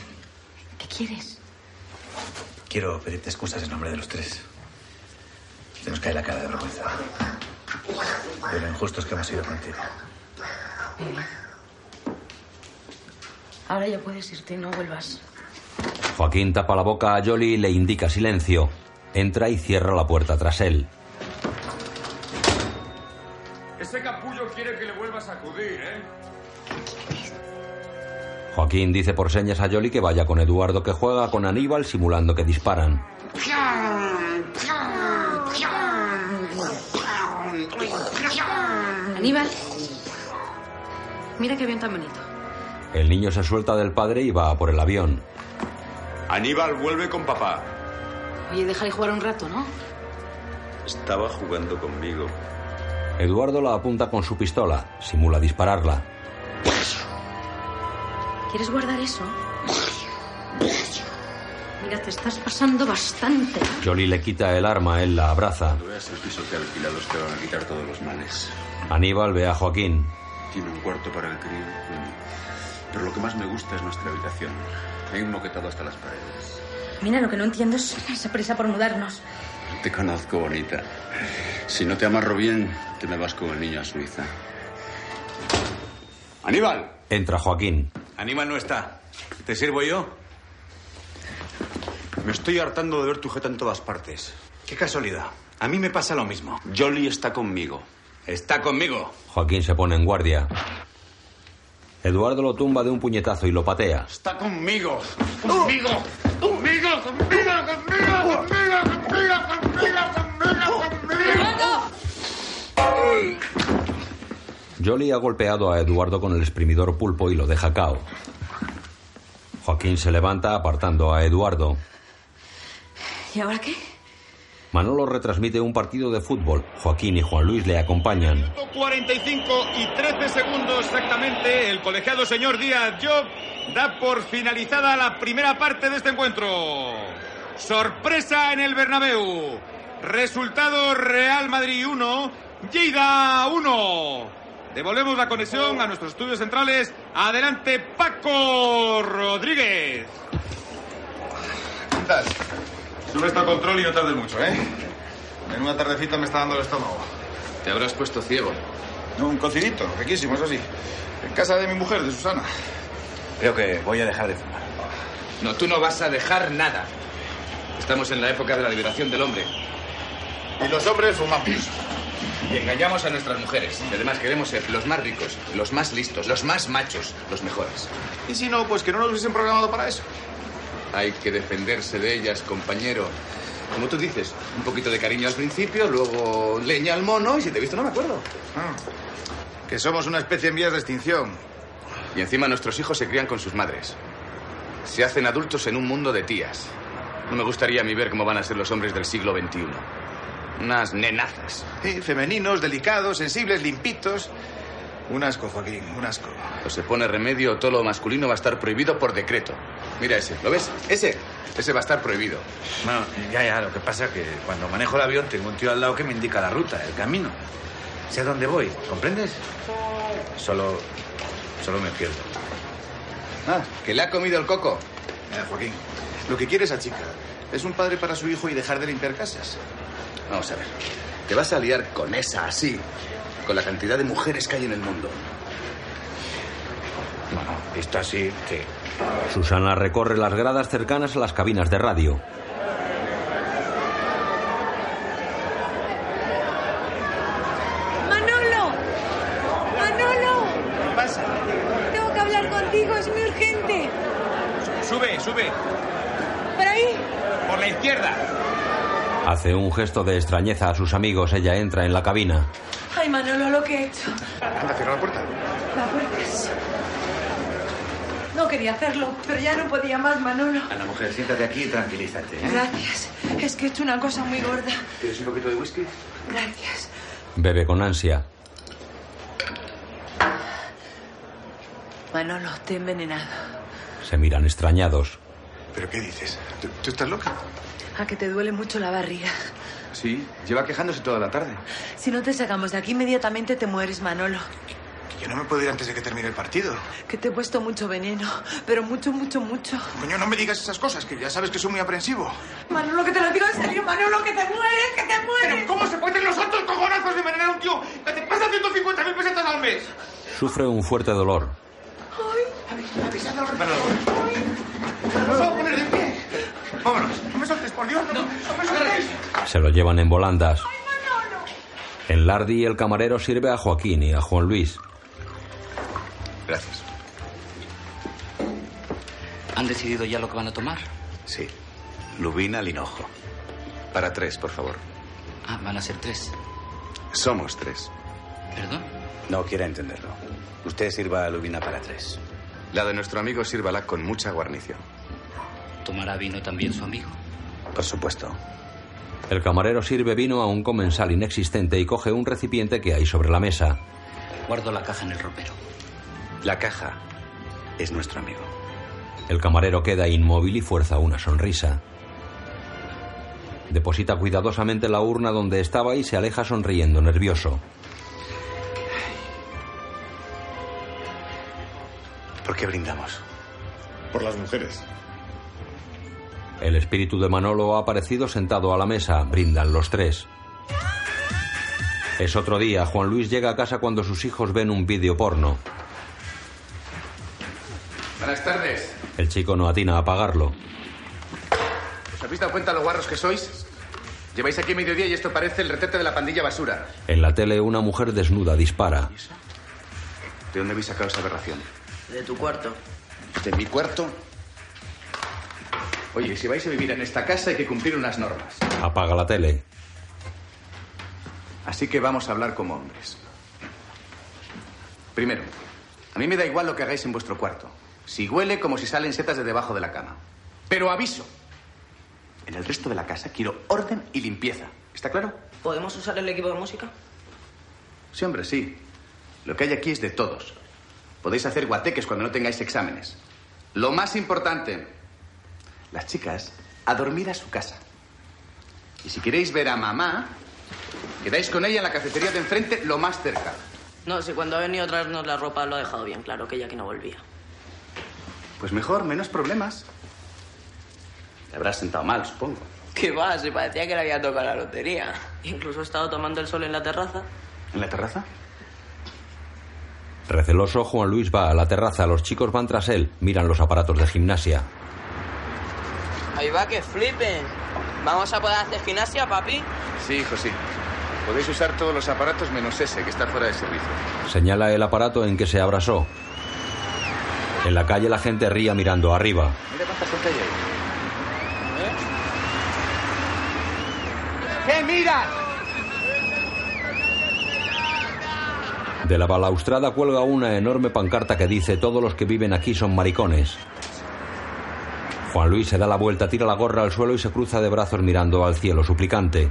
Speaker 31: ¿Qué quieres?
Speaker 63: Quiero pedirte excusas en Pues nombre de los tres. Se nos cae la cara de vergüenza. De lo injustos que hemos sido contigo.
Speaker 31: Muy bien. Eh, Ahora ya puedes irte y no vuelvas.
Speaker 1: Joaquín tapa la boca a Jolly y le indica silencio. Entra y cierra la puerta tras él.
Speaker 64: Ese capullo quiere que le vuelvas a acudir, ¿eh?
Speaker 1: Joaquín dice por señas a Jolly que vaya con Eduardo que juega con Aníbal simulando que disparan.
Speaker 9: Aníbal, mira qué bien tan bonito.
Speaker 1: El niño se suelta del padre y va a por el avión.
Speaker 64: Aníbal vuelve con papá.
Speaker 9: Oye, déjale jugar un rato, ¿no?
Speaker 64: Estaba jugando conmigo.
Speaker 1: Eduardo la apunta con su pistola, simula dispararla.
Speaker 31: ¿Quieres guardar eso? Mira, te estás pasando bastante.
Speaker 1: Jolly le quita el arma, él la abraza.
Speaker 64: Cuando veas el piso que ha alquilado, te van a quitar todos los males.
Speaker 1: Aníbal ve a Joaquín.
Speaker 64: Tiene un cuarto para el crío. mm. Pero lo que más me gusta es nuestra habitación. Hay un moquetado hasta las paredes.
Speaker 31: Mira, lo que no entiendo es esa prisa por mudarnos.
Speaker 64: Te conozco, bonita. Si no te amarro bien, te me vas con el niño a Suiza. ¡Aníbal!
Speaker 1: Entra Joaquín.
Speaker 62: Aníbal no está. ¿Te sirvo yo?
Speaker 5: Me estoy hartando de ver tu jeta en todas partes. Qué casualidad. A mí me pasa lo mismo. Jolly está conmigo.
Speaker 62: Está conmigo.
Speaker 1: Joaquín se pone en guardia. Eduardo lo tumba de un puñetazo y lo patea.
Speaker 5: Está conmigo. Conmigo. Conmigo, conmigo, conmigo, conmigo, conmigo, conmigo, conmigo, conmigo.
Speaker 1: Jolly ha golpeado a Eduardo con el exprimidor pulpo y lo deja cao. Joaquín se levanta apartando a Eduardo.
Speaker 31: ¿Y ahora qué?
Speaker 1: Manolo retransmite un partido de fútbol. Joaquín y Juan Luis le acompañan.
Speaker 10: 45 y 13 segundos exactamente. El colegiado señor Díaz Job da por finalizada la primera parte de este encuentro. Sorpresa en el Bernabéu. Resultado Real Madrid 1, Lleida 1. Devolvemos la conexión a nuestros estudios centrales. Adelante Paco Rodríguez.
Speaker 5: Sube esto a control y no tardes mucho, ¿eh? En una tardecita me está dando el estómago. Te habrás puesto ciego. No, un cocidito, riquísimo, eso sí. En casa de mi mujer, de Susana. Creo que voy a dejar de fumar. No, tú no vas a dejar nada. Estamos en la época de la liberación del hombre. Y los hombres fumamos. Y engañamos a nuestras mujeres. Y además queremos ser los más ricos, los más listos, los más machos, los mejores. Y si no, pues que no nos hubiesen programado para eso. Hay que defenderse de ellas, compañero. Como tú dices, un poquito de cariño al principio, luego leña al mono y si te he visto no me acuerdo. Que somos una especie en vías de extinción. Y encima nuestros hijos se crían con sus madres. Se hacen adultos en un mundo de tías. No me gustaría a mí ver cómo van a ser los hombres del siglo XXI. Unas nenazas. Sí, femeninos, delicados, sensibles, limpitos. Un asco, Joaquín, un asco. O se pone remedio o todo lo masculino va a estar prohibido por decreto. Mira ese, ¿lo ves? Ese, ese va a estar prohibido. Bueno, ya, ya, Ah, lo que pasa es que cuando manejo el avión tengo un tío al lado que me indica la ruta, el camino. Sé a dónde voy, ¿comprendes? Solo. solo me pierdo. Ah, que le ha comido el coco. Mira, Eh, Joaquín, lo que quiere esa chica es un padre para su hijo y dejar de limpiar casas. Vamos a ver. Te vas a liar con esa así, con la cantidad de mujeres que hay en el mundo. Bueno, visto así, sí.
Speaker 1: Susana recorre las gradas cercanas a las cabinas de radio.
Speaker 6: ¡Manolo! ¡Manolo!
Speaker 5: ¿Qué pasa?
Speaker 6: Tengo que hablar contigo, es muy urgente.
Speaker 5: Eh,
Speaker 10: Sube, sube.
Speaker 6: ¿Por ahí?
Speaker 10: Por la izquierda.
Speaker 1: Hace un gesto de extrañeza a sus amigos. Ella entra en la cabina.
Speaker 6: Ay, Manolo, lo que he hecho.
Speaker 5: Anda, cierra la puerta.
Speaker 6: La puerta es... No quería hacerlo, pero ya no podía más, Manolo.
Speaker 5: Ana, mujer, siéntate aquí y tranquilízate. ¿eh?
Speaker 6: Gracias. Es que he hecho una cosa muy gorda.
Speaker 5: ¿Quieres un poquito de whisky?
Speaker 6: Gracias.
Speaker 1: Bebe con ansia.
Speaker 6: Manolo, te he envenenado.
Speaker 1: Se miran extrañados.
Speaker 65: ¿Pero qué dices? ¿Tú, tú estás loca?
Speaker 6: A que te duele mucho la barriga.
Speaker 5: Sí, lleva quejándose toda la tarde.
Speaker 6: Si no te sacamos de aquí, inmediatamente te mueres, Manolo.
Speaker 65: Que yo no me puedo ir antes de que termine el partido.
Speaker 6: Que te he puesto mucho veneno, pero mucho, mucho, mucho.
Speaker 65: Coño, no me digas esas cosas, que ya sabes que soy muy aprensivo.
Speaker 6: Manolo, que te lo digo en serio, Manolo, que te mueres, que te mueres.
Speaker 10: ¿Pero cómo se pueden los altos cojonazos de envenenar a un tío que te pasa 150.000 pesetas al mes?
Speaker 1: Sufre un fuerte dolor.
Speaker 10: Ay, avisad a los ¡Nos vamos a poner de pie! ¡Vámonos! ¡No me soltes, por Dios! ¡No, no me soltes!
Speaker 1: Se lo llevan en volandas. En Lardi, el camarero sirve a Joaquín y a Juan Luis.
Speaker 66: Gracias.
Speaker 67: ¿Han decidido ya lo que van a tomar?
Speaker 66: Sí. Lubina al hinojo. Para tres, por favor.
Speaker 67: Ah, van a ser tres.
Speaker 66: Somos tres.
Speaker 67: ¿Perdón?
Speaker 66: No quiera entenderlo. Usted sirva lubina para tres. La de nuestro amigo sírvala con mucha guarnición.
Speaker 67: ¿Tomará vino también su amigo?
Speaker 66: Por supuesto.
Speaker 1: El camarero sirve vino a un comensal inexistente y coge un recipiente que hay sobre la mesa.
Speaker 67: Guardo la caja en el ropero.
Speaker 66: La caja es nuestro amigo.
Speaker 1: El camarero queda inmóvil y fuerza una sonrisa. Deposita cuidadosamente la urna donde estaba y se aleja sonriendo nervioso.
Speaker 66: ¿Por qué brindamos?
Speaker 10: Por las mujeres.
Speaker 1: El espíritu de Manolo ha aparecido sentado a la mesa. Brindan los tres. Es otro día. Juan Luis llega a casa cuando sus hijos ven un vídeo porno.
Speaker 5: Buenas tardes.
Speaker 1: El chico no atina a apagarlo.
Speaker 5: ¿Os habéis dado cuenta lo guarros que sois? Lleváis aquí mediodía y esto parece el retrete de la pandilla basura.
Speaker 1: En la tele una mujer desnuda dispara.
Speaker 66: ¿De dónde habéis sacado esa aberración?
Speaker 67: De tu cuarto.
Speaker 5: ¿De mi cuarto? Oye, si vais a vivir en esta casa hay que cumplir unas normas.
Speaker 1: Apaga la tele.
Speaker 5: Así que vamos a hablar como hombres. Primero, a mí me da igual lo que hagáis en vuestro cuarto. Si huele como si salen setas de debajo de la cama. Pero aviso. En el resto de la casa quiero orden y limpieza. ¿Está claro?
Speaker 9: ¿Podemos usar el equipo de música?
Speaker 5: Sí, hombre, sí. Lo que hay aquí es de todos. Podéis hacer guateques cuando no tengáis exámenes. Lo más importante, las chicas a dormir a su casa. Y si queréis ver a mamá, quedáis con ella en la cafetería de enfrente lo más cerca.
Speaker 9: No, si cuando ha venido a traernos la ropa lo ha dejado bien claro que ya que no volvía.
Speaker 5: Pues mejor, menos problemas. Te habrás sentado mal, supongo.
Speaker 9: ¿Qué va? Se parecía que le había tocado la lotería. Incluso he estado tomando el sol en la terraza.
Speaker 5: ¿En la terraza?
Speaker 1: Receloso, Juan Luis va a la terraza. Los chicos van tras él, miran los aparatos de gimnasia.
Speaker 9: Ahí va, que flipen. ¿Vamos a poder hacer gimnasia, papi?
Speaker 5: Sí, hijo, sí. Podéis usar todos los aparatos menos ese, que está fuera de servicio.
Speaker 1: Señala el aparato en que se abrazó. En la calle la gente ría mirando arriba.
Speaker 5: Mira cuánta gente hay ahí.
Speaker 67: ¡Eh, mira!
Speaker 1: De la balaustrada cuelga una enorme pancarta que dice todos los que viven aquí son maricones. Juan Luis se da la vuelta, tira la gorra al suelo y se cruza de brazos mirando al cielo suplicante.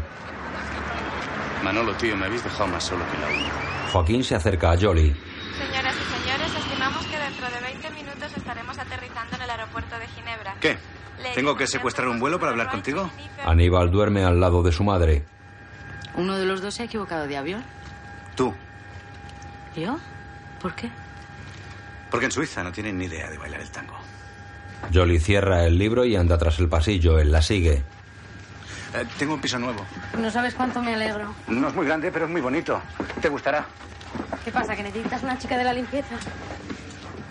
Speaker 66: Manolo, tío, me habéis dejado más solo que la una.
Speaker 1: Joaquín se acerca a Jolly.
Speaker 8: Señoras y señores, estimamos que dentro de 20 minutos estaremos aterrizando en el aeropuerto de Ginebra.
Speaker 66: ¿Qué? ¿Tengo que secuestrar un vuelo para hablar contigo?
Speaker 1: Aníbal duerme al lado de su madre.
Speaker 31: ¿Uno de los dos se ha equivocado de avión?
Speaker 66: Tú.
Speaker 31: ¿Yo? ¿Por qué?
Speaker 66: Porque en Suiza no tienen ni idea de bailar el tango.
Speaker 1: Jolly cierra el libro y anda tras el pasillo. Él la sigue.
Speaker 66: Eh, tengo un piso nuevo.
Speaker 31: No sabes cuánto me alegro.
Speaker 66: No es muy grande, pero es muy bonito. Te gustará.
Speaker 31: ¿Qué pasa? ¿Que necesitas una chica de la limpieza?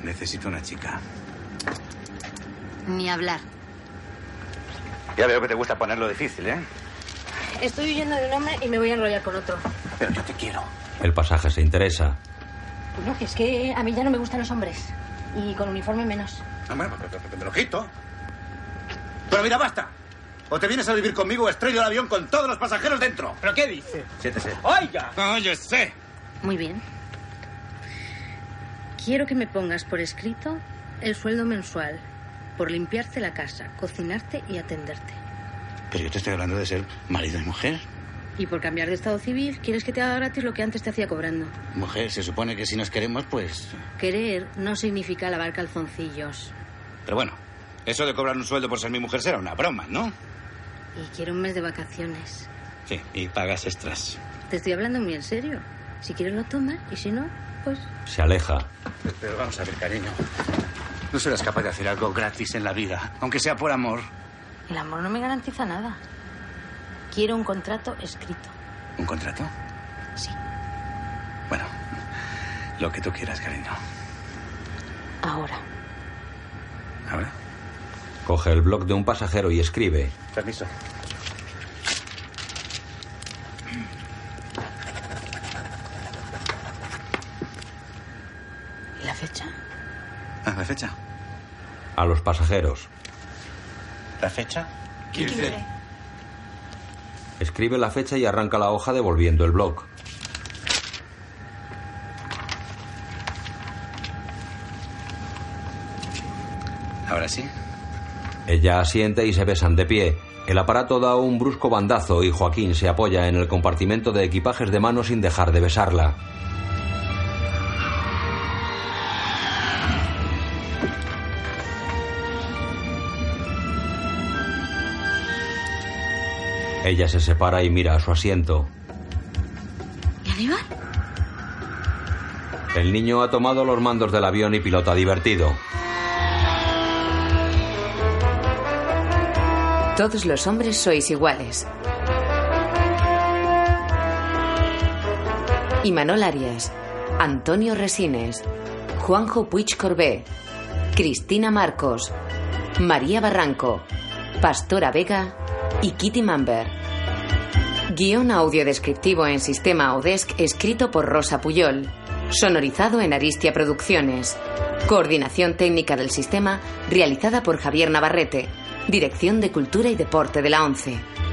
Speaker 66: Necesito una chica.
Speaker 31: Ni hablar.
Speaker 66: Ya veo que te gusta ponerlo difícil, ¿eh?
Speaker 31: Estoy huyendo de un hombre y me voy a enrollar con otro.
Speaker 66: Pero yo te quiero.
Speaker 1: El pasaje se interesa.
Speaker 31: No, que es que a mí ya no me gustan los hombres. Y con uniforme menos.
Speaker 66: Hombre, me lo quito. Pero mira, basta. O te vienes a vivir conmigo o estrello el avión con todos los pasajeros dentro.
Speaker 67: ¿Pero qué dice?
Speaker 66: Siéntese.
Speaker 67: ¡Oiga! ¡Óyese!
Speaker 31: Muy bien. Quiero que me pongas por escrito el sueldo mensual por limpiarte la casa, cocinarte y atenderte.
Speaker 66: Pero yo te estoy hablando de ser marido y mujer.
Speaker 31: Y por cambiar de estado civil, quieres que te haga gratis lo que antes te hacía cobrando.
Speaker 5: Mujer, se supone que si nos queremos, pues...
Speaker 31: Querer no significa lavar calzoncillos.
Speaker 5: Pero bueno, eso de cobrar un sueldo por ser mi mujer será una broma, ¿no?
Speaker 31: Y quiero un mes de vacaciones.
Speaker 5: Sí, y pagas extras.
Speaker 31: Te estoy hablando muy en serio. Si quieres lo tomas y si no, pues...
Speaker 1: Se aleja.
Speaker 5: Pero vamos a ver, cariño. No serás capaz de hacer algo gratis en la vida, aunque sea por amor.
Speaker 31: El amor no me garantiza nada. Quiero un contrato escrito.
Speaker 5: ¿Un contrato?
Speaker 31: Sí.
Speaker 5: Bueno, lo que tú quieras, cariño.
Speaker 31: Ahora.
Speaker 5: ¿Ahora?
Speaker 1: Coge el blog de un pasajero y escribe.
Speaker 5: Permiso.
Speaker 31: ¿Y la fecha?
Speaker 5: Ah, la fecha.
Speaker 1: A los pasajeros.
Speaker 5: ¿La fecha?
Speaker 1: Escribe la fecha y arranca la hoja devolviendo el blog.
Speaker 5: Ahora sí.
Speaker 1: Ella asiente y se besan de pie. El aparato da un brusco bandazo y Joaquín se apoya en el compartimento de equipajes de mano sin dejar de besarla. Ella se separa y mira a su asiento.
Speaker 31: ¿Y Aníbal?
Speaker 1: El niño ha tomado los mandos del avión y pilota divertido.
Speaker 2: Todos los hombres sois iguales. Imanol Arias, Antonio Resines, Juanjo Puig Corbé, Cristina Marcos, María Barranco, Pastora Vega y Kitty Mamber. Guión audiodescriptivo en sistema Audesc escrito por Rosa Puyol. Sonorizado en Aristia Producciones. Coordinación técnica del sistema realizada por Javier Navarrete. Dirección de Cultura y Deporte de la ONCE.